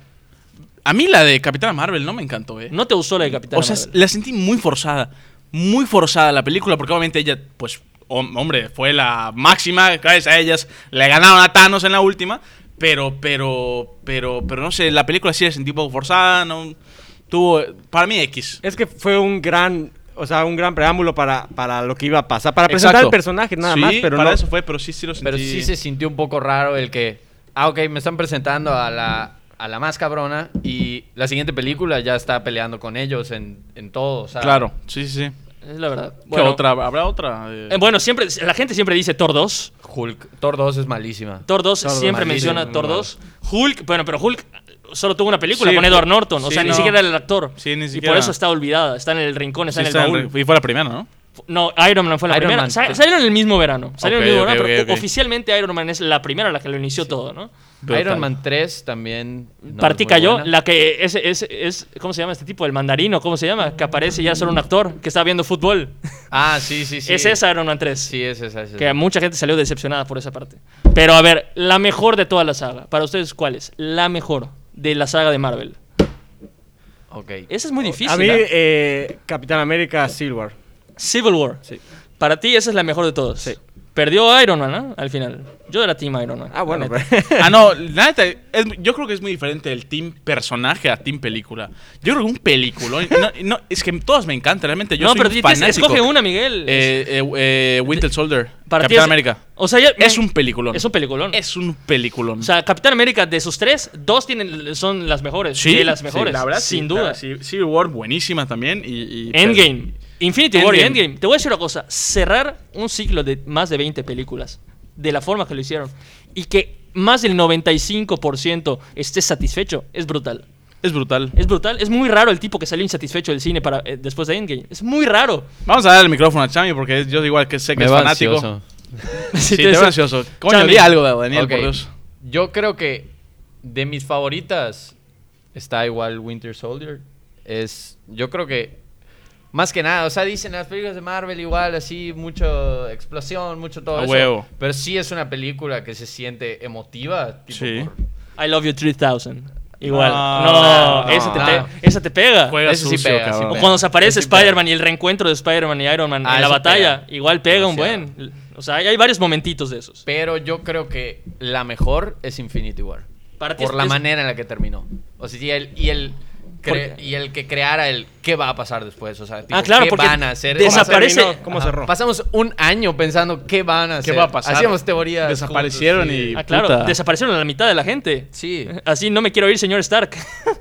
[SPEAKER 2] A mí la de Capitana Marvel no me encantó, eh.
[SPEAKER 1] ¿No te gustó la de Capitán
[SPEAKER 2] o sea, la sentí muy forzada. Muy forzada la película, porque obviamente ella, pues, hom- hombre, fue la máxima. Gracias a ellas le ganaron a Thanos en la última. Pero, pero, pero, pero no sé, la película sí la sentí un poco forzada. No, tuvo, para mí, X.
[SPEAKER 3] Es que fue un gran, o sea, un gran preámbulo para, para lo que iba a pasar, para presentar
[SPEAKER 2] Exacto.
[SPEAKER 3] el personaje nada
[SPEAKER 2] Sí,
[SPEAKER 3] más, pero
[SPEAKER 2] para
[SPEAKER 3] no.
[SPEAKER 2] eso fue, pero sí, sí lo sentí.
[SPEAKER 4] Pero sí se sintió un poco raro el que, ah, ok, me están presentando a la, a la más cabrona y la siguiente película ya está peleando con ellos en, en todo. o sea,
[SPEAKER 2] Claro, sí, sí, sí.
[SPEAKER 1] Es la verdad.
[SPEAKER 2] ¿Qué
[SPEAKER 1] Bueno,
[SPEAKER 2] otra? ¿Habrá otra? Eh,
[SPEAKER 1] eh, bueno, siempre, la gente siempre dice Thor 2.
[SPEAKER 4] Hulk, Thor 2 es malísima.
[SPEAKER 1] Thor 2 siempre
[SPEAKER 4] malísimo,
[SPEAKER 1] menciona
[SPEAKER 4] no
[SPEAKER 1] Thor
[SPEAKER 4] mames.
[SPEAKER 1] 2. Hulk, bueno, pero Hulk solo tuvo una película
[SPEAKER 2] Sí,
[SPEAKER 1] con Edward Norton. o
[SPEAKER 2] sí,
[SPEAKER 1] sea, ni
[SPEAKER 2] no.
[SPEAKER 1] siquiera era el actor.
[SPEAKER 2] Sí, ni
[SPEAKER 1] Y por
[SPEAKER 2] siquiera.
[SPEAKER 1] eso está olvidada. Está en el rincón, está
[SPEAKER 2] sí
[SPEAKER 1] en el
[SPEAKER 2] está en
[SPEAKER 1] baúl.
[SPEAKER 2] re- y fue la primera, ¿no?
[SPEAKER 1] No, Iron Man fue la
[SPEAKER 4] Iron
[SPEAKER 1] primera.
[SPEAKER 4] Man.
[SPEAKER 1] Sa- salieron en el mismo verano. Salieron en el mismo
[SPEAKER 2] ah. Ok, ok,
[SPEAKER 1] verano, pero
[SPEAKER 2] ok,
[SPEAKER 1] o-
[SPEAKER 2] ok.
[SPEAKER 1] oficialmente Iron Man es la primera la que lo inició todo, ¿no?
[SPEAKER 2] Brutal.
[SPEAKER 4] Iron Man 3 también. no
[SPEAKER 1] Partí
[SPEAKER 4] es muy
[SPEAKER 1] cayó,
[SPEAKER 4] buena.
[SPEAKER 1] la que es, es, es, ¿cómo se llama este tipo? El mandarino, ¿cómo se llama? Que aparece ya solo un actor que está viendo fútbol.
[SPEAKER 4] Ah, sí, sí, sí.
[SPEAKER 1] Es esa Iron Man 3.
[SPEAKER 4] Sí, es esa. es esa.
[SPEAKER 1] Que mucha gente salió decepcionada por esa parte. Pero a ver, la mejor de toda la saga. Para ustedes, ¿cuál es? La mejor de la saga de Marvel.
[SPEAKER 4] Ok.
[SPEAKER 1] Esa es muy difícil.
[SPEAKER 3] A mí,
[SPEAKER 1] ¿eh?
[SPEAKER 3] eh, Capitán América Silver.
[SPEAKER 1] Civil War. Para ti, esa es la mejor de todas. Perdió Iron Man, ¿no? Al final. Yo era Team Iron Man.
[SPEAKER 3] Ah, bueno,
[SPEAKER 1] la neta.
[SPEAKER 3] pero-
[SPEAKER 2] Ah, no, la neta, es- yo creo que es muy diferente el team personaje a team película. Yo creo que un película. No, no, es que todas me encantan, realmente. Yo
[SPEAKER 1] no,
[SPEAKER 2] soy
[SPEAKER 1] pero
[SPEAKER 2] un
[SPEAKER 1] tienes-
[SPEAKER 2] fanático.
[SPEAKER 1] escoge una, Miguel.
[SPEAKER 2] Eh, eh, eh, Winter Soldier,
[SPEAKER 1] Para ti
[SPEAKER 2] Capitán
[SPEAKER 1] es-
[SPEAKER 2] América.
[SPEAKER 1] O sea, ya-
[SPEAKER 2] Es un peliculón.
[SPEAKER 1] Es un peliculón.
[SPEAKER 2] Es un peliculón.
[SPEAKER 1] O sea, Capitán América, de sus tres, dos tienen, son las mejores. de las mejores.
[SPEAKER 2] la verdad,
[SPEAKER 1] sin
[SPEAKER 2] sí,
[SPEAKER 1] duda.
[SPEAKER 2] la verdad, sí. Civil War buenísima también. Y, pues, y-
[SPEAKER 1] Endgame. Infinity War y
[SPEAKER 2] Endgame.
[SPEAKER 1] Endgame. Te voy a decir una cosa. Cerrar un ciclo de más de 20 películas de la forma que lo hicieron y que más del 95% esté satisfecho es brutal.
[SPEAKER 2] Es brutal.
[SPEAKER 1] Es brutal. Es muy raro el tipo que salió insatisfecho del cine para, eh, después de Endgame. Es muy raro.
[SPEAKER 2] Vamos a dar el micrófono a Chami porque yo igual que sé que
[SPEAKER 4] Me
[SPEAKER 2] es
[SPEAKER 4] veo
[SPEAKER 2] fanático.
[SPEAKER 4] ansioso.
[SPEAKER 2] Sí, te veo ansioso. Coño,
[SPEAKER 1] Chami.
[SPEAKER 2] di algo, Daniel,
[SPEAKER 4] Ok.
[SPEAKER 2] por Dios.
[SPEAKER 4] Yo creo que de mis favoritas está igual Winter Soldier. Es, yo creo que más que nada, o sea, dicen las películas de Marvel igual así mucho explosión, mucho todo
[SPEAKER 2] A
[SPEAKER 4] eso.
[SPEAKER 2] huevo.
[SPEAKER 4] Pero sí es una película que se siente emotiva. tipo,
[SPEAKER 2] Sí.
[SPEAKER 4] por-
[SPEAKER 1] I Love You 3000. Igual.
[SPEAKER 2] No, Ah.
[SPEAKER 1] No,
[SPEAKER 4] no,
[SPEAKER 1] esa, te
[SPEAKER 4] no.
[SPEAKER 1] pe- esa te pega.
[SPEAKER 2] Juega
[SPEAKER 4] Ese sí
[SPEAKER 2] sucio,
[SPEAKER 4] pega, sí
[SPEAKER 1] O
[SPEAKER 2] cabrón.
[SPEAKER 4] pega.
[SPEAKER 1] cuando se aparece
[SPEAKER 4] Ese sí pega.
[SPEAKER 1] Spider-Man y el reencuentro de Spider-Man y Iron Man
[SPEAKER 4] Ah,
[SPEAKER 1] en la
[SPEAKER 4] eso
[SPEAKER 1] batalla,
[SPEAKER 4] pega.
[SPEAKER 1] igual pega un
[SPEAKER 4] Demasiado.
[SPEAKER 1] buen. O sea, hay hay varios momentitos de esos.
[SPEAKER 4] Pero yo creo que la mejor es Infinity War.
[SPEAKER 1] Para ti
[SPEAKER 4] por
[SPEAKER 1] es-
[SPEAKER 4] la
[SPEAKER 1] es-
[SPEAKER 4] manera en la que terminó. O sea, y el, y el, cre-
[SPEAKER 1] Porque-
[SPEAKER 4] y el que creara el qué va a pasar después. O sea, tipo,
[SPEAKER 1] ah, claro,
[SPEAKER 4] ¿qué
[SPEAKER 1] porque
[SPEAKER 4] van a hacer?
[SPEAKER 1] desaparece.
[SPEAKER 3] ¿Cómo terminó? ¿Cómo
[SPEAKER 4] Ajá.
[SPEAKER 3] cerró?
[SPEAKER 4] Pasamos un año pensando qué van a hacer.
[SPEAKER 2] va a pasar?
[SPEAKER 4] Hacíamos teorías.
[SPEAKER 2] Desaparecieron
[SPEAKER 4] juntos,
[SPEAKER 2] y-
[SPEAKER 1] Ah, claro,
[SPEAKER 2] Puta.
[SPEAKER 1] desaparecieron a la mitad de la gente.
[SPEAKER 4] Sí.
[SPEAKER 1] Así no me quiero ir, señor Stark.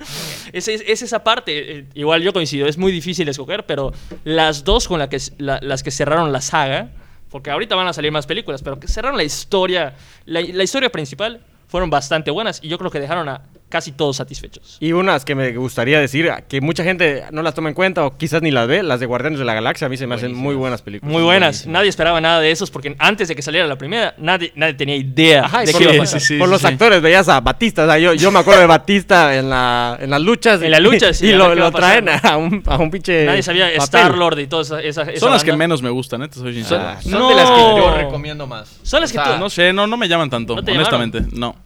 [SPEAKER 1] es, es- es esa parte. eh, Igual yo coincido, es muy difícil escoger, pero las dos con la que, la- las que cerraron la saga, porque ahorita van a salir más películas, pero que cerraron la historia, la, la historia principal, fueron bastante buenas y yo creo que dejaron a casi todos satisfechos.
[SPEAKER 3] Y unas que me gustaría decir, que mucha gente no las toma en cuenta o quizás ni las ve, las de Guardianes de la Galaxia, a mí se me hacen muy buenas películas.
[SPEAKER 1] Muy buenas. Nadie esperaba nada de esos porque antes de que saliera la primera, nadie, nadie tenía idea
[SPEAKER 3] Ajá, y
[SPEAKER 1] de
[SPEAKER 3] por
[SPEAKER 1] qué iba a
[SPEAKER 3] los-
[SPEAKER 1] pasar.
[SPEAKER 2] sí, sí,
[SPEAKER 3] por
[SPEAKER 2] sí,
[SPEAKER 3] los
[SPEAKER 2] sí.
[SPEAKER 3] actores, veías a Batista. o sea, yo, yo me acuerdo de Batista en, la, en las luchas.
[SPEAKER 1] En la lucha, sí,
[SPEAKER 3] Y
[SPEAKER 1] a ver
[SPEAKER 3] lo,
[SPEAKER 1] qué va
[SPEAKER 3] lo
[SPEAKER 1] a pasar.
[SPEAKER 3] traen a un, a un pinche.
[SPEAKER 1] Nadie sabía
[SPEAKER 3] papel.
[SPEAKER 1] Star-Lord y todas esas... esa- esa
[SPEAKER 2] Son las que
[SPEAKER 1] banda.
[SPEAKER 2] menos me gustan, ¿eh? Te soy sincero.
[SPEAKER 4] Son,
[SPEAKER 3] Ah,
[SPEAKER 4] son de las que
[SPEAKER 1] no.
[SPEAKER 4] yo recomiendo más.
[SPEAKER 1] Son las que tú-
[SPEAKER 2] No sé, no, no me llaman tanto,
[SPEAKER 1] ¿No te
[SPEAKER 2] honestamente. No.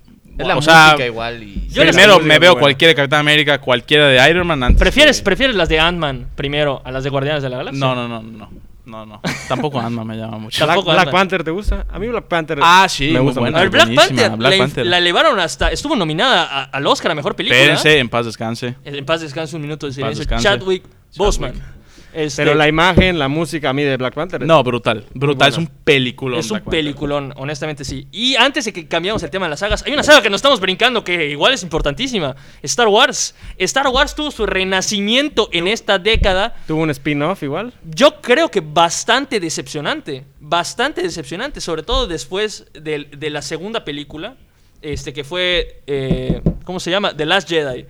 [SPEAKER 4] Es la
[SPEAKER 2] O sea,
[SPEAKER 4] música igual. Y...
[SPEAKER 1] Yo les-
[SPEAKER 2] Primero
[SPEAKER 1] Sí,
[SPEAKER 2] me veo
[SPEAKER 3] bueno.
[SPEAKER 2] cualquiera de Capitán América, cualquiera de Iron Man antes.
[SPEAKER 1] ¿Prefieres,
[SPEAKER 2] que-
[SPEAKER 1] prefieres las de Ant-Man primero a las de Guardianes de la Galaxia?
[SPEAKER 2] No, no, no, no. No, no. Tampoco Ant-Man me llama mucho.
[SPEAKER 1] Tampoco
[SPEAKER 3] Black, Black
[SPEAKER 1] anda.
[SPEAKER 3] Panther te gusta? A mí Black Panther
[SPEAKER 2] Ah, sí,
[SPEAKER 3] me
[SPEAKER 2] muy
[SPEAKER 3] gusta
[SPEAKER 2] buena.
[SPEAKER 1] A ver,
[SPEAKER 3] mucho.
[SPEAKER 1] Black
[SPEAKER 2] buenísima,
[SPEAKER 1] Panther,
[SPEAKER 2] Black
[SPEAKER 1] la,
[SPEAKER 2] Panther.
[SPEAKER 1] la elevaron hasta. Estuvo nominada a- al Oscar a mejor película.
[SPEAKER 2] Espérense, en paz descanse.
[SPEAKER 1] En paz descanse un minuto de silencio.
[SPEAKER 2] descanse.
[SPEAKER 1] Chadwick Boseman. Este,
[SPEAKER 3] Pero la imagen, la música a mí de Black Panther.
[SPEAKER 2] No, brutal. Brutal, es un peliculón.
[SPEAKER 1] es un
[SPEAKER 2] Black Panther.
[SPEAKER 1] peliculón, honestamente sí. Y antes de que cambiamos el tema de las sagas, hay una saga que nos estamos brincando que igual es importantísima. Star Wars. Star Wars tuvo su renacimiento en esta década.
[SPEAKER 3] Tuvo un spin-off igual.
[SPEAKER 1] Yo creo que bastante decepcionante. Bastante decepcionante. Sobre todo después del- de, la segunda película. Este que fue. eh, ¿Cómo se llama? The Last Jedi.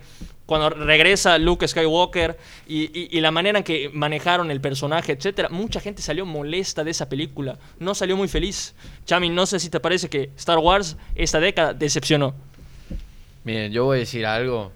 [SPEAKER 1] Cuando regresa Luke Skywalker y, y- y la manera en que manejaron el personaje, etcétera, mucha gente salió molesta de esa película. No salió muy feliz. Chami, no sé si te parece que Star Wars esta década decepcionó.
[SPEAKER 4] Miren, yo voy a decir algo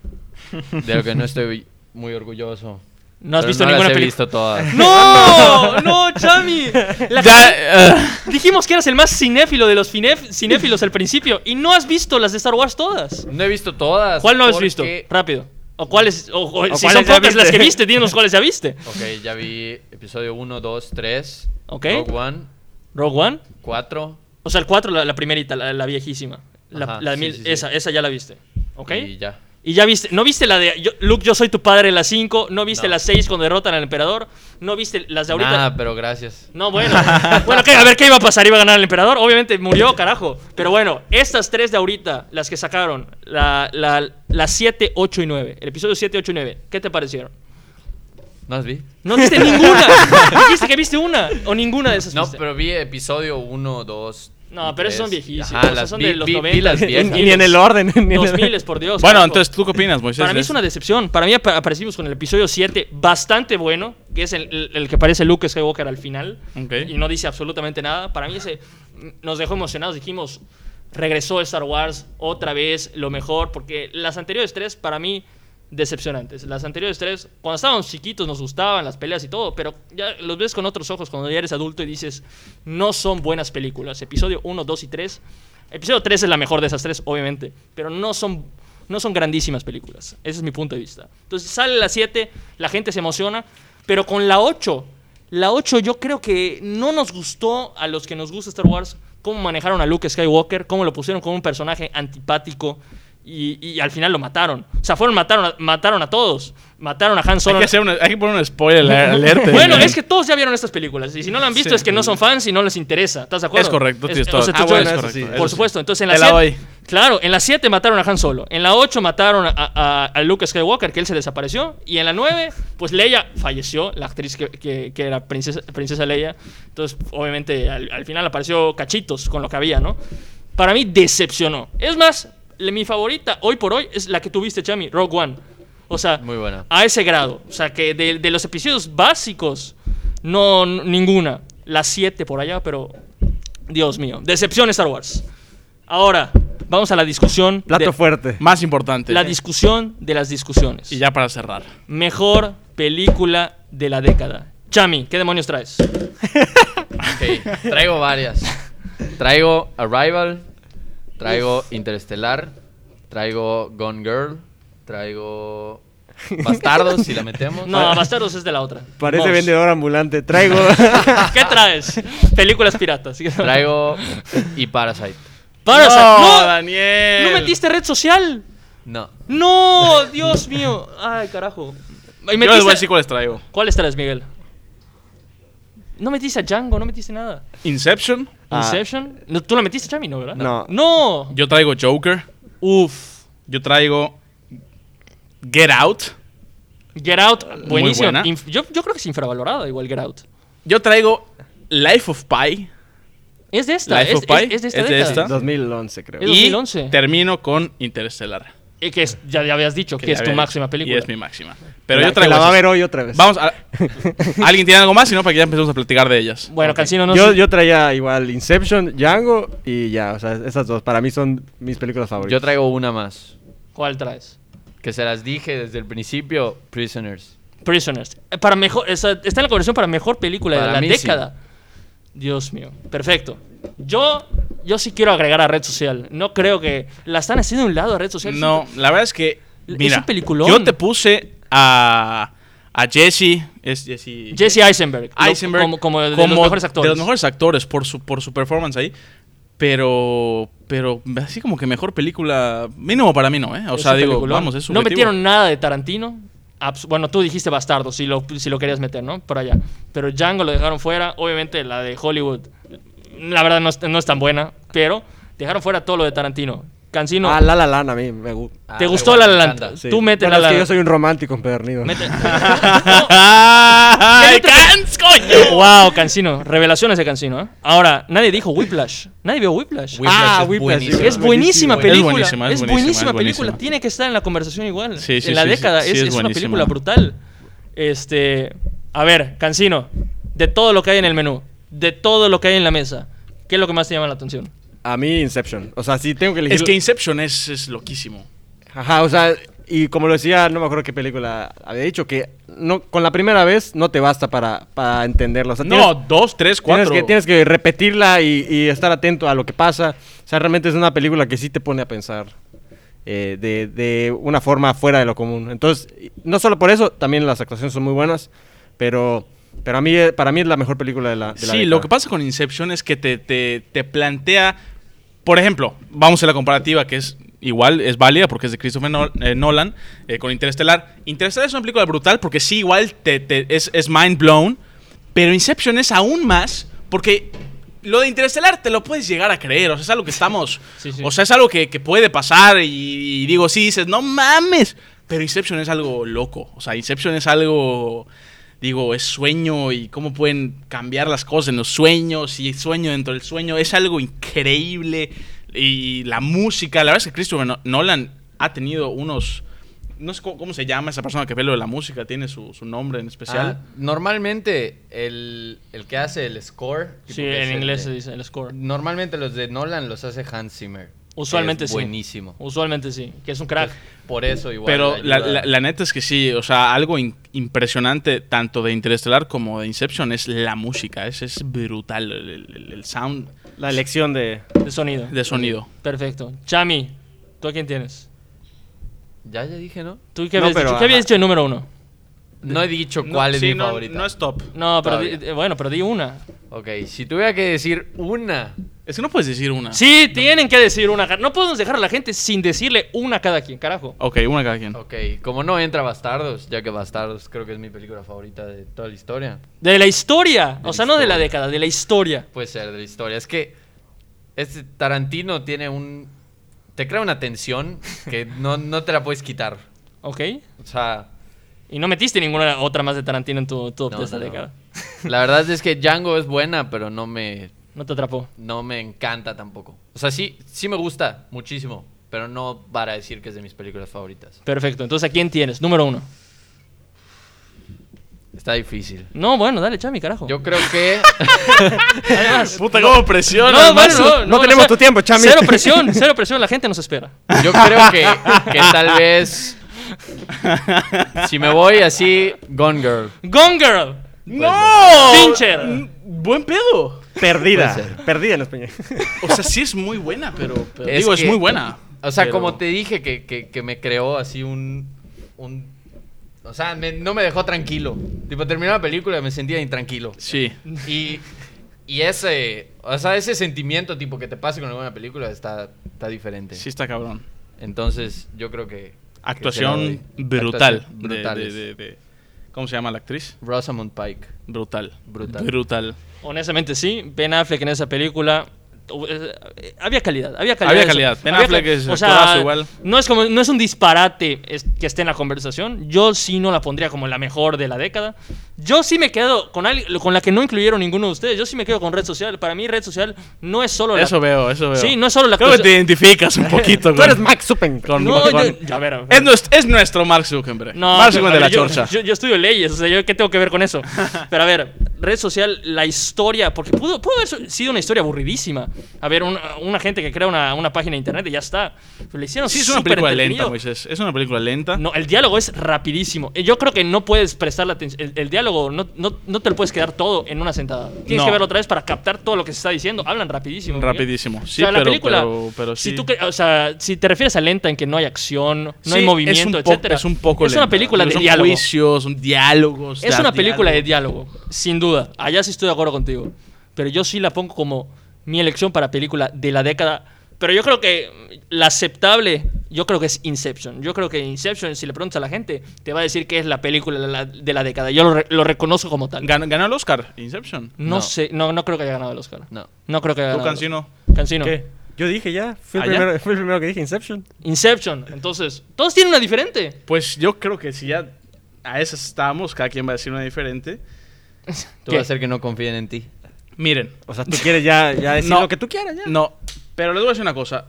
[SPEAKER 4] de lo que no estoy muy orgulloso.
[SPEAKER 1] No has
[SPEAKER 4] Pero
[SPEAKER 1] visto
[SPEAKER 4] no las
[SPEAKER 1] ninguna
[SPEAKER 4] he
[SPEAKER 1] película.
[SPEAKER 4] visto todas.
[SPEAKER 1] ¡No! ¡No, Chami! La gente-
[SPEAKER 4] Ya, eh,
[SPEAKER 1] Dijimos que eras el más cinéfilo de los finef- cinéfilos al principio y no has visto las de Star Wars todas.
[SPEAKER 4] no he visto todas.
[SPEAKER 1] ¿Cuál no has
[SPEAKER 4] porque-
[SPEAKER 1] visto? Rápido. ¿O cuáles? O, o- si
[SPEAKER 3] cuáles
[SPEAKER 1] son
[SPEAKER 3] ya
[SPEAKER 1] pocas las que viste,
[SPEAKER 3] viste?
[SPEAKER 1] dinos cuáles ya viste.
[SPEAKER 4] Ok, ya vi episodio 1, 2, 3.
[SPEAKER 1] Ok.
[SPEAKER 4] Rogue One,
[SPEAKER 1] Rogue One.
[SPEAKER 4] 4.
[SPEAKER 1] O sea, el 4, la, la primerita, la, la viejísima. La,
[SPEAKER 4] Ajá,
[SPEAKER 1] la de
[SPEAKER 4] sí,
[SPEAKER 1] mil-
[SPEAKER 4] sí, sí.
[SPEAKER 1] Esa, esa ya la viste. ¿Ok?
[SPEAKER 4] Y ya.
[SPEAKER 1] Y ya viste, no viste la de yo- Luke, yo soy tu padre, la 5, no viste
[SPEAKER 4] No.
[SPEAKER 1] la 6 cuando derrotan al emperador, no viste las de Pues ahorita.
[SPEAKER 4] Nada, pero gracias.
[SPEAKER 1] No, bueno. bueno, ¿qué? a ver qué iba a pasar. ¿Iba a ganar el emperador? Obviamente murió, carajo. Pero bueno, estas tres de ahorita, las que sacaron, la, la, las 7, 8 y 9, el episodio 7, 8 y 9, ¿qué te parecieron?
[SPEAKER 4] ¿No has visto?
[SPEAKER 1] No viste ninguna. Dijiste que viste una o ninguna de esas.
[SPEAKER 4] No,
[SPEAKER 1] viste.
[SPEAKER 4] pero vi episodio 1, 2.
[SPEAKER 1] Pues este- No, pero esas son viejísimas,
[SPEAKER 4] Ajá,
[SPEAKER 1] esas
[SPEAKER 4] las
[SPEAKER 1] son
[SPEAKER 4] vi-
[SPEAKER 1] de los
[SPEAKER 4] vi- vi
[SPEAKER 1] 90.
[SPEAKER 4] las
[SPEAKER 3] Ni,
[SPEAKER 4] viejas.
[SPEAKER 1] Bien.
[SPEAKER 3] ni en el orden. Ni en el...
[SPEAKER 1] 2000 por Dios.
[SPEAKER 2] Bueno,
[SPEAKER 1] carajo.
[SPEAKER 2] entonces, pues, ¿tú qué opinas, Moisés?
[SPEAKER 1] Para mí es una decepción. Para mí apa- aparecimos con el episodio 7 bastante bueno, que es el, el- el que parece Luke Skywalker al final.
[SPEAKER 2] Ok.
[SPEAKER 1] Y no dice absolutamente nada. Para mí ese nos dejó emocionados. Dijimos, regresó Star Wars otra vez, lo mejor. Porque las anteriores tres, para mí, decepcionantes. Las anteriores tres, cuando estábamos chiquitos, nos gustaban las peleas y todo. Pero ya los ves con otros ojos cuando ya eres adulto y dices, no son buenas películas. Episodio 1, 2 y 3. Episodio 3 es la mejor de esas tres, obviamente. Pero no son no son grandísimas películas. Ese es mi punto de vista. Entonces sale la 7, la gente se emociona, pero con la 8, la 8 yo creo que no nos gustó a los que nos gusta Star Wars cómo manejaron a Luke Skywalker, cómo lo pusieron como un personaje antipático y, y al final lo mataron. O sea, fueron, mataron a, mataron a todos. Mataron a Han
[SPEAKER 2] Hay
[SPEAKER 1] Solo.
[SPEAKER 2] que, hacer una- hay que poner un spoiler alerta.
[SPEAKER 1] Bueno,
[SPEAKER 2] güey.
[SPEAKER 1] es que todos ya vieron estas películas. Y si no la han visto,
[SPEAKER 2] Sí.
[SPEAKER 1] es que no son fans y no les interesa. ¿Estás de acuerdo?
[SPEAKER 2] Es correcto, tienes
[SPEAKER 1] o
[SPEAKER 2] toda-
[SPEAKER 1] sea,
[SPEAKER 2] Ah,
[SPEAKER 1] tú-
[SPEAKER 2] bueno,
[SPEAKER 1] tú-
[SPEAKER 2] eso sí, eso
[SPEAKER 1] Por
[SPEAKER 2] sí.
[SPEAKER 1] supuesto. Entonces, en
[SPEAKER 2] Te la
[SPEAKER 1] la
[SPEAKER 2] doy.
[SPEAKER 1] 7. Claro, en la 7 mataron a Han Solo. En la 8 mataron a, a- a Luke Skywalker, que él se desapareció. Y en la 9, pues Leia falleció, la actriz que, que- que era princesa, princesa Leia. Entonces, obviamente, al, al final apareció cachitos con lo que había, ¿no? Para mí, decepcionó. Es más, le- mi favorita hoy por hoy es la que tuviste, Chami, Rogue One. O sea,
[SPEAKER 4] Muy buena.
[SPEAKER 1] a ese grado. O sea, que de, de los episodios básicos, no n- ninguna. Las siete por allá, pero. Dios mío. Decepción Star Wars. Ahora, vamos a la discusión.
[SPEAKER 3] Plato
[SPEAKER 1] de-
[SPEAKER 3] fuerte.
[SPEAKER 2] Más importante.
[SPEAKER 1] La discusión de las discusiones.
[SPEAKER 2] y ya para cerrar.
[SPEAKER 1] Mejor película de la década. Chami, ¿qué demonios traes? Ah.
[SPEAKER 4] Ok, traigo varias. Traigo Arrival, traigo Interestelar, traigo Gone Girl, traigo Bastardos, si la metemos.
[SPEAKER 1] No, Bastardos es de la otra.
[SPEAKER 3] Parece
[SPEAKER 1] Vos.
[SPEAKER 3] vendedor ambulante. Traigo.
[SPEAKER 1] ¿Qué traes? Películas piratas.
[SPEAKER 4] Traigo y Parasite.
[SPEAKER 1] Parasite. ¡No!
[SPEAKER 2] Daniel!
[SPEAKER 1] ¡No metiste red social!
[SPEAKER 4] No.
[SPEAKER 1] ¡No! ¡Dios mío! ¡Ay, carajo! Y
[SPEAKER 2] Yo les voy a
[SPEAKER 1] metiste-
[SPEAKER 2] decir cuáles traigo.
[SPEAKER 1] ¿Cuáles traes, Miguel? No metiste a Django, no metiste nada.
[SPEAKER 2] Inception.
[SPEAKER 3] Ah.
[SPEAKER 1] Inception. No, ¿Tú la metiste, Chami? No, ¿verdad?
[SPEAKER 3] No.
[SPEAKER 1] ¡No!
[SPEAKER 2] Yo traigo Joker.
[SPEAKER 1] Uf.
[SPEAKER 2] Yo traigo Get Out.
[SPEAKER 1] Get Out, buenísimo.
[SPEAKER 2] buena.
[SPEAKER 1] Inf- Yo, yo creo que es infravalorada igual Get Out.
[SPEAKER 2] Yo traigo Life of Pi.
[SPEAKER 1] Es de esta.
[SPEAKER 2] Life
[SPEAKER 1] Es,
[SPEAKER 2] of Pi,
[SPEAKER 1] es- es de esta
[SPEAKER 2] es de
[SPEAKER 1] década.
[SPEAKER 2] esta.
[SPEAKER 3] 2011 creo.
[SPEAKER 1] Es
[SPEAKER 2] y
[SPEAKER 1] 2011.
[SPEAKER 2] termino con Interstellar.
[SPEAKER 1] Eh, que es- ya, ya habías dicho que,
[SPEAKER 2] ya
[SPEAKER 1] es tu
[SPEAKER 2] había
[SPEAKER 1] máxima
[SPEAKER 2] dicho.
[SPEAKER 1] película.
[SPEAKER 2] Y es mi máxima. Pero
[SPEAKER 3] La-
[SPEAKER 2] yo traigo.
[SPEAKER 3] que La va a
[SPEAKER 2] esas.
[SPEAKER 3] ver hoy otra vez.
[SPEAKER 2] Vamos a. ¿Alguien tiene algo más? Si no, para que ya empecemos a platicar de ellas.
[SPEAKER 1] Bueno, Cancino, no
[SPEAKER 3] yo,
[SPEAKER 1] sé-
[SPEAKER 3] yo traía igual Inception, Django y ya. O sea, esas dos para mí son mis películas
[SPEAKER 4] Yo
[SPEAKER 3] favoritas.
[SPEAKER 4] traigo una más.
[SPEAKER 1] ¿Cuál traes?
[SPEAKER 4] Que se las dije desde el principio, Prisoners.
[SPEAKER 1] Prisoners. Eh, Para mejor, esa- está en la conversión para mejor película
[SPEAKER 4] Para
[SPEAKER 1] de la
[SPEAKER 4] mí, sí.
[SPEAKER 1] década. Dios mío. Perfecto. Yo yo sí quiero agregar a red social. No creo que la están haciendo de un lado a red social.
[SPEAKER 2] No, la verdad es que.
[SPEAKER 1] Es
[SPEAKER 2] Mira,
[SPEAKER 1] un peliculón.
[SPEAKER 2] Yo te puse a. A Jesse. Es Jesse.
[SPEAKER 1] Jesse Eisenberg. lo-
[SPEAKER 2] Eisenberg.
[SPEAKER 1] Como, como de los mejores actores.
[SPEAKER 2] de los mejores actores por su, por su performance ahí. Pero. Pero así como que mejor película. Mínimo para mí no, ¿eh? O
[SPEAKER 1] Es
[SPEAKER 2] sea,
[SPEAKER 1] un
[SPEAKER 2] digo,
[SPEAKER 1] peliculón.
[SPEAKER 2] vamos, es
[SPEAKER 1] No
[SPEAKER 2] subjetivo.
[SPEAKER 1] metieron nada de Tarantino. Abs- Bueno, tú dijiste bastardo si lo, si lo querías meter, ¿no? Por allá. Pero Django lo dejaron fuera. Obviamente la de Hollywood, la verdad no es, no es tan buena, pero dejaron fuera todo lo de Tarantino. Cancino,
[SPEAKER 3] Ah, La La Land a mí me gusta.
[SPEAKER 4] Ah,
[SPEAKER 1] ¿te
[SPEAKER 4] me
[SPEAKER 1] gustó
[SPEAKER 4] gusta,
[SPEAKER 1] la La
[SPEAKER 4] me
[SPEAKER 1] Land?
[SPEAKER 4] encanta.
[SPEAKER 3] Sí.
[SPEAKER 1] Tú mete
[SPEAKER 3] Bueno,
[SPEAKER 1] la
[SPEAKER 3] es que
[SPEAKER 1] La
[SPEAKER 3] yo soy un romántico empedernido.
[SPEAKER 1] Mete-
[SPEAKER 2] ¡Ay,
[SPEAKER 1] Mete-
[SPEAKER 2] Cans, coño!
[SPEAKER 1] Wow, Cancino. Revelaciones de Cancino, ¿eh? Ahora, nadie dijo Whiplash. Nadie vio Whiplash.
[SPEAKER 4] Whiplash
[SPEAKER 3] Ah,
[SPEAKER 4] es
[SPEAKER 3] Whiplash,
[SPEAKER 4] buenísimo.
[SPEAKER 3] sí,
[SPEAKER 1] Es buenísima
[SPEAKER 3] buenísimo,
[SPEAKER 1] película.
[SPEAKER 2] es buenísima, es
[SPEAKER 1] Es
[SPEAKER 2] buenísima,
[SPEAKER 1] buenísima
[SPEAKER 2] es buenísima.
[SPEAKER 1] película. Tiene que estar en la conversación igual.
[SPEAKER 2] Sí, sí,
[SPEAKER 1] en la
[SPEAKER 2] sí,
[SPEAKER 1] década.
[SPEAKER 2] sí,
[SPEAKER 1] es,
[SPEAKER 2] sí, es
[SPEAKER 1] es una
[SPEAKER 2] buenísima.
[SPEAKER 1] película brutal. Este. A ver, Cancino. De todo lo que hay en el menú. De todo lo que hay en la mesa. ¿Qué es lo que más te llama la atención?
[SPEAKER 3] A mí Inception. O sea, sí tengo que elegir.
[SPEAKER 2] Es que Inception es, es loquísimo.
[SPEAKER 3] Ajá, o sea, y como lo decía, no me acuerdo qué película había dicho, que no, con la primera vez no te basta para, para entenderlo. O sea,
[SPEAKER 2] No,
[SPEAKER 3] tienes-
[SPEAKER 2] dos,
[SPEAKER 3] tienes,
[SPEAKER 2] tres, cuatro.
[SPEAKER 3] que, tienes que repetirla y, y estar atento a lo que pasa. O sea, realmente es una película que sí te pone a pensar eh, de, de una forma fuera de lo común. Entonces, y- no solo por eso, también las actuaciones son muy buenas, pero, pero a mí, eh, para mí es la mejor película de la, de la
[SPEAKER 2] Sí,
[SPEAKER 3] década.
[SPEAKER 2] lo que pasa con Inception es que te, te- te plantea, por ejemplo, vamos a la comparativa que es igual, es válida porque es de Christopher Nol- eh, Nolan eh, con Interestelar. Interestelar es una película brutal porque sí, igual te, te- es, es mind blown, pero Inception es aún más porque lo de Interestelar te lo puedes llegar a creer, o sea, es algo que estamos,
[SPEAKER 1] Sí, sí.
[SPEAKER 2] o sea, es algo que, que puede pasar y, y digo, sí, dices, no mames, pero Inception es algo loco, o sea, Inception es algo digo, es sueño y cómo pueden cambiar las cosas en los sueños y sueño dentro del sueño. Es algo increíble. Y la música, la verdad es que Christopher No- Nolan ha tenido unos... No sé cómo, cómo se llama esa persona que ve lo de la música, tiene su, su nombre en especial.
[SPEAKER 4] Ah, normalmente, el, el que hace el score. tipo
[SPEAKER 1] Sí,
[SPEAKER 4] que es
[SPEAKER 1] en
[SPEAKER 4] el
[SPEAKER 1] inglés se
[SPEAKER 4] de-
[SPEAKER 1] dice el score.
[SPEAKER 4] Normalmente los de Nolan los hace Hans Zimmer. que
[SPEAKER 1] Usualmente
[SPEAKER 4] es
[SPEAKER 1] sí.
[SPEAKER 4] Buenísimo.
[SPEAKER 1] Usualmente sí. Que es un crack.
[SPEAKER 4] Por eso igual.
[SPEAKER 2] Pero la,
[SPEAKER 4] ayuda.
[SPEAKER 2] la- la neta es que sí, o sea, algo in- impresionante tanto de Interestelar como de Inception es la música, es, es brutal el, el- el sound
[SPEAKER 3] La elección de...
[SPEAKER 1] De sonido.
[SPEAKER 2] de sonido.
[SPEAKER 1] Perfecto. Chami, ¿tú a quién tienes?
[SPEAKER 4] Ya, ya dije, ¿no?
[SPEAKER 1] ¿Tú qué
[SPEAKER 3] No,
[SPEAKER 1] habías
[SPEAKER 3] pero,
[SPEAKER 1] dicho? ¿Qué habías
[SPEAKER 3] ajá.
[SPEAKER 1] dicho de número uno?
[SPEAKER 4] No he dicho cuál
[SPEAKER 2] No,
[SPEAKER 4] es
[SPEAKER 2] sí,
[SPEAKER 4] mi
[SPEAKER 2] no-
[SPEAKER 4] favorita.
[SPEAKER 2] No es top.
[SPEAKER 1] No, pero di-
[SPEAKER 4] Todavía.
[SPEAKER 1] eh, bueno, pero di una.
[SPEAKER 4] Ok, si tuviera que decir una.
[SPEAKER 2] Es que no puedes decir
[SPEAKER 4] Ah.
[SPEAKER 2] una.
[SPEAKER 1] Sí, tienen que decir una. ca- No podemos dejar a la gente sin decirle una a cada quien, carajo.
[SPEAKER 2] Ok, una cada quien.
[SPEAKER 4] Ok, como no entra Bastardos, ya que Bastardos creo que es mi película favorita de toda la historia.
[SPEAKER 1] De la historia.
[SPEAKER 4] De
[SPEAKER 1] o
[SPEAKER 4] la
[SPEAKER 1] sea, no de la
[SPEAKER 4] historia.
[SPEAKER 1] década, de la historia.
[SPEAKER 4] Puede ser de la historia. Es que este Tarantino tiene un. Te crea una tensión que no, no te la puedes quitar.
[SPEAKER 1] ¿Ok?
[SPEAKER 4] O sea,
[SPEAKER 1] Y no metiste ninguna otra más de Tarantino en tu top
[SPEAKER 4] No,
[SPEAKER 1] de esta
[SPEAKER 4] no, no.
[SPEAKER 1] década.
[SPEAKER 4] la verdad es que Django es buena, pero no me,
[SPEAKER 1] No te atrapó.
[SPEAKER 4] no me encanta tampoco. O sea, sí, sí me gusta muchísimo, pero no para decir que es de mis películas favoritas.
[SPEAKER 1] Perfecto. Entonces, ¿a quién tienes? Número uno.
[SPEAKER 4] Está difícil.
[SPEAKER 1] No, bueno, dale, Chami, carajo.
[SPEAKER 4] Yo creo que. Ah,
[SPEAKER 1] Además.
[SPEAKER 2] Puta, cómo presiona.
[SPEAKER 1] No, bueno,
[SPEAKER 2] mazo.
[SPEAKER 1] no, no,
[SPEAKER 3] no tenemos
[SPEAKER 1] o sea,
[SPEAKER 3] tu tiempo, Chami.
[SPEAKER 1] Cero presión, cero presión. La gente nos espera.
[SPEAKER 4] Yo creo que, que tal vez. Si me voy así, Gone Girl.
[SPEAKER 1] Gone Girl.
[SPEAKER 2] Pues, ¡No!
[SPEAKER 1] Fincher.
[SPEAKER 2] Mm, Buen pedo.
[SPEAKER 3] Perdida.
[SPEAKER 4] Puede ser.
[SPEAKER 3] Perdida en español.
[SPEAKER 2] O sea, sí es muy buena, pero. pero-
[SPEAKER 4] Es
[SPEAKER 2] digo, es
[SPEAKER 4] que-
[SPEAKER 2] muy buena.
[SPEAKER 4] O sea,
[SPEAKER 2] pero-
[SPEAKER 4] como te dije, que, que- que me creó así un. un o sea, me- no me dejó tranquilo. Tipo, terminó la película y me sentía intranquilo.
[SPEAKER 2] Sí.
[SPEAKER 4] Y, y ese. O sea, ese sentimiento, tipo, que te pase con alguna película está, está diferente.
[SPEAKER 2] Sí, está cabrón.
[SPEAKER 4] Entonces, yo creo que. que se
[SPEAKER 2] Actuación
[SPEAKER 4] la doy.
[SPEAKER 2] brutal.
[SPEAKER 4] Actuación
[SPEAKER 2] de-
[SPEAKER 4] brutal
[SPEAKER 2] de-
[SPEAKER 4] es.
[SPEAKER 2] de- de- ¿Cómo se llama la actriz?
[SPEAKER 4] Rosamund Pike.
[SPEAKER 2] Brutal.
[SPEAKER 4] Brutal.
[SPEAKER 2] Brutal.
[SPEAKER 1] Honestamente, sí. Ben Affleck en esa película. tu- eh, eh, Había calidad, había calidad.
[SPEAKER 2] Había
[SPEAKER 1] eso.
[SPEAKER 2] calidad. Ben
[SPEAKER 1] Había
[SPEAKER 2] Affleck
[SPEAKER 1] cal-
[SPEAKER 2] es
[SPEAKER 1] o sea,
[SPEAKER 2] actorazo igual.
[SPEAKER 1] No es, como, no es un disparate es- que esté en la conversación. Yo sí no la pondría como la mejor de la década. Yo sí me quedo con, al- con la que no incluyeron ninguno de ustedes. Yo sí me quedo con red social. Para mí, red social no es solo la.
[SPEAKER 2] Eso veo, eso veo.
[SPEAKER 1] Sí, no es solo la
[SPEAKER 2] Creo que
[SPEAKER 1] actuación-
[SPEAKER 2] te identificas un poquito
[SPEAKER 3] Tú
[SPEAKER 2] con.
[SPEAKER 3] eres Max Supen.
[SPEAKER 2] con-
[SPEAKER 1] No,
[SPEAKER 2] con-
[SPEAKER 1] yo- yo- a ver, a ver.
[SPEAKER 2] Es, nuestro, es nuestro Mark Zuckerberg. Mark
[SPEAKER 1] pero,
[SPEAKER 2] Zuckerberg de
[SPEAKER 1] a
[SPEAKER 2] la
[SPEAKER 1] ver, yo,
[SPEAKER 2] chorcha.
[SPEAKER 1] Yo, yo estudio leyes, o sea, yo, ¿qué tengo que ver con eso? Pero a ver, red social, la historia, porque pudo, pudo haber su- sido una historia aburridísima. A ver, una, una gente que crea una, una página de internet y ya está. Pero le hicieron
[SPEAKER 2] sí, es una
[SPEAKER 1] súper
[SPEAKER 2] película lenta,
[SPEAKER 1] entretenido.
[SPEAKER 2] Moisés. Es una película lenta.
[SPEAKER 1] No, el diálogo es rapidísimo. Eh, Yo creo que no puedes prestar la atención. El, el diálogo diálogo. No, no, no te lo puedes quedar todo en una sentada. Tienes
[SPEAKER 2] No.
[SPEAKER 1] que verlo otra vez para captar todo lo que se está diciendo. Hablan rapidísimo. Miguel.
[SPEAKER 2] Rapidísimo. Sí,
[SPEAKER 1] o sea, la
[SPEAKER 2] pero-
[SPEAKER 1] película,
[SPEAKER 2] pero- pero sí.
[SPEAKER 1] si, tú, cre- o sea, si te refieres a lenta en que no hay acción, no
[SPEAKER 2] Sí,
[SPEAKER 1] hay
[SPEAKER 2] es
[SPEAKER 1] movimiento,
[SPEAKER 2] un po-
[SPEAKER 1] etcétera.
[SPEAKER 2] Es un poco
[SPEAKER 1] Es una
[SPEAKER 2] lenta.
[SPEAKER 1] película de
[SPEAKER 2] Son
[SPEAKER 1] diálogo.
[SPEAKER 2] juicios, son diálogos.
[SPEAKER 1] Es
[SPEAKER 2] da-
[SPEAKER 1] una película de
[SPEAKER 2] diálogo.
[SPEAKER 1] diálogo, sin duda. Allá sí estoy de acuerdo contigo. Pero yo sí la pongo como mi elección para película de la década. Pero yo creo que la aceptable, yo creo que es Inception. Yo creo que Inception, si le preguntas a la gente, te va a decir que es la película de la, de la década. Yo lo, re- lo reconozco como tal.
[SPEAKER 2] Ganó, ganó el Oscar, Inception.
[SPEAKER 1] no,
[SPEAKER 4] No.
[SPEAKER 1] sé, no, no creo que haya ganado el Oscar.
[SPEAKER 4] No.
[SPEAKER 1] No creo que haya
[SPEAKER 2] Tú,
[SPEAKER 1] ganado.
[SPEAKER 2] Cancino.
[SPEAKER 1] Cancino.
[SPEAKER 3] ¿Qué? Yo dije ya. Fui el,
[SPEAKER 2] ¿Ah, ya?
[SPEAKER 3] primero, fui el primero que dije Inception.
[SPEAKER 1] Inception. Entonces, todos tienen una diferente.
[SPEAKER 2] Pues yo creo que si ya a esas estamos, cada quien va a decir una diferente.
[SPEAKER 4] Tú
[SPEAKER 1] ¿Qué?
[SPEAKER 4] vas a hacer que no confíen en ti.
[SPEAKER 2] Miren,
[SPEAKER 3] O sea, tú quieres ya, ya decir
[SPEAKER 2] No.
[SPEAKER 3] lo que tú quieras ya.
[SPEAKER 2] no, pero les voy a decir una cosa.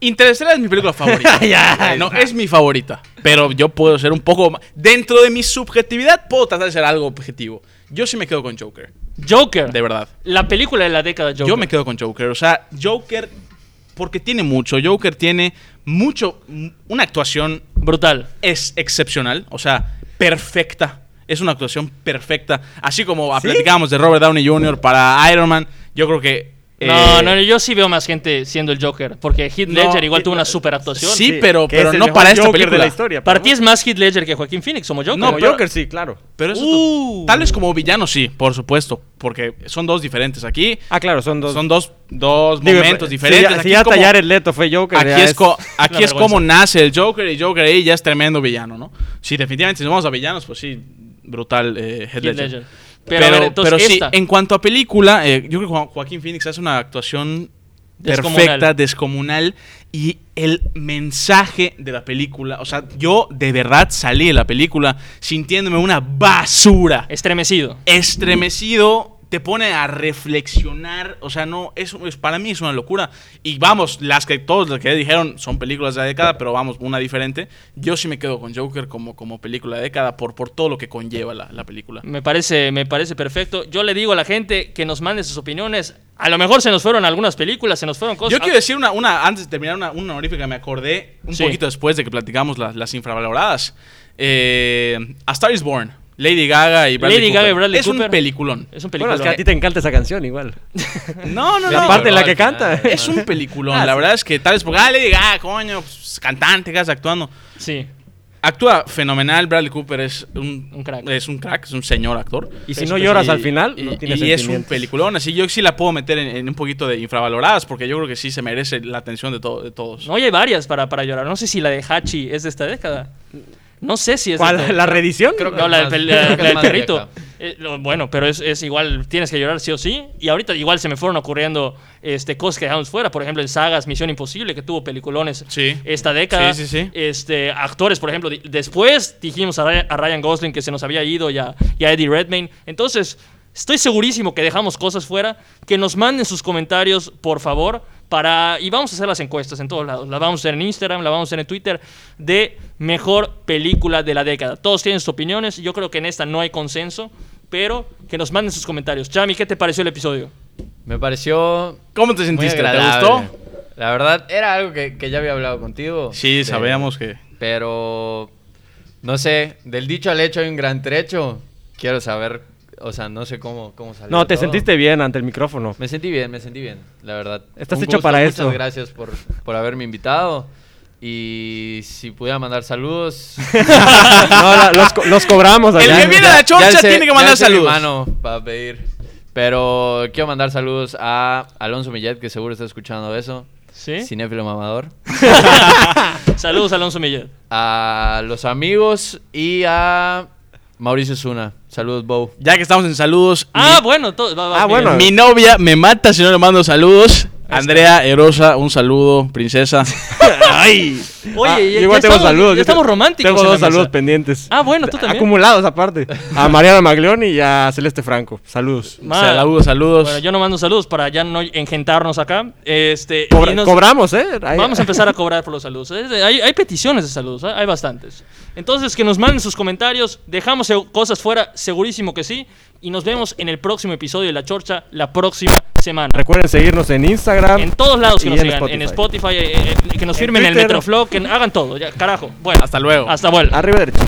[SPEAKER 2] Interestelar es mi película favorita.
[SPEAKER 3] Ya.
[SPEAKER 2] No, es mi favorita. Pero yo puedo ser un poco más. Dentro de mi subjetividad, puedo tratar de ser algo objetivo. Yo sí me quedo con Joker.
[SPEAKER 1] Joker.
[SPEAKER 2] De verdad.
[SPEAKER 1] La película de la década Joker.
[SPEAKER 2] Yo me quedo con Joker. O sea, Joker. Porque tiene mucho. Joker tiene mucho. m- Una actuación
[SPEAKER 1] Brutal.
[SPEAKER 2] es excepcional. O sea, perfecta. Es una actuación perfecta. Así como platicábamos de Robert Downey Jr. para Iron Man. Yo creo que.
[SPEAKER 1] No,
[SPEAKER 2] eh,
[SPEAKER 1] no, yo sí veo más gente siendo el Joker. Porque Heath
[SPEAKER 2] No,
[SPEAKER 1] Ledger igual
[SPEAKER 2] eh,
[SPEAKER 1] tuvo una super actuación.
[SPEAKER 2] Sí, pero-
[SPEAKER 3] que
[SPEAKER 2] pero
[SPEAKER 3] es el
[SPEAKER 2] no
[SPEAKER 3] mejor
[SPEAKER 2] para esta
[SPEAKER 3] Joker De
[SPEAKER 2] película.
[SPEAKER 3] la historia,
[SPEAKER 1] Para
[SPEAKER 3] pero-
[SPEAKER 1] ti es más Heath Ledger que Joaquín Phoenix como Joker.
[SPEAKER 2] No,
[SPEAKER 3] Como
[SPEAKER 2] pero-
[SPEAKER 3] Joker sí, claro.
[SPEAKER 2] Pero eso
[SPEAKER 1] Uh.
[SPEAKER 2] tal vez como villano sí, por supuesto. Porque son dos diferentes. Aquí
[SPEAKER 3] Ah, claro, son dos.
[SPEAKER 2] son dos, dos
[SPEAKER 3] Digo,
[SPEAKER 2] momentos
[SPEAKER 3] si
[SPEAKER 2] diferentes.
[SPEAKER 3] ya- Si,
[SPEAKER 2] Aquí
[SPEAKER 3] ya
[SPEAKER 2] como-
[SPEAKER 3] tallar el leto fue Joker.
[SPEAKER 2] Aquí
[SPEAKER 3] ya
[SPEAKER 2] es, co- aquí es
[SPEAKER 1] vergüenza.
[SPEAKER 2] como nace el Joker y Joker ahí ya es tremendo villano, ¿no? Sí, definitivamente, si nos vamos a villanos, pues sí, brutal eh, Heath
[SPEAKER 1] Heath
[SPEAKER 2] Ledger.
[SPEAKER 1] Ledger.
[SPEAKER 2] Pero,
[SPEAKER 1] Pero, a ver, entonces
[SPEAKER 2] pero sí,
[SPEAKER 1] esta.
[SPEAKER 2] en cuanto a película, eh, yo creo que Jo- Joaquín Phoenix hace una actuación
[SPEAKER 1] Descomunal.
[SPEAKER 2] perfecta, descomunal, y el mensaje de la película, o sea, yo de verdad salí de la película sintiéndome una basura
[SPEAKER 1] Estremecido.
[SPEAKER 2] estremecido, te pone a reflexionar, o sea, no, es, es- para mí es una locura. Y vamos, las que todos los que dijeron son películas de la década, pero vamos, una diferente. Yo sí me quedo con Joker como, como película de década por, por todo lo que conlleva la, la película.
[SPEAKER 1] Me parece, me parece perfecto. Yo le digo a la gente que nos mande sus opiniones. A lo mejor se nos fueron algunas películas, se nos fueron
[SPEAKER 3] Pues,
[SPEAKER 1] cosas.
[SPEAKER 2] Yo quiero decir una, una antes de terminar, una, una honorífica, me acordé un
[SPEAKER 1] Sí.
[SPEAKER 2] poquito después de que platicamos las, las infravaloradas. Eh, a Star is Born, Lady Gaga y Bradley
[SPEAKER 1] Lady
[SPEAKER 2] Cooper.
[SPEAKER 1] Gaga y Bradley
[SPEAKER 2] es un
[SPEAKER 1] Cooper.
[SPEAKER 2] peliculón.
[SPEAKER 1] Es un
[SPEAKER 3] Bueno,
[SPEAKER 1] película.
[SPEAKER 3] es que a ti te encanta esa canción igual.
[SPEAKER 2] No, no, no.
[SPEAKER 3] La parte en la que canta.
[SPEAKER 2] Es un peliculón, la verdad es que tal vez porque, ah, le diga, ah, coño, pues, cantante, que hace actuando.
[SPEAKER 1] Sí.
[SPEAKER 2] Actúa fenomenal, Bradley Cooper es un,
[SPEAKER 1] Un crack.
[SPEAKER 2] Es un crack, es un señor actor. pues,
[SPEAKER 3] Y si no lloras al final,
[SPEAKER 2] Y,
[SPEAKER 3] no tienes
[SPEAKER 2] y es un
[SPEAKER 3] sentimientos.
[SPEAKER 2] peliculón, así yo sí la puedo meter en, en un poquito de infravaloradas porque yo creo que sí se merece la atención de, to- de todos.
[SPEAKER 1] No, y hay varias para, para llorar. No sé si la de Hachi es de esta década. No sé si es de esta
[SPEAKER 3] ¿Cuál? ¿La reedición?
[SPEAKER 4] Creo que-
[SPEAKER 1] No, la,
[SPEAKER 4] Más-
[SPEAKER 1] del- la-
[SPEAKER 4] creo que
[SPEAKER 1] la del
[SPEAKER 4] es más
[SPEAKER 1] perrito.
[SPEAKER 4] vieja.
[SPEAKER 1] Eh, lo- bueno, pero es, es igual, tienes que llorar sí o sí. Y ahorita igual se me fueron ocurriendo este, cosas que dejamos fuera. Por ejemplo, en sagas, Misión Imposible, que tuvo peliculones
[SPEAKER 2] Sí.
[SPEAKER 1] esta década.
[SPEAKER 2] Sí, sí, sí.
[SPEAKER 1] Este, actores, por ejemplo. di- Después dijimos a Ryan, a Ryan Gosling que se nos había ido y a, y a Eddie Redmayne. Entonces, estoy segurísimo que dejamos cosas fuera. Que nos manden sus comentarios, por favor. Para, y vamos a hacer las encuestas en todos lados. Las vamos a hacer en Instagram, las vamos a hacer en Twitter. De mejor película de la década. Todos tienen sus opiniones. Yo creo que en esta no hay consenso. Pero que nos manden sus comentarios. Chami, ¿qué te pareció el episodio?
[SPEAKER 4] Me pareció
[SPEAKER 2] ¿Cómo te
[SPEAKER 4] muy
[SPEAKER 2] sentiste? ¿Te
[SPEAKER 4] agradable.
[SPEAKER 2] gustó?
[SPEAKER 4] La verdad, era algo que, que ya había hablado contigo. Este,
[SPEAKER 2] Sí,
[SPEAKER 4] De-
[SPEAKER 2] sabíamos que...
[SPEAKER 4] Pero, no sé, del dicho al hecho hay un gran trecho. Quiero saber, o sea, no sé cómo, cómo salió.
[SPEAKER 3] No, te
[SPEAKER 4] todo.
[SPEAKER 3] sentiste bien ante el micrófono.
[SPEAKER 4] Me sentí bien, me sentí bien, la verdad.
[SPEAKER 3] Estás
[SPEAKER 4] Un
[SPEAKER 3] hecho para
[SPEAKER 4] Muchas
[SPEAKER 3] esto.
[SPEAKER 4] gracias por, por haberme invitado. Y si pudiera mandar saludos.
[SPEAKER 3] No, la- los, co- los cobramos
[SPEAKER 2] El
[SPEAKER 3] allá.
[SPEAKER 2] que viene a la choncha tiene que mandar saludos.
[SPEAKER 4] Mano para pedir. Pero quiero mandar saludos a Alonso Millet, que seguro está escuchando eso.
[SPEAKER 1] ¿Sí?
[SPEAKER 4] Cinéfilo mamador.
[SPEAKER 1] Saludos, Alonso Millet.
[SPEAKER 4] A los amigos y a Mauricio Zuna. Saludos, Bow.
[SPEAKER 2] Ya que estamos en saludos,
[SPEAKER 1] Ah,
[SPEAKER 2] mi-
[SPEAKER 1] bueno, todo. va, va,
[SPEAKER 3] Ah,
[SPEAKER 1] Miguel.
[SPEAKER 3] bueno.
[SPEAKER 2] mi, novia me mata si no le mando saludos. Andrea Erosa, un saludo, princesa. Ay.
[SPEAKER 1] Oye,
[SPEAKER 3] Ah,
[SPEAKER 1] ya-
[SPEAKER 3] yo
[SPEAKER 1] ya,
[SPEAKER 3] igual tengo
[SPEAKER 1] estamos,
[SPEAKER 3] saludos.
[SPEAKER 1] ya
[SPEAKER 3] yo
[SPEAKER 1] estamos
[SPEAKER 3] te-
[SPEAKER 1] románticos.
[SPEAKER 3] Tengo
[SPEAKER 1] en
[SPEAKER 3] dos
[SPEAKER 1] la
[SPEAKER 3] saludos
[SPEAKER 1] mesa.
[SPEAKER 3] pendientes.
[SPEAKER 1] Ah, bueno, tú también.
[SPEAKER 3] Acumulados aparte. A Mariana Maglioni y a Celeste Franco. Saludos.
[SPEAKER 1] Ma-
[SPEAKER 2] Saludos, saludos.
[SPEAKER 1] Bueno, yo no mando saludos para ya no engentarnos acá. Este, y
[SPEAKER 3] Cobra-
[SPEAKER 1] nos-
[SPEAKER 3] cobramos, ¿eh? Ahí-
[SPEAKER 1] Vamos a empezar a cobrar por los saludos. Es de- Hay, hay peticiones de saludos, ¿eh? hay bastantes. Entonces, que nos manden sus comentarios. Dejamos eu- cosas fuera, segurísimo que sí. Y nos vemos en el próximo episodio de La Chorcha la próxima semana.
[SPEAKER 3] Recuerden seguirnos en Instagram.
[SPEAKER 1] En todos lados que
[SPEAKER 3] Y
[SPEAKER 1] nos
[SPEAKER 3] en
[SPEAKER 1] sigan. En
[SPEAKER 3] Spotify.
[SPEAKER 1] Spotify, eh, eh, que nos
[SPEAKER 3] En
[SPEAKER 1] firmen en el
[SPEAKER 3] Twitter.
[SPEAKER 1] Metroflog, que hagan todo. ya, carajo. Bueno,
[SPEAKER 2] Hasta luego.
[SPEAKER 1] hasta vuelta.
[SPEAKER 3] Arriba derecha.